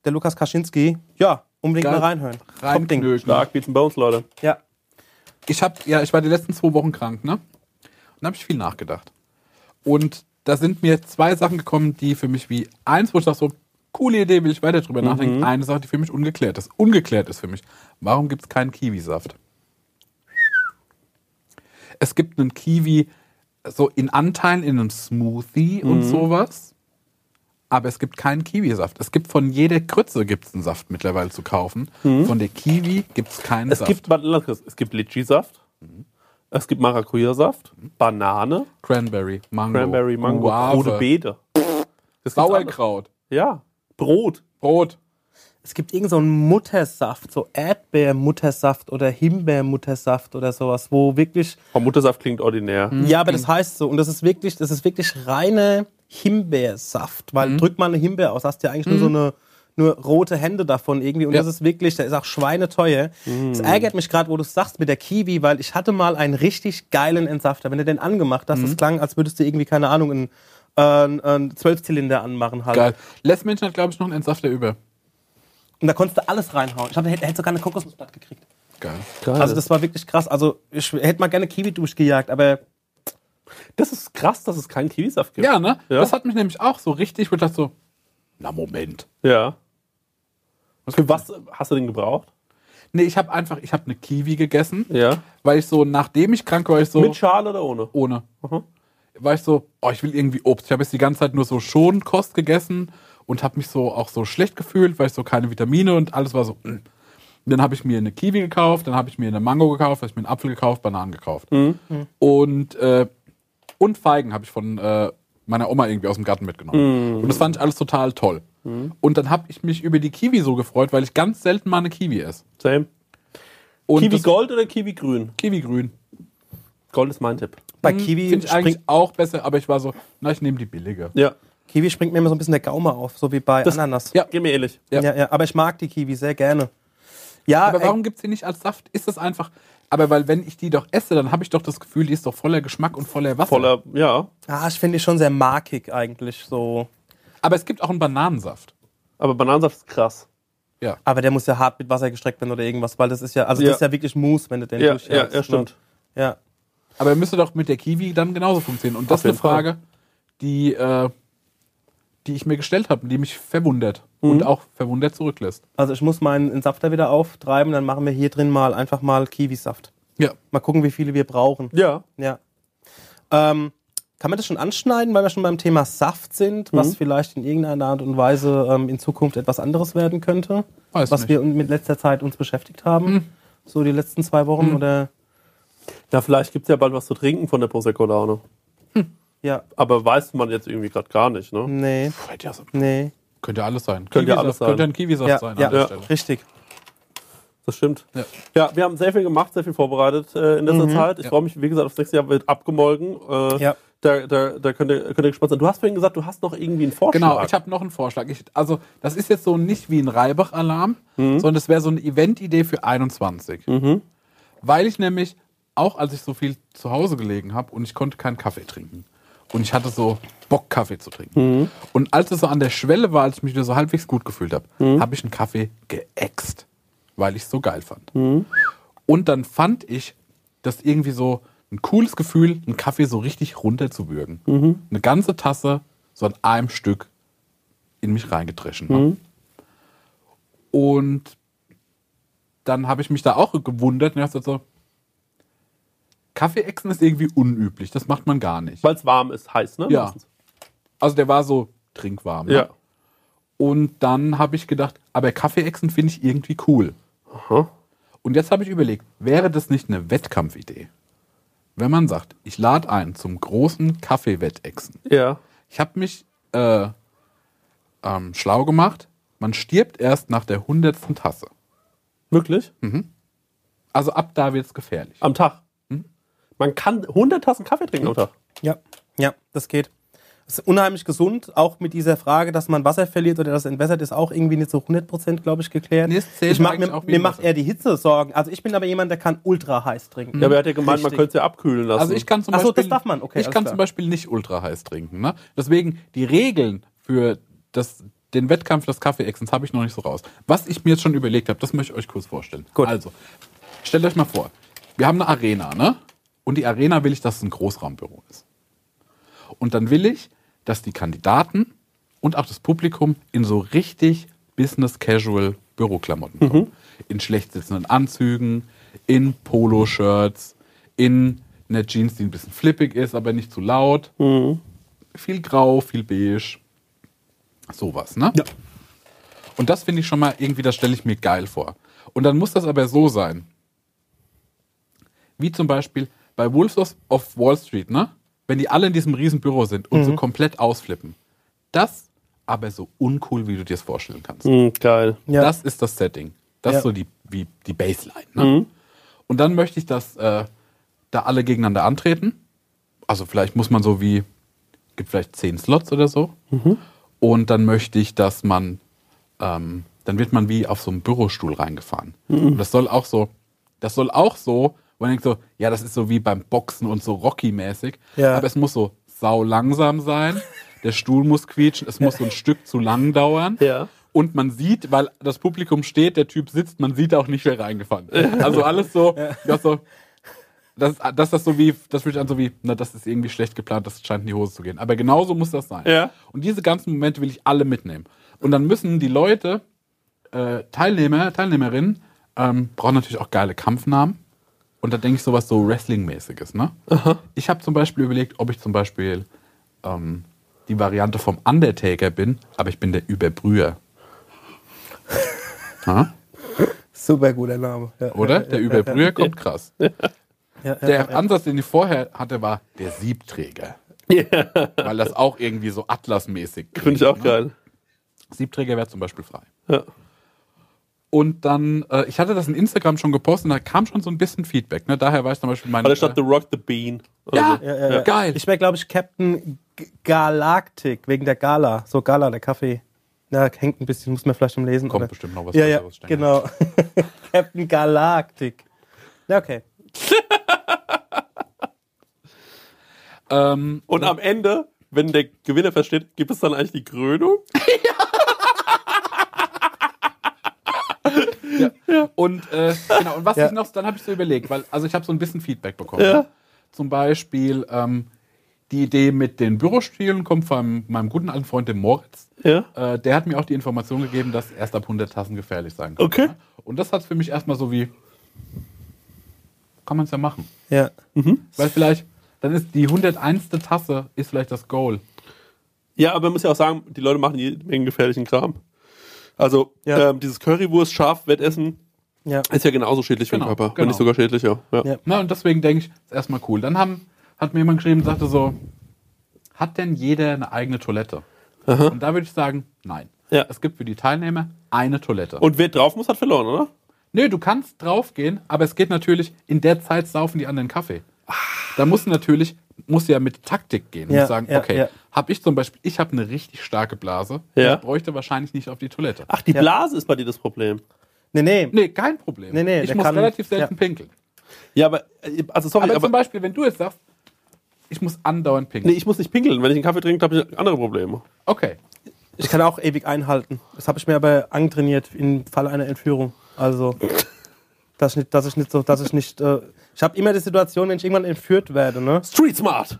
[SPEAKER 2] Der Lukas Kaczynski. Ja, unbedingt
[SPEAKER 4] Geil.
[SPEAKER 2] mal reinhören. Top Ding.
[SPEAKER 4] Reinknöten.
[SPEAKER 1] Stark, Beats and Bones, Leute.
[SPEAKER 2] Ja.
[SPEAKER 4] ich habe ja, ich war die letzten zwei Wochen krank, ne? Und da habe ich viel nachgedacht. Und da sind mir zwei Sachen gekommen, die für mich wie eins, wo ich dachte so, coole Idee, will ich weiter drüber
[SPEAKER 1] Mhm.
[SPEAKER 4] nachdenken. Eine Sache, die für mich ungeklärt ist. Ungeklärt ist für mich. Warum gibt es keinen Kiwisaft? Es gibt einen Kiwi so in Anteilen in einem Smoothie
[SPEAKER 1] Mhm.
[SPEAKER 4] und sowas. Aber es gibt keinen Kiwisaft. Es gibt von jeder Krütze gibt's einen Saft mittlerweile zu kaufen. Von der Kiwi gibt es keinen
[SPEAKER 1] Mhm. Es
[SPEAKER 4] Saft.
[SPEAKER 1] gibt, warte, lass kurz. es gibt Litschi-Saft, es gibt Maracuja-Saft, Banane,
[SPEAKER 4] Cranberry, Mango.
[SPEAKER 1] Cranberry, Mango,
[SPEAKER 4] Guave,
[SPEAKER 1] rote Beete. Das gibt's alles.
[SPEAKER 4] Sauerkraut.
[SPEAKER 1] Ja. Brot.
[SPEAKER 4] Brot.
[SPEAKER 2] Es gibt irgendeinen so einen Muttersaft, so Erdbeermuttersaft oder Himbeermuttersaft oder sowas, wo wirklich.
[SPEAKER 1] Vom Muttersaft klingt ordinär.
[SPEAKER 4] Mhm.
[SPEAKER 2] Ja, aber das heißt so. Und das ist wirklich, das ist wirklich reiner Himbeersaft.
[SPEAKER 4] Mhm.
[SPEAKER 2] Weil drück mal eine Himbeere aus, hast ja eigentlich nur so eine nur rote Hände davon irgendwie. Und
[SPEAKER 4] Ja. Mhm.
[SPEAKER 2] das ist wirklich, der ist auch schweineteuer. Es ärgert mich gerade, wo du sagst mit der Kiwi, weil ich hatte mal einen richtig geilen Entsafter. Wenn du den angemacht hast,
[SPEAKER 4] Mhm.
[SPEAKER 2] das klang, als würdest du irgendwie, keine Ahnung, einen, äh, einen Zwölfzylinder anmachen halt.
[SPEAKER 4] Geil. Letztes Menschen hat, glaube ich, noch einen Entsafter über.
[SPEAKER 2] Und da konntest du alles reinhauen. Ich habe hätte sogar eine Kokosnussblatt gekriegt.
[SPEAKER 4] Geil.
[SPEAKER 2] Also das war wirklich krass. Also ich hätte mal gerne Kiwi durchgejagt, aber
[SPEAKER 1] Das ist krass, dass es keinen Kiwisaft gibt.
[SPEAKER 4] Ja, ne?
[SPEAKER 1] Ja.
[SPEAKER 4] Das hat mich nämlich auch so richtig, wo ich dachte so, na Moment.
[SPEAKER 1] Ja. Für was hast du den gebraucht?
[SPEAKER 4] Nee, ich habe einfach, ich habe eine Kiwi gegessen,
[SPEAKER 1] Ja.
[SPEAKER 4] weil ich so, nachdem ich krank war, ich so,
[SPEAKER 1] Mit Schale oder ohne?
[SPEAKER 4] ohne.
[SPEAKER 2] Mhm.
[SPEAKER 4] War ich so, oh, ich will irgendwie Obst. Ich habe jetzt die ganze Zeit nur so schon Kost gegessen und habe mich so auch so schlecht gefühlt, weil ich so keine Vitamine und alles war so. mm. Dann habe ich mir eine Kiwi gekauft, dann habe ich mir eine Mango gekauft, habe ich mir einen Apfel gekauft, Bananen gekauft.
[SPEAKER 2] Mhm.
[SPEAKER 4] Und, äh, und Feigen habe ich von äh, meiner Oma irgendwie aus dem Garten
[SPEAKER 2] Mhm.
[SPEAKER 4] mitgenommen. Und das fand ich alles total toll. Und dann habe ich mich über die Kiwi so gefreut, weil ich ganz selten mal eine Kiwi esse.
[SPEAKER 1] Same.
[SPEAKER 4] Und
[SPEAKER 1] Kiwi
[SPEAKER 4] das-
[SPEAKER 1] Gold oder Kiwi Grün?
[SPEAKER 4] Kiwi grün.
[SPEAKER 1] Gold ist mein Tipp.
[SPEAKER 2] bei Kiwi
[SPEAKER 4] Finde Mhm, ich eigentlich
[SPEAKER 2] springt,
[SPEAKER 4] auch besser, aber ich war so, na, ich nehme die billige.
[SPEAKER 1] Ja.
[SPEAKER 2] Kiwi springt mir immer so ein bisschen der Gaume auf, so wie bei Ananas.
[SPEAKER 4] ja.
[SPEAKER 1] Geh mir ehrlich.
[SPEAKER 4] ja.
[SPEAKER 2] Ja, ja, aber ich mag die Kiwi sehr gerne. Ja,
[SPEAKER 4] Aber
[SPEAKER 2] Ah, ey,
[SPEAKER 4] warum gibt es die nicht als Saft? Ist das einfach. Aber weil, wenn ich die doch esse, dann habe ich doch das Gefühl, die ist doch voller Geschmack und voller Wasser.
[SPEAKER 1] Voller, ja.
[SPEAKER 2] ah, ich finde die schon sehr markig eigentlich so.
[SPEAKER 4] Aber es gibt auch einen Bananensaft.
[SPEAKER 1] Aber Bananensaft ist krass.
[SPEAKER 2] Aber der muss ja hart mit Wasser gestreckt werden oder irgendwas, weil das ist ja, also
[SPEAKER 1] Ja.
[SPEAKER 2] das ist ja wirklich Mousse, wenn du den
[SPEAKER 1] Ja, ja,
[SPEAKER 2] durchjagst,
[SPEAKER 1] ja, stimmt.
[SPEAKER 2] Ne? Ja.
[SPEAKER 4] Aber er müsste doch mit der Kiwi dann genauso funktionieren. Und das
[SPEAKER 1] Auf
[SPEAKER 4] ist eine
[SPEAKER 1] jeden Fall.
[SPEAKER 4] Frage, die, äh, die ich mir gestellt habe und die mich verwundert
[SPEAKER 1] Mhm.
[SPEAKER 4] und auch verwundert zurücklässt.
[SPEAKER 2] Also ich muss meinen Entsafter wieder auftreiben, dann machen wir hier drin mal einfach mal Kiwisaft.
[SPEAKER 4] Ja.
[SPEAKER 2] Mal gucken, wie viele wir brauchen.
[SPEAKER 1] Ja.
[SPEAKER 2] Ja. Ähm, kann man das schon anschneiden, weil wir schon beim Thema Saft sind,
[SPEAKER 4] Mhm.
[SPEAKER 2] was vielleicht in irgendeiner Art und Weise ähm, in Zukunft etwas anderes werden könnte,
[SPEAKER 4] Weiß
[SPEAKER 2] was
[SPEAKER 4] nicht. Mhm.
[SPEAKER 2] wir mit letzter Zeit uns beschäftigt haben, so die letzten zwei Wochen oder
[SPEAKER 1] Na, vielleicht gibt es ja bald was zu trinken von der Prosecco-Laune.
[SPEAKER 2] ja,
[SPEAKER 1] Aber weiß man jetzt irgendwie gerade gar nicht, ne?
[SPEAKER 2] nee,
[SPEAKER 4] Könnte ja, so,
[SPEAKER 2] nee,
[SPEAKER 4] könnte ja alles sein.
[SPEAKER 1] Könnte ja alles sein.
[SPEAKER 4] Könnte ein Kiwisaft
[SPEAKER 2] ja,
[SPEAKER 4] sein.
[SPEAKER 2] ja,
[SPEAKER 4] an der
[SPEAKER 2] ja,
[SPEAKER 4] Stelle.
[SPEAKER 2] richtig.
[SPEAKER 1] Das stimmt.
[SPEAKER 4] Ja.
[SPEAKER 1] Ja, wir haben sehr viel gemacht, sehr viel vorbereitet äh, in letzter Zeit. Ich
[SPEAKER 4] Mhm. Ja.
[SPEAKER 1] freue mich, wie gesagt, aufs nächste Jahr wird abgemolken. Äh,
[SPEAKER 2] Ja.
[SPEAKER 1] Da, da, da könnt, ihr, könnt ihr gespannt sein. Du hast vorhin gesagt, du hast noch irgendwie einen Vorschlag.
[SPEAKER 4] Genau, ich habe noch einen Vorschlag. Ich, also, das ist jetzt so nicht wie ein Reibach-Alarm, sondern das wäre so eine Event-Idee für 21. Weil ich nämlich, auch als ich so viel zu Hause gelegen habe und ich konnte keinen Kaffee trinken. Und ich hatte so Bock, Kaffee zu trinken. Und als es so an der Schwelle war, als ich mich wieder so halbwegs gut gefühlt habe, habe ich einen Kaffee geäxt, weil ich es so geil fand. Und dann fand ich das irgendwie so ein cooles Gefühl, einen Kaffee so richtig runterzubürgen. Eine ganze Tasse so an einem Stück in mich reingetrischen. Ne? Und dann habe ich mich da auch gewundert und dachte so, Kaffeeechsen ist irgendwie unüblich, das macht man gar nicht.
[SPEAKER 1] Weil es warm ist, heiß, ne?
[SPEAKER 4] Ja.
[SPEAKER 1] Meistens.
[SPEAKER 4] Also der war so trinkwarm. ne?
[SPEAKER 1] Ja.
[SPEAKER 4] Und dann habe ich gedacht, aber Kaffeeechsen finde ich irgendwie cool. Und jetzt habe ich überlegt, wäre das nicht eine Wettkampfidee? Wenn man sagt, ich lade ein zum großen Kaffee-Wettechsen.
[SPEAKER 1] Ja.
[SPEAKER 4] Ich habe mich äh, ähm, schlau gemacht. Man stirbt erst nach der hundertsten Tasse.
[SPEAKER 1] Wirklich?
[SPEAKER 4] Hm. Also ab da wird es gefährlich.
[SPEAKER 1] Am Tag.
[SPEAKER 4] Hm.
[SPEAKER 1] Man kann 100 Tassen Kaffee trinken am Tag.
[SPEAKER 2] Ja, ja, das geht. Das ist unheimlich gesund, auch mit dieser Frage, dass man Wasser verliert oder dass es entwässert ist, auch irgendwie nicht so 100% glaube ich geklärt.
[SPEAKER 4] Nee, es zählt
[SPEAKER 2] ich mag,
[SPEAKER 4] eigentlich
[SPEAKER 2] mir,
[SPEAKER 4] auch wie
[SPEAKER 2] mir macht
[SPEAKER 4] Wasser. Mhm.
[SPEAKER 2] eher die Hitze Sorgen. Also ich bin aber jemand, der kann ultra heiß trinken.
[SPEAKER 1] Ja, aber er hat ja gemeint, man
[SPEAKER 2] Richtig.
[SPEAKER 1] könnte es ja abkühlen lassen.
[SPEAKER 4] Also ich kann zum
[SPEAKER 2] Ach so,
[SPEAKER 4] Beispiel,
[SPEAKER 2] das darf man. Okay,
[SPEAKER 4] ich
[SPEAKER 2] alles
[SPEAKER 4] kann
[SPEAKER 2] klar.
[SPEAKER 4] zum Beispiel nicht ultra heiß trinken. Ne? Deswegen die Regeln für das, den Wettkampf des Kaffeeexens habe ich noch nicht so raus. Was ich mir jetzt schon überlegt habe, das möchte ich euch kurz vorstellen.
[SPEAKER 2] Gut.
[SPEAKER 4] Also stellt euch mal vor, wir haben eine Arena, ne? Und die Arena will ich, dass es ein Großraumbüro ist. Und dann will ich, dass die Kandidaten und auch das Publikum in so richtig Business Casual Büroklamotten kommen. In schlecht sitzenden Anzügen, in Poloshirts, in einer Jeans, die ein bisschen flippig ist, aber nicht zu laut. Viel grau, viel beige. Sowas, ne? Ja. Und das finde ich schon mal irgendwie, das stelle ich mir geil vor. Und dann muss das aber so sein. Wie zum Beispiel bei Wolves of- of Wall Street, ne? Wenn die alle in diesem Riesenbüro sind und so komplett ausflippen. Das aber so uncool, wie du dir es vorstellen kannst.
[SPEAKER 1] Mhm, geil.
[SPEAKER 2] Ja.
[SPEAKER 4] Das ist das Setting.
[SPEAKER 2] Ja.
[SPEAKER 4] Das
[SPEAKER 2] Mhm.
[SPEAKER 4] ist so die, wie, die Baseline. Ne? Und dann möchte ich, dass äh, da alle gegeneinander antreten. Also vielleicht muss man so wie, gibt vielleicht zehn Slots oder so.
[SPEAKER 2] Mhm.
[SPEAKER 4] Und dann möchte ich, dass man, ähm, dann wird man wie auf so einem Bürostuhl reingefahren.
[SPEAKER 2] Mhm.
[SPEAKER 4] Und das soll auch so, das soll auch so, wo man denkt so, ja, das ist so wie beim Boxen und so Rocky-mäßig.
[SPEAKER 2] Ja.
[SPEAKER 4] Aber es muss so sau langsam sein. Der Stuhl muss quietschen, es muss so ein Stück zu lang dauern.
[SPEAKER 1] Ja.
[SPEAKER 4] Und man sieht, weil das Publikum steht, der Typ sitzt, man sieht auch nicht, wer reingefahren ist. Also alles so, das so. Das, das, das so wie, das fühlt sich an so wie, na, das ist irgendwie schlecht geplant, das scheint in die Hose zu gehen. Aber genauso muss das sein.
[SPEAKER 1] Ja.
[SPEAKER 4] Und diese ganzen Momente will ich alle mitnehmen. Und dann müssen die Leute, äh, Teilnehmer, Teilnehmerinnen, ähm, brauchen natürlich auch geile Kampfnamen. Und da denke ich sowas so Wrestling-mäßiges, ne? Ich habe zum Beispiel überlegt, ob ich zum Beispiel ähm, die Variante vom Undertaker bin, aber ich bin der Überbrüher. Ha?
[SPEAKER 2] Super guter Name. Ja,
[SPEAKER 4] Oder?
[SPEAKER 2] Ja,
[SPEAKER 4] der
[SPEAKER 2] ja,
[SPEAKER 4] Überbrüher kommt krass.
[SPEAKER 2] ja, ja,
[SPEAKER 4] Der Ansatz, den ich vorher hatte, war der Siebträger. Weil das auch irgendwie so atlasmäßig ne?
[SPEAKER 1] Finde ich auch geil.
[SPEAKER 4] Siebträger wäre zum Beispiel frei.
[SPEAKER 1] Ja.
[SPEAKER 4] Und dann, äh, ich hatte das in Instagram schon gepostet und da kam schon so ein bisschen Feedback. Ne? Daher war ich zum Beispiel mein. äh,
[SPEAKER 1] Oder statt The Rock, The Bean. Oder
[SPEAKER 4] ja,
[SPEAKER 1] so.
[SPEAKER 2] ja, ja, ja.
[SPEAKER 4] geil.
[SPEAKER 2] Ich wäre, glaube ich, Captain G- Galactic wegen der Gala. So Gala, der Kaffee. Na, hängt ein bisschen, muss man vielleicht im Lesen.
[SPEAKER 4] Kommt
[SPEAKER 2] oder?
[SPEAKER 4] bestimmt noch was
[SPEAKER 2] Ja, ja,
[SPEAKER 4] Besseres, denke ich.
[SPEAKER 2] genau. Captain Galactic. Na, okay.
[SPEAKER 4] ähm,
[SPEAKER 1] Und am Ende, wenn der Gewinner versteht, gibt es dann eigentlich die Krönung?
[SPEAKER 4] Und äh, genau, und was
[SPEAKER 2] Ja.
[SPEAKER 4] ich noch, dann habe ich so überlegt, weil, also ich habe so ein bisschen Feedback bekommen. ne? Zum Beispiel ähm, die Idee mit den Bürostühlen kommt von meinem guten alten Freund, dem Moritz.
[SPEAKER 1] Ja.
[SPEAKER 4] Äh, der hat mir auch die Information gegeben, dass erst ab 100 Tassen gefährlich sein kann.
[SPEAKER 1] Okay.
[SPEAKER 4] ne? Und das hat für mich erstmal so wie, kann man es ja machen.
[SPEAKER 2] Ja.
[SPEAKER 4] Weil vielleicht, dann ist die 101. Tasse ist vielleicht das Goal.
[SPEAKER 1] Ja, aber man muss ja auch sagen, die Leute machen jede Menge gefährlichen Kram. Also,
[SPEAKER 2] Ja.
[SPEAKER 1] ähm, dieses Currywurst, Schaf, Wettessen
[SPEAKER 2] Ja.
[SPEAKER 1] ist ja genauso schädlich für
[SPEAKER 4] Genau,
[SPEAKER 1] den Körper, wenn
[SPEAKER 4] genau.
[SPEAKER 1] nicht sogar schädlicher. Ja.
[SPEAKER 2] Ja.
[SPEAKER 4] Na, und deswegen denke ich, ist erstmal cool. Dann haben, hat mir jemand geschrieben, sagte so, hat denn jeder eine eigene Toilette? Und da würde ich sagen, nein.
[SPEAKER 1] Ja.
[SPEAKER 4] Es gibt für die Teilnehmer eine Toilette.
[SPEAKER 1] Und wer drauf muss, hat verloren, oder?
[SPEAKER 4] Nö, du kannst draufgehen, aber es geht natürlich, in der Zeit saufen die anderen Kaffee. Da muss natürlich, muss ja mit Taktik gehen.
[SPEAKER 2] Ja,
[SPEAKER 4] und sagen,
[SPEAKER 2] ja,
[SPEAKER 4] okay,
[SPEAKER 2] ja.
[SPEAKER 4] habe ich zum Beispiel, ich habe eine richtig starke Blase,
[SPEAKER 1] Ja.
[SPEAKER 4] ich bräuchte wahrscheinlich nicht auf die Toilette.
[SPEAKER 1] Ach, die
[SPEAKER 2] Ja.
[SPEAKER 1] Blase ist bei dir das Problem.
[SPEAKER 2] Nee, nee.
[SPEAKER 4] Nee, kein Problem.
[SPEAKER 2] Nee, nee,
[SPEAKER 4] ich
[SPEAKER 2] der
[SPEAKER 4] muss
[SPEAKER 2] kann-
[SPEAKER 4] relativ selten
[SPEAKER 2] ja.
[SPEAKER 4] pinkeln.
[SPEAKER 1] Ja, aber, äh, also sorry,
[SPEAKER 4] Aber,
[SPEAKER 1] aber,
[SPEAKER 4] zum Beispiel, wenn du jetzt sagst, ich muss andauernd pinkeln.
[SPEAKER 1] nee, ich muss nicht pinkeln. Wenn ich einen Kaffee trinke, habe ich andere Probleme.
[SPEAKER 4] Okay.
[SPEAKER 2] Ich kann auch ewig einhalten. Das habe ich mir aber angetrainiert im Fall einer Entführung. Also, dass ich nicht, dass ich nicht so, dass ich nicht. Äh, ich habe immer die Situation, wenn ich irgendwann entführt werde, ne?
[SPEAKER 1] Street Smart!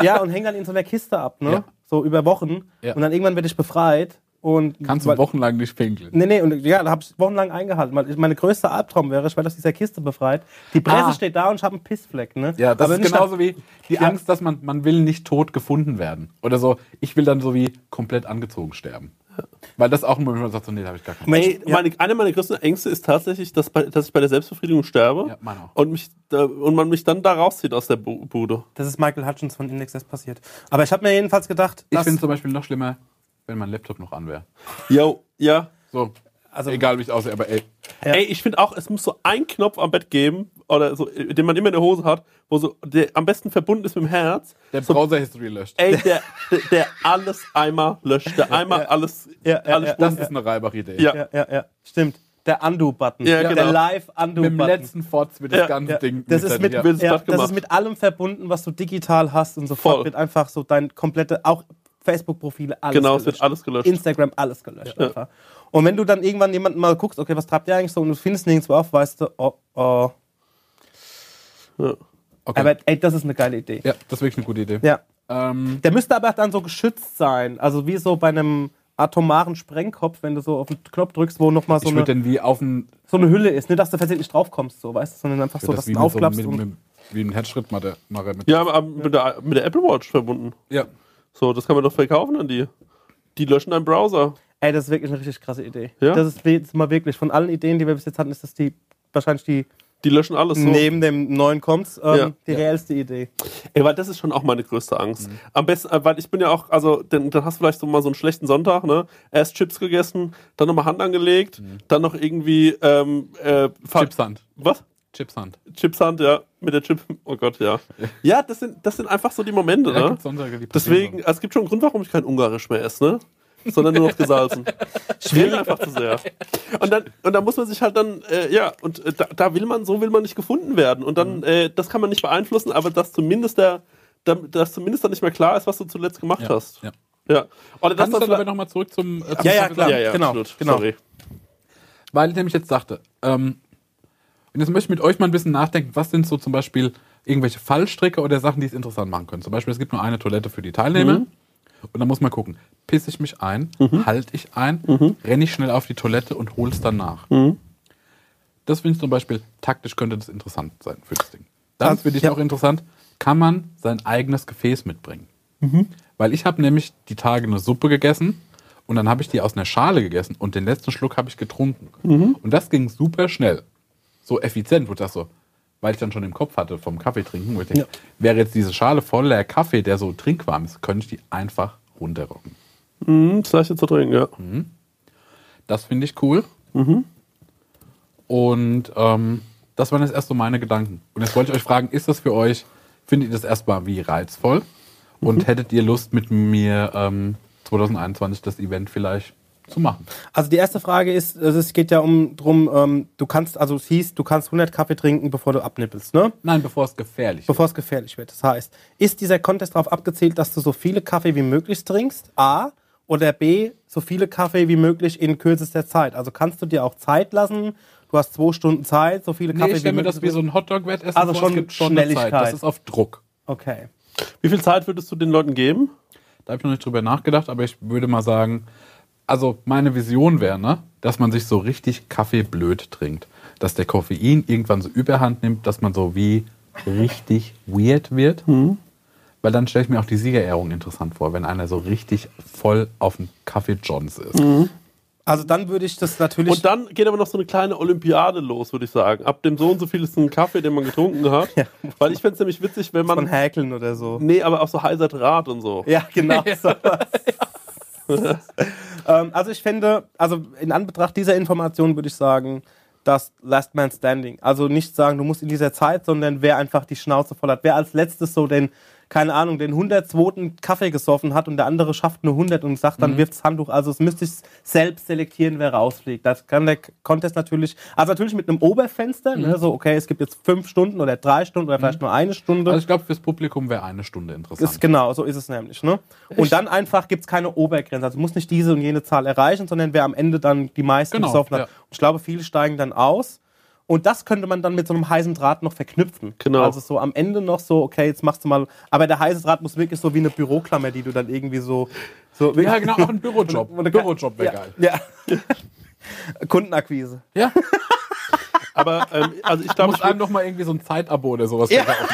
[SPEAKER 2] Ja, und hänge dann in so einer Kiste ab, ne?
[SPEAKER 4] Ja.
[SPEAKER 2] So über Wochen.
[SPEAKER 4] Ja.
[SPEAKER 2] Und dann irgendwann werde ich befreit. Und
[SPEAKER 4] Kannst du
[SPEAKER 2] weil-
[SPEAKER 4] wochenlang nicht pinkeln.
[SPEAKER 2] Nee, nee, und ja, da habe ich wochenlang eingehalten. weil ich- Meine größte Albtraum wäre, ich werde aus dieser Kiste befreit. Die Presse
[SPEAKER 4] Ah.
[SPEAKER 2] steht da und ich habe einen Pissfleck, ne?
[SPEAKER 4] Ja, das ist
[SPEAKER 2] nicht
[SPEAKER 4] genauso wie die Angst, dass man, man will nicht tot gefunden werden. Oder so, ich will dann so wie komplett angezogen sterben. Weil das auch immer, wenn man sagt, so, nee, da habe ich gar keinen
[SPEAKER 2] Mensch,
[SPEAKER 1] Ey,
[SPEAKER 2] ja.
[SPEAKER 1] meine, eine meiner größten Ängste ist tatsächlich, dass, bei, dass ich bei der Selbstbefriedigung sterbe
[SPEAKER 4] Ja, meine auch.
[SPEAKER 1] und, mich, da, und man mich dann da rauszieht aus der Bu- Bude.
[SPEAKER 2] Das ist Michael Hutchins von Index S passiert. Aber ich habe mir jedenfalls gedacht,
[SPEAKER 4] Ich
[SPEAKER 2] dass,
[SPEAKER 4] finde zum Beispiel noch schlimmer, wenn mein Laptop noch an wäre.
[SPEAKER 1] Jo, ja.
[SPEAKER 4] So,
[SPEAKER 2] also,
[SPEAKER 4] egal wie ich aussehe, aber ey,
[SPEAKER 1] Ey, ich finde auch, es muss so einen Knopf am Bett geben, oder so, den man immer in der Hose hat, wo so, der am besten verbunden ist mit dem Herz.
[SPEAKER 4] der Browser-History löscht.
[SPEAKER 1] Ey, der, der, der alles einmal löscht, der einmal alles,
[SPEAKER 2] Ja, ja,
[SPEAKER 1] alles
[SPEAKER 2] ja.
[SPEAKER 4] Das ist eine Reibach-Idee.
[SPEAKER 1] Ja.
[SPEAKER 2] Ja, ja, ja. Stimmt. Der Undo-Button.
[SPEAKER 1] Ja,
[SPEAKER 2] Der
[SPEAKER 1] genau.
[SPEAKER 2] Live-Undo-Button.
[SPEAKER 4] Mit dem letzten Forts wird das
[SPEAKER 1] Ja,
[SPEAKER 4] ganze
[SPEAKER 2] ja.
[SPEAKER 4] Ding
[SPEAKER 2] Das, ist mit,
[SPEAKER 4] ja.
[SPEAKER 1] Willst du
[SPEAKER 2] ja,
[SPEAKER 1] was
[SPEAKER 2] das
[SPEAKER 1] gemacht?
[SPEAKER 2] ist mit allem verbunden, was du digital hast und sofort
[SPEAKER 1] Voll.
[SPEAKER 2] wird einfach so dein komplette, auch Facebook-Profile, alles
[SPEAKER 1] Genau, es wird alles gelöscht.
[SPEAKER 2] Instagram, alles gelöscht. Einfach. Und wenn du dann irgendwann jemanden mal guckst, okay, was treibt der eigentlich so und du findest nirgendwo auf, weißt du, oh, oh.
[SPEAKER 4] Okay.
[SPEAKER 2] Aber ey, das ist eine geile Idee.
[SPEAKER 4] ja, das ist wirklich eine gute Idee.
[SPEAKER 2] Ja.
[SPEAKER 4] Ähm,
[SPEAKER 2] Der müsste aber dann so geschützt sein, also wie so bei einem atomaren Sprengkopf, wenn du so auf den Knopf drückst, wo nochmal so
[SPEAKER 4] ich würde
[SPEAKER 2] eine,
[SPEAKER 4] dann wie auf ein,
[SPEAKER 2] so eine Hülle ist, nicht, dass du versehentlich draufkommst, so, weißt du, sondern einfach so, dass
[SPEAKER 4] das
[SPEAKER 2] du
[SPEAKER 4] wie,
[SPEAKER 2] ihn
[SPEAKER 4] mit so,
[SPEAKER 2] aufklappst.
[SPEAKER 4] mit,
[SPEAKER 2] und-
[SPEAKER 4] mit, wie ein Herzschritt mache. mache mit.
[SPEAKER 1] Ja, aber ähm, mit der, mit der Apple Watch verbunden.
[SPEAKER 4] ja.
[SPEAKER 1] So, das kann man doch verkaufen an die. Die löschen deinen Browser.
[SPEAKER 2] Ey, das ist wirklich eine richtig krasse Idee.
[SPEAKER 1] Ja?
[SPEAKER 2] Das ist jetzt mal wirklich, von allen Ideen, die wir bis jetzt hatten, ist das die wahrscheinlich die,
[SPEAKER 1] Die löschen alles so.
[SPEAKER 2] Neben dem neuen kommt's. Ähm,
[SPEAKER 1] Ja.
[SPEAKER 2] Die reellste Idee.
[SPEAKER 1] Ey, weil das ist schon auch meine größte Angst.
[SPEAKER 4] Mhm.
[SPEAKER 1] Am besten, äh, weil ich bin ja auch, also dann, dann hast du vielleicht so mal so einen schlechten Sonntag, ne? Erst Chips gegessen, dann nochmal Hand angelegt, dann noch irgendwie ähm, äh, Fa-
[SPEAKER 4] Mhm. Chipshand.
[SPEAKER 1] Was?
[SPEAKER 4] Chipshand.
[SPEAKER 1] Chipshand, ja. Mit der Chip. Oh Gott, ja. Ja, das sind, das sind einfach so die Momente,
[SPEAKER 4] Da
[SPEAKER 1] ne?
[SPEAKER 4] gibt's Sonntage, die passieren
[SPEAKER 1] Deswegen, es gibt schon einen Grund, warum ich kein Ungarisch mehr esse, ne? Sondern nur noch gesalzen. Schwierig einfach zu sehr. Und dann, und dann muss man sich halt dann, äh, ja, und äh, da, da will man, so will man nicht gefunden werden. Und
[SPEAKER 4] Mhm.
[SPEAKER 1] dann, äh, das kann man nicht beeinflussen, aber dass zumindest der, da- dass zumindest dann nicht mehr klar ist, was du zuletzt gemacht
[SPEAKER 4] Ja,
[SPEAKER 1] hast.
[SPEAKER 4] ja.
[SPEAKER 1] Ja. Oder das
[SPEAKER 4] Kannst
[SPEAKER 1] dann
[SPEAKER 4] du dann aber
[SPEAKER 1] vielleicht,
[SPEAKER 4] nochmal zurück zum, äh, zum
[SPEAKER 2] Ja, ja,
[SPEAKER 4] Kaffee
[SPEAKER 2] klar.
[SPEAKER 4] sagen?
[SPEAKER 1] ja, ja,
[SPEAKER 2] Genau,
[SPEAKER 1] absolut.
[SPEAKER 2] genau.
[SPEAKER 1] Sorry.
[SPEAKER 4] Weil ich nämlich jetzt dachte, ähm, und jetzt möchte ich mit euch mal ein bisschen nachdenken, was sind so zum Beispiel irgendwelche Fallstricke oder Sachen, die es interessant machen können. Zum Beispiel, es gibt nur eine Toilette für die Teilnehmer.
[SPEAKER 2] Mhm.
[SPEAKER 4] Und dann muss man gucken, pisse ich mich ein, halte ich ein,
[SPEAKER 2] Mhm.
[SPEAKER 4] renne ich schnell auf die Toilette und hol's dann nach. Das finde ich zum Beispiel, taktisch könnte das interessant sein für das Ding. Dann
[SPEAKER 2] Das-
[SPEAKER 4] finde ich
[SPEAKER 2] ja.
[SPEAKER 4] auch interessant, kann man sein eigenes Gefäß mitbringen.
[SPEAKER 2] Mhm.
[SPEAKER 4] Weil ich habe nämlich die Tage eine Suppe gegessen und dann habe ich die aus einer Schale gegessen und den letzten Schluck habe ich getrunken.
[SPEAKER 2] Mhm.
[SPEAKER 4] Und das ging super schnell. So effizient, wo ich das so, weil ich dann schon im Kopf hatte vom Kaffee trinken, wo ich denke, wäre jetzt diese Schale voller Kaffee, der so trinkwarm ist, könnte ich die einfach runterrocken.
[SPEAKER 1] Hm, das Gleiche zu trinken, ja.
[SPEAKER 4] Mhm. Das finde ich cool.
[SPEAKER 2] Mhm.
[SPEAKER 4] Und ähm, das waren jetzt erst so meine Gedanken. Und jetzt wollte ich euch fragen, ist das für euch, findet ihr das erstmal wie reizvoll?
[SPEAKER 2] Mhm.
[SPEAKER 4] Und hättet ihr Lust mit mir ähm, 2021 das Event vielleicht zu machen?
[SPEAKER 2] Also die erste Frage ist, also es geht ja um drum, ähm, du kannst, also es hieß, du kannst 100 Kaffee trinken, bevor du abnippelst, ne?
[SPEAKER 4] Nein, bevor es gefährlich
[SPEAKER 2] Bevor es gefährlich wird. Das heißt, ist dieser Contest darauf abgezielt, dass du so viele Kaffee wie möglich trinkst? A. Oder B. So viele Kaffee wie möglich in kürzester Zeit. Also kannst du dir auch Zeit lassen. Du hast zwei Stunden Zeit, so viele
[SPEAKER 4] wird.
[SPEAKER 2] Kaffee
[SPEAKER 4] Nee, ich stelle mir das wie so ein Hotdog-Wettessen
[SPEAKER 2] Also schon
[SPEAKER 4] es gibt schon eine Zeit.
[SPEAKER 2] Schnelligkeit.
[SPEAKER 4] Das ist auf Druck.
[SPEAKER 2] Okay.
[SPEAKER 1] Wie viel Zeit würdest du den Leuten geben?
[SPEAKER 4] Da habe ich noch nicht drüber nachgedacht, aber ich würde mal sagen, also meine Vision wäre, ne, dass man sich so richtig Kaffee blöd trinkt. Dass der Koffein irgendwann so überhand nimmt, dass man so wie richtig weird wird. Weil dann stelle ich mir auch die Siegerehrung interessant vor, wenn einer so richtig voll auf dem Kaffee Johns ist.
[SPEAKER 2] Also dann würde ich das natürlich.
[SPEAKER 1] Und dann geht aber noch so eine kleine Olympiade los, würde ich sagen. Ab dem so und so viel ist ein Kaffee, den man getrunken hat. Weil ich fände es nämlich witzig, wenn
[SPEAKER 2] von
[SPEAKER 1] man.
[SPEAKER 2] häkeln oder so.
[SPEAKER 1] Nee, aber auch so heiser Draht und so.
[SPEAKER 2] Ja, genau. sowas. ähm, also ich finde, also in Anbetracht dieser Information würde ich sagen, dass Last Man Standing. Also nicht sagen, du musst in dieser Zeit, sondern wer einfach die Schnauze voll hat. Wer als letztes so den, keine Ahnung, den 102. Kaffee gesoffen hat und der andere schafft nur 100 und sagt, dann wirft's Handtuch. Also es müsste ich selbst selektieren, wer rausfliegt. Das kann der Contest natürlich, also natürlich mit einem Oberfenster, ne, so okay, es gibt jetzt fünf Stunden oder drei Stunden oder vielleicht nur eine Stunde.
[SPEAKER 4] Also ich glaube, fürs Publikum wäre eine Stunde interessant.
[SPEAKER 2] Ist, genau, so ist es nämlich. Ne? Und dann einfach gibt es keine Obergrenze. Also muss nicht diese und jene Zahl erreichen, sondern wer am Ende dann die meisten
[SPEAKER 4] Genau,
[SPEAKER 2] gesoffen hat.
[SPEAKER 4] ja.
[SPEAKER 2] Und ich glaube, viele steigen dann aus. Und das könnte man dann mit so einem heißen Draht noch verknüpfen.
[SPEAKER 1] Genau.
[SPEAKER 2] Also so am Ende noch so, okay, jetzt machst du mal. Aber der heiße Draht muss wirklich so wie eine Büroklammer, die du dann irgendwie so. so
[SPEAKER 4] ja, genau, auch ein Bürojob. Ein Bürojob wäre
[SPEAKER 2] ja,
[SPEAKER 4] geil.
[SPEAKER 2] ja. Kundenakquise.
[SPEAKER 4] Ja,
[SPEAKER 1] Aber ähm, also ich
[SPEAKER 4] da
[SPEAKER 1] glaube,
[SPEAKER 4] muss einem noch mal irgendwie so ein Zeitabo oder sowas verkaufen.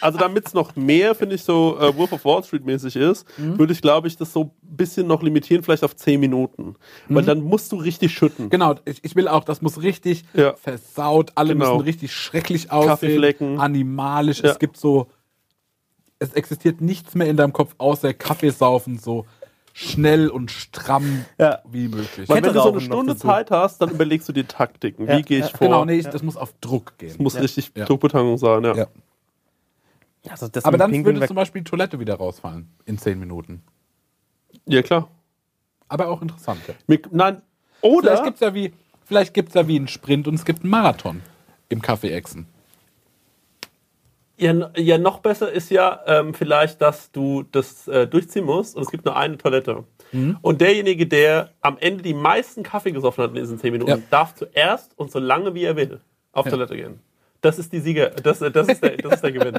[SPEAKER 1] also damit es noch mehr, finde ich, so äh, Wolf of Wall Street mäßig ist,
[SPEAKER 4] Mhm.
[SPEAKER 1] würde ich, glaube ich, das so ein bisschen noch limitieren, vielleicht auf 10 Minuten. Weil dann musst du richtig schütten.
[SPEAKER 4] Mhm. Genau, ich, ich will auch, das muss richtig
[SPEAKER 1] Ja.
[SPEAKER 4] versaut, alle
[SPEAKER 1] Genau.
[SPEAKER 4] müssen richtig schrecklich aussehen,
[SPEAKER 1] Kaffeeflecken.
[SPEAKER 4] animalisch,
[SPEAKER 1] Ja.
[SPEAKER 4] es gibt so, es existiert nichts mehr in deinem Kopf, außer Kaffeesaufen, so schnell und stramm
[SPEAKER 2] Ja.
[SPEAKER 4] wie möglich.
[SPEAKER 1] Weil wenn du so eine
[SPEAKER 2] Kettenrauchen noch
[SPEAKER 1] Stunde
[SPEAKER 2] dazu.
[SPEAKER 1] Zeit hast, dann überlegst du die Taktiken.
[SPEAKER 2] Ja,
[SPEAKER 1] Wie gehe ich vor?
[SPEAKER 4] genau, nee, ich, das muss auf Druck gehen.
[SPEAKER 1] Muss richtig
[SPEAKER 4] Ja.
[SPEAKER 1] Druckbetankung sein, ja.
[SPEAKER 4] Ja.
[SPEAKER 2] Also das
[SPEAKER 4] Aber
[SPEAKER 2] mit
[SPEAKER 4] dann
[SPEAKER 2] Pinkeln
[SPEAKER 4] würde
[SPEAKER 2] weg-
[SPEAKER 4] zum Beispiel die Toilette wieder rausfallen in zehn Minuten.
[SPEAKER 1] Ja, klar.
[SPEAKER 4] Aber auch interessant. Ja.
[SPEAKER 1] Mir, nein, oder.
[SPEAKER 4] Vielleicht gibt es ja wie, vielleicht gibt's ja wie einen Sprint und es gibt einen Marathon im Kaffee-Echsen.
[SPEAKER 1] Ja, n- ja, noch besser ist ja ähm, vielleicht, dass du das äh, durchziehen musst und es gibt nur eine Toilette. Und derjenige, der am Ende die meisten Kaffee gesoffen hat in diesen 10 Minuten,
[SPEAKER 4] Ja.
[SPEAKER 1] darf zuerst und so lange wie er will auf Toilette gehen. Das ist die Sieger, das, äh, das, ist, der, das ist der Gewinn.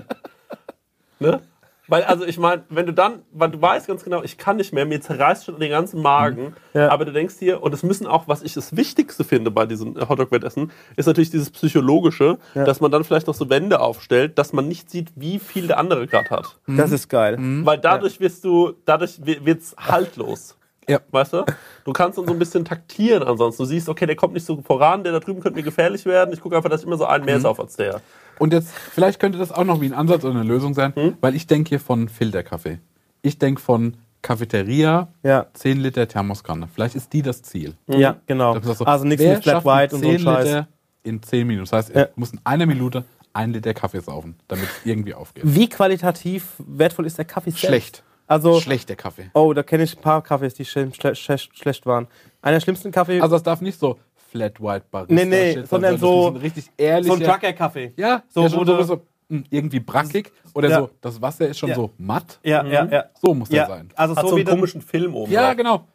[SPEAKER 1] Ne? Weil, also ich meine, wenn du dann, weil du weißt ganz genau, ich kann nicht mehr, mir zerreißt schon den ganzen Magen, aber du denkst dir, und es müssen auch, was ich das Wichtigste finde bei diesem äh, Hotdog-Wettessen, ist natürlich dieses Psychologische, dass man dann vielleicht noch so Wände aufstellt, dass man nicht sieht, wie viel
[SPEAKER 2] Hm?
[SPEAKER 1] der andere gerade hat.
[SPEAKER 4] Hm.
[SPEAKER 2] Das ist geil.
[SPEAKER 1] Weil dadurch wirst du, dadurch wird es haltlos.
[SPEAKER 4] Ja.
[SPEAKER 1] Weißt du? Du kannst dann so ein bisschen taktieren ansonsten. Du siehst, okay, der kommt nicht so voran, der da drüben könnte mir gefährlich werden. Ich gucke einfach, dass ich immer so einen mehr sauf als der.
[SPEAKER 4] Und jetzt, vielleicht könnte das auch noch wie ein Ansatz oder eine Lösung sein,
[SPEAKER 2] Hm?
[SPEAKER 4] weil ich denke hier von Filterkaffee. Ich denke von Cafeteria,
[SPEAKER 2] Ja.
[SPEAKER 4] 10 Liter Thermoskanne. Vielleicht ist die das Ziel.
[SPEAKER 2] Ja, genau.
[SPEAKER 4] Da bist du auch so,
[SPEAKER 2] also nichts
[SPEAKER 4] wer
[SPEAKER 2] mit Flat
[SPEAKER 4] schafft
[SPEAKER 2] White und so ein
[SPEAKER 4] 10
[SPEAKER 2] Scheiß.
[SPEAKER 4] Liter In 10 Minuten. Das heißt,
[SPEAKER 2] Ja.
[SPEAKER 4] ich muss in einer Minute ein Liter Kaffee saufen, damit es irgendwie aufgeht.
[SPEAKER 2] Wie qualitativ wertvoll ist der Kaffee selbst?
[SPEAKER 4] Schlecht.
[SPEAKER 2] Also,
[SPEAKER 4] Schlecht, der Kaffee.
[SPEAKER 2] oh, da kenne ich ein paar Kaffees, die schle schle schle schlecht waren. Einer der schlimmsten Kaffee,
[SPEAKER 4] Also es darf nicht so Flat White Barista
[SPEAKER 2] Nee, nee,
[SPEAKER 4] shit sein,
[SPEAKER 2] sondern
[SPEAKER 4] das muss
[SPEAKER 2] so-
[SPEAKER 4] ein richtig ehrlicher.
[SPEAKER 2] Trucker-Kaffee.
[SPEAKER 4] Ja,
[SPEAKER 2] So,
[SPEAKER 4] der schon
[SPEAKER 2] wo
[SPEAKER 4] so,
[SPEAKER 2] du-
[SPEAKER 4] so mh, irgendwie brackig oder
[SPEAKER 2] Ja.
[SPEAKER 4] so. Das Wasser ist schon
[SPEAKER 2] Ja.
[SPEAKER 4] so matt.
[SPEAKER 2] Ja, ja, ja.
[SPEAKER 4] So muss der
[SPEAKER 2] ja.
[SPEAKER 4] sein.
[SPEAKER 2] Also,
[SPEAKER 1] Mhm. Hat so,
[SPEAKER 2] so wie
[SPEAKER 1] einen
[SPEAKER 2] das,
[SPEAKER 1] komischen Film oben.
[SPEAKER 4] Ja,
[SPEAKER 1] drauf.
[SPEAKER 4] genau.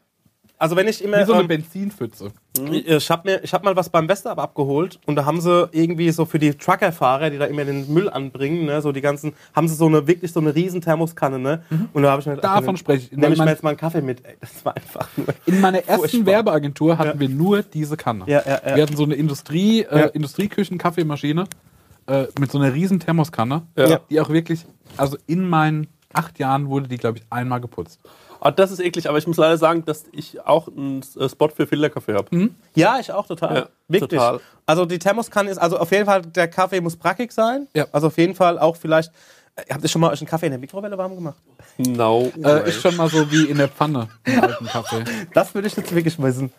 [SPEAKER 2] also wenn ich immer.
[SPEAKER 4] Wie so eine
[SPEAKER 2] ähm,
[SPEAKER 4] Benzinpfütze.
[SPEAKER 2] Ich habe mir, ich hab mal was beim Westab abgeholt und da haben sie irgendwie so für die Truckerfahrer, die da immer den Müll anbringen, ne, so die ganzen, haben sie so eine wirklich so eine riesen Thermoskanne, ne? Und da habe ich mir gedacht,
[SPEAKER 4] Mhm. Davon
[SPEAKER 2] ach,
[SPEAKER 4] spreche ich.
[SPEAKER 2] Nehme ich
[SPEAKER 4] Wenn
[SPEAKER 2] mir
[SPEAKER 4] man-
[SPEAKER 2] jetzt mal einen Kaffee mit. Ey, das war einfach nur.
[SPEAKER 4] In meiner ersten
[SPEAKER 2] Furchtbar.
[SPEAKER 4] Werbeagentur hatten wir nur diese Kanne.
[SPEAKER 2] Ja, ja, ja.
[SPEAKER 4] Wir hatten so eine Industrie, äh,
[SPEAKER 2] Ja.
[SPEAKER 4] Industrieküchen-Kaffeemaschine äh, mit so einer riesen Thermoskanne,
[SPEAKER 1] Ja.
[SPEAKER 4] die auch wirklich, also in meinen acht Jahren wurde die, glaube ich, einmal geputzt.
[SPEAKER 1] Ah, das ist eklig, aber ich muss leider sagen, dass ich auch einen äh, Spot für Filterkaffee habe.
[SPEAKER 2] Ja, ich auch total.
[SPEAKER 1] Ja,
[SPEAKER 2] Wirklich.
[SPEAKER 1] total.
[SPEAKER 2] Also die Thermoskanne ist, also auf jeden Fall, der Kaffee muss brackig sein.
[SPEAKER 4] Ja.
[SPEAKER 2] Also auf jeden Fall auch vielleicht. äh, Habt ihr schon mal euch einen Kaffee in der Mikrowelle warm gemacht?
[SPEAKER 1] No.
[SPEAKER 4] Äh, ist schon mal so wie in der Pfanne, im alten Kaffee.
[SPEAKER 2] Das würde ich jetzt wirklich wissen.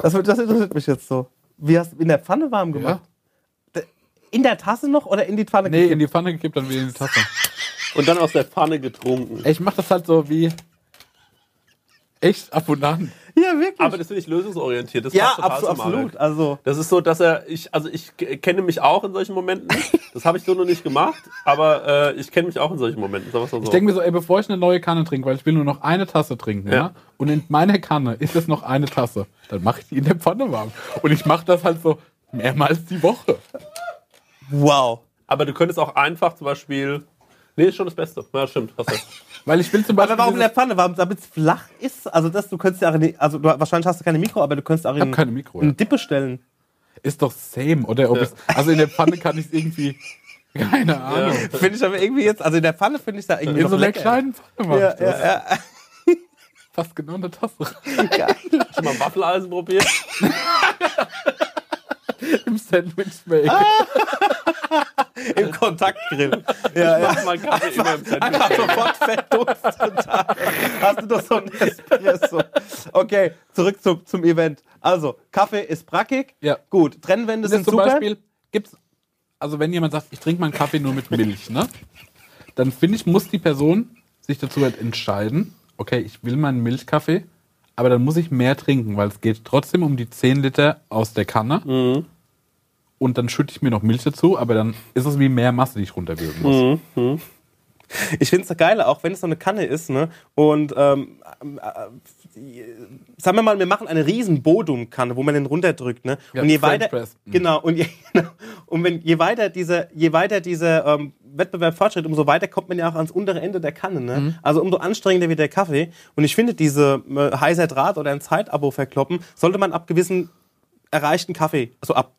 [SPEAKER 2] Das, würd- das interessiert mich jetzt so. Wie hast du in der Pfanne warm
[SPEAKER 4] Ja?
[SPEAKER 2] gemacht? Äh, In der Tasse noch oder in die Pfanne?
[SPEAKER 4] Nee, in die Pfanne gekippt, dann wieder in die Tasse.
[SPEAKER 1] Und dann aus der Pfanne getrunken.
[SPEAKER 4] Ich mache das halt so wie echt ab und an.
[SPEAKER 2] Ja, wirklich.
[SPEAKER 1] Aber das finde ich lösungsorientiert. Das
[SPEAKER 2] ja,
[SPEAKER 1] passt total
[SPEAKER 2] abso-
[SPEAKER 1] zu Marek.
[SPEAKER 2] absolut. Also,
[SPEAKER 1] Das ist so, dass er, ich, also ich k- kenne mich auch in solchen Momenten. Das habe ich so noch nicht gemacht, aber äh, ich kenne mich auch in solchen Momenten. Sagen wir's mal so.
[SPEAKER 4] Ich denke mir so, ey, bevor ich eine neue Kanne trinke, weil ich will nur noch eine Tasse trinken, ja.
[SPEAKER 1] Ja.
[SPEAKER 4] Und in meiner Kanne ist es noch eine Tasse. Dann mache ich die in der Pfanne warm. Und ich mache das halt so mehrmals die Woche.
[SPEAKER 2] wow.
[SPEAKER 1] aber du könntest auch einfach zum Beispiel. Nee, ist schon das Beste. Ja, stimmt. Hast recht.
[SPEAKER 4] Weil ich will zum Beispiel.
[SPEAKER 2] Aber warum in der
[SPEAKER 4] dieses-
[SPEAKER 2] Pfanne? Warum, damit es flach ist? Also, das, du könntest ja auch in die, also du, wahrscheinlich hast du keine Mikro, aber du könntest auch
[SPEAKER 4] ich
[SPEAKER 2] in,
[SPEAKER 4] habe keine Mikro.
[SPEAKER 2] in
[SPEAKER 4] Ja.
[SPEAKER 2] Dippe stellen.
[SPEAKER 4] Ist doch same, oder? Ob
[SPEAKER 1] Ja.
[SPEAKER 4] ich's- also in der Pfanne kann ich es irgendwie. Keine Ahnung.
[SPEAKER 2] Finde ich aber irgendwie jetzt, also in der Pfanne finde ich da irgendwie
[SPEAKER 4] In
[SPEAKER 2] noch
[SPEAKER 4] so einer
[SPEAKER 2] lecker.
[SPEAKER 4] kleinen Pfanne mache
[SPEAKER 2] Ja,
[SPEAKER 4] ich das.
[SPEAKER 2] ja, ja.
[SPEAKER 4] Fast genau eine Tasse.
[SPEAKER 1] Schon mal Waffeleisen probiert.
[SPEAKER 4] Im Sandwich-Maker.
[SPEAKER 2] Ah. Im Kontaktgrill. Ja, ja.
[SPEAKER 1] Mach mal Kaffee immer im Zentrum.
[SPEAKER 2] Einfach sofort verdurst und dann hast du doch so einen Espresso. Okay, zurück zum, zum Event. Also, Kaffee ist brackig.
[SPEAKER 4] Ja.
[SPEAKER 2] Gut, Trennwände
[SPEAKER 4] Das
[SPEAKER 2] sind
[SPEAKER 4] ist zum
[SPEAKER 2] super.
[SPEAKER 4] Beispiel, gibt's, also wenn jemand sagt, ich trinke meinen Kaffee nur mit Milch, ne? Dann finde ich, muss die Person sich dazu halt entscheiden, okay, ich will meinen Milchkaffee, aber dann muss ich mehr trinken, weil es geht trotzdem um die 10 Liter aus der Kanne. Und dann schütte ich mir noch Milch dazu, aber dann ist es wie mehr Masse, die ich runterwürgen muss.
[SPEAKER 2] Ich finde es geil, auch wenn es so eine Kanne ist, ne? Und ähm, äh, sagen wir mal, wir machen eine riesen Bodum-Kanne, wo man den runterdrückt, ne?
[SPEAKER 4] Ja,
[SPEAKER 2] und je
[SPEAKER 4] French
[SPEAKER 2] weiter,
[SPEAKER 4] Press. Mhm.
[SPEAKER 2] genau, und je, und wenn je weiter dieser, je weiter dieser ähm, Wettbewerb fortschritt, umso weiter kommt man ja auch ans untere Ende der Kanne, ne?
[SPEAKER 4] Mhm.
[SPEAKER 2] Also umso anstrengender wird der Kaffee. Und ich finde, diese äh, heißer Draht oder ein Zeitabo verkloppen, sollte man ab gewissen erreichten Kaffee, also ab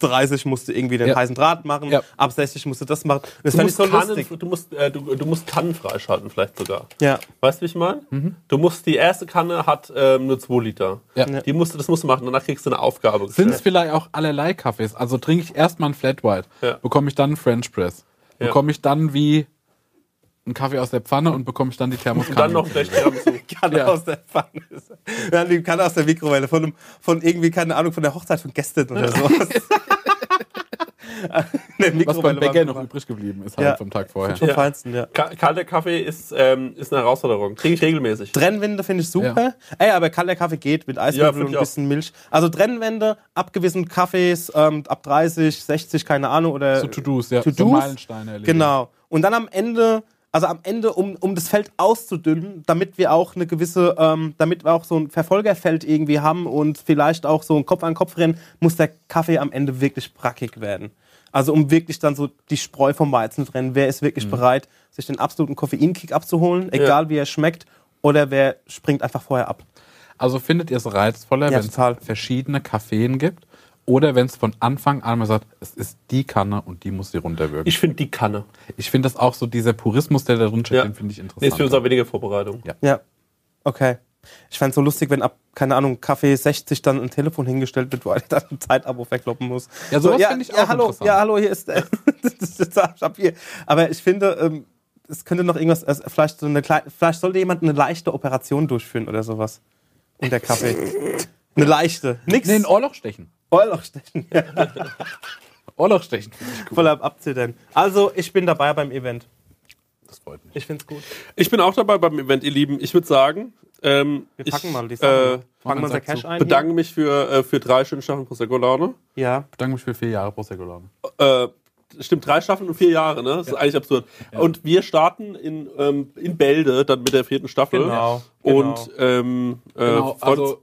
[SPEAKER 2] 30 musst du irgendwie den
[SPEAKER 4] Ja.
[SPEAKER 2] heißen Draht machen,
[SPEAKER 4] Ja.
[SPEAKER 2] ab 60 musst du das machen. Und Das
[SPEAKER 1] Du
[SPEAKER 2] fand ich
[SPEAKER 1] musst,
[SPEAKER 2] so lustig.
[SPEAKER 1] Kannen, du, musst, äh, du, du musst Kannen freischalten, vielleicht sogar.
[SPEAKER 2] Ja. Mhm.
[SPEAKER 1] Weißt du, wie ich meine? Du musst, die erste Kanne hat ähm, nur 2 Liter.
[SPEAKER 4] Ja.
[SPEAKER 1] Die musst, du- das musst du machen, danach kriegst du eine Aufgabe.
[SPEAKER 4] Sind es
[SPEAKER 1] gestellt.
[SPEAKER 4] vielleicht auch allerlei Kaffees? Also trinke ich erstmal einen Flat White,
[SPEAKER 1] Ja.
[SPEAKER 4] bekomme ich dann einen French Press,
[SPEAKER 1] Ja.
[SPEAKER 4] bekomme ich dann wie einen Kaffee aus der Pfanne und bekomme ich dann die Thermoskanne.
[SPEAKER 1] Und dann noch vielleicht Tiramisu.
[SPEAKER 2] Kanne
[SPEAKER 4] Ja.
[SPEAKER 2] aus der Pfanne. ist. Ja, die Kanne aus der Mikrowelle. Von, einem, von irgendwie, keine Ahnung, von der Hochzeit von gestern oder so.
[SPEAKER 4] Was beim Bäcker noch übrig geblieben ist halt
[SPEAKER 2] Ja.
[SPEAKER 4] vom Tag vorher.
[SPEAKER 2] Vom
[SPEAKER 1] Ja.
[SPEAKER 2] Feinsten, ja.
[SPEAKER 1] Ka- Kalter Kaffee ist, ähm, ist eine Herausforderung. Trinke ich regelmäßig.
[SPEAKER 2] Trennwände finde ich super. Ey, aber kalter Kaffee geht mit
[SPEAKER 1] Ja,
[SPEAKER 2] Eiswürfel
[SPEAKER 1] finde
[SPEAKER 2] und
[SPEAKER 1] ich
[SPEAKER 2] ein
[SPEAKER 1] auch.
[SPEAKER 2] bisschen Milch. Also Trennwände, abgewissen Kaffees, ähm, ab 30, 60, keine Ahnung. Oder
[SPEAKER 4] So To-Dos, ja. So
[SPEAKER 2] To-Dos.
[SPEAKER 4] Meilensteine erledigen.
[SPEAKER 2] Genau. Und dann am Ende, also am Ende, um, um das Feld auszudünnen, damit wir auch eine gewisse, ähm, damit wir auch so ein Verfolgerfeld irgendwie haben und vielleicht auch so ein Kopf-an-Kopf-Rennen, muss der Kaffee am Ende wirklich brackig werden. Also um wirklich dann so die Spreu vom Weizen zu trennen. Wer ist wirklich bereit, sich den absoluten Koffeinkick abzuholen, egal wie er schmeckt, oder wer springt einfach vorher ab.
[SPEAKER 4] Also findet ihr es reizvoller,
[SPEAKER 2] Ja,
[SPEAKER 4] wenn es
[SPEAKER 2] total.
[SPEAKER 4] verschiedene Kaffeen gibt oder wenn es von Anfang an mal sagt, es ist die Kanne und die muss sie runterwürgen. Ich,
[SPEAKER 1] Ich finde die Kanne.
[SPEAKER 4] finde das auch so, dieser Purismus, der da drin steckt,
[SPEAKER 1] Ja.
[SPEAKER 4] den finde ich
[SPEAKER 1] Nee, ist
[SPEAKER 4] interessant.
[SPEAKER 1] für uns auch weniger Vorbereitung.
[SPEAKER 4] Ja.
[SPEAKER 2] Ja. Okay. Ich fände es so lustig, wenn ab, keine Ahnung, Kaffee 60 dann ein Telefon hingestellt wird, wo einer dann ein Zeitabo verkloppen muss.
[SPEAKER 4] Ja, sowas finde ich auch
[SPEAKER 2] hallo,
[SPEAKER 4] interessant.
[SPEAKER 2] Ja, hallo, hier ist der. das ist das ich hab hier. Aber ich finde, ähm, es könnte noch irgendwas, also vielleicht, so eine, klei- vielleicht sollte jemand eine leichte Operation durchführen oder sowas. Und der Kaffee. Eine leichte. Nix.
[SPEAKER 4] Nee, ein Ohrloch stechen.
[SPEAKER 2] Ohrloch stechen. Ja,
[SPEAKER 4] Ohrloch stechen.
[SPEAKER 2] voll am Abzittern. Also, ich bin dabei beim Event.
[SPEAKER 4] Das freut mich.
[SPEAKER 2] Ich find's gut.
[SPEAKER 1] Ich bin auch dabei beim Event, ihr Lieben. Ich würde sagen, ähm,
[SPEAKER 2] Wir packen
[SPEAKER 1] ich,
[SPEAKER 2] mal die
[SPEAKER 1] äh,
[SPEAKER 2] Sachen. packen mal unser
[SPEAKER 4] sagt
[SPEAKER 2] Cash
[SPEAKER 4] so,
[SPEAKER 2] ein. hier.
[SPEAKER 1] bedanke mich für, äh, für drei schöne Staffeln Prosecco Laune.
[SPEAKER 2] Ja.
[SPEAKER 4] Ich bedanke mich für vier Jahre Prosecco Laune.
[SPEAKER 1] Äh, stimmt, drei Staffeln und vier Jahre, ne? Das ist eigentlich absurd. Und wir starten in, ähm, in Bälde dann mit der vierten Staffel.
[SPEAKER 2] Genau,
[SPEAKER 1] Und ähm, äh,
[SPEAKER 4] Genau,
[SPEAKER 1] freut uns-
[SPEAKER 4] also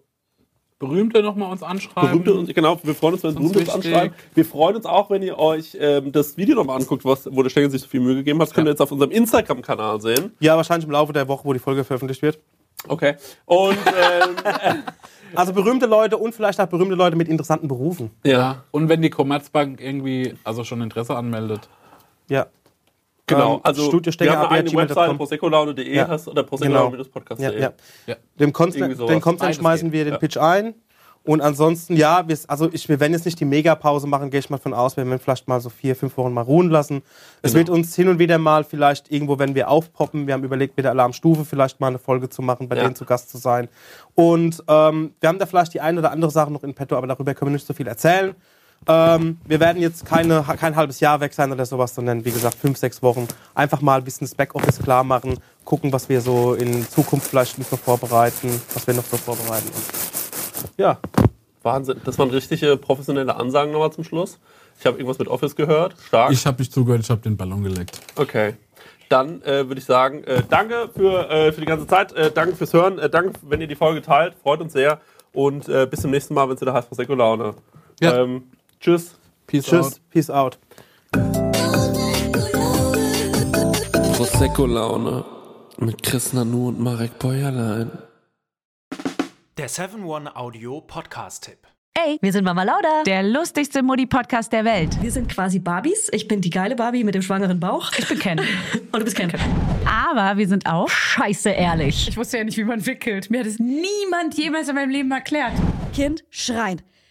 [SPEAKER 4] Berühmte nochmal uns anschreiben.
[SPEAKER 1] Berühmte und, genau, wir freuen uns, wenn
[SPEAKER 4] Uns
[SPEAKER 1] Berühmte uns
[SPEAKER 4] wichtig.
[SPEAKER 1] anschreiben. Wir freuen uns auch, wenn ihr euch ähm, das Video nochmal anguckt, was, wo der Stengel sich so viel Mühe gegeben hat. Könnt ihr jetzt auf unserem Instagram-Kanal sehen.
[SPEAKER 2] Ja, wahrscheinlich im Laufe der Woche, wo die Folge veröffentlicht wird.
[SPEAKER 1] Okay. Und ähm,
[SPEAKER 2] Also berühmte Leute und vielleicht auch berühmte Leute mit interessanten Berufen.
[SPEAKER 4] Ja. Und wenn die Commerzbank irgendwie also schon Interesse anmeldet.
[SPEAKER 2] Ja.
[SPEAKER 1] genau,
[SPEAKER 2] Ähm,
[SPEAKER 1] also
[SPEAKER 2] Studio Stenger
[SPEAKER 1] wir haben
[SPEAKER 2] ab, ja,
[SPEAKER 1] eine
[SPEAKER 2] gmail.com.
[SPEAKER 1] Webseite, proseccolaune.de
[SPEAKER 2] Ja.
[SPEAKER 1] hast oder
[SPEAKER 2] genau. Ja,
[SPEAKER 1] prosecco-podcast.de.
[SPEAKER 2] ja.
[SPEAKER 4] Ja.
[SPEAKER 2] Dem Konzern,
[SPEAKER 1] Irgendwie sowas.
[SPEAKER 2] den Konzern
[SPEAKER 4] Beides
[SPEAKER 2] schmeißen
[SPEAKER 4] geht.
[SPEAKER 2] wir den Pitch ein. Und ansonsten, ja, wir, also ich, wir werden jetzt nicht die Megapause machen, gehe ich mal von aus. Wir werden vielleicht mal so vier, fünf Wochen mal ruhen lassen.
[SPEAKER 1] Genau.
[SPEAKER 2] Es wird uns hin und wieder mal vielleicht irgendwo, wenn wir aufpoppen, wir haben überlegt, mit der Alarmstufe vielleicht mal eine Folge zu machen, bei
[SPEAKER 1] Ja.
[SPEAKER 2] denen zu Gast zu sein. Und ähm, wir haben da vielleicht die eine oder andere Sache noch in petto, aber darüber können wir nicht so viel erzählen. Ähm, wir werden jetzt keine, kein halbes Jahr weg sein oder sowas, sondern wie gesagt fünf, sechs Wochen. Einfach mal ein bisschen das Backoffice klar machen, gucken, was wir so in Zukunft vielleicht noch so vorbereiten, was wir noch so vorbereiten. Und ja,
[SPEAKER 1] Wahnsinn, das waren richtige professionelle Ansagen nochmal zum Schluss. Ich habe irgendwas mit Office gehört. Stark.
[SPEAKER 3] Ich habe nicht zugehört, ich habe den Ballon geleckt.
[SPEAKER 1] Okay. Dann äh, würde ich sagen, äh, danke für, äh, für die ganze Zeit, äh, danke fürs Hören, äh, danke, wenn ihr die Folge teilt, freut uns sehr und äh, bis zum nächsten Mal, wenn es wieder heißt Prosecco Laune.
[SPEAKER 4] Ja.
[SPEAKER 1] Ähm, tschüss.
[SPEAKER 4] Peace
[SPEAKER 2] tschüss,
[SPEAKER 4] out.
[SPEAKER 2] peace out.
[SPEAKER 8] Prosecco Laune mit Chris Nanu und Marek Bäuerlein.
[SPEAKER 9] Der 7-One Audio Podcast-Tipp.
[SPEAKER 10] Ey, wir sind Mama Lauda, der lustigste Mutti-Podcast der Welt.
[SPEAKER 11] Wir sind quasi Barbies. Ich bin die geile Barbie mit dem schwangeren Bauch.
[SPEAKER 10] Ich bin Ken.
[SPEAKER 11] Und du bist Ken.
[SPEAKER 10] Aber wir sind auch scheiße ehrlich.
[SPEAKER 12] Ich wusste ja nicht, wie man wickelt. Mir hat es niemand jemals in meinem Leben erklärt.
[SPEAKER 11] Kind schreien.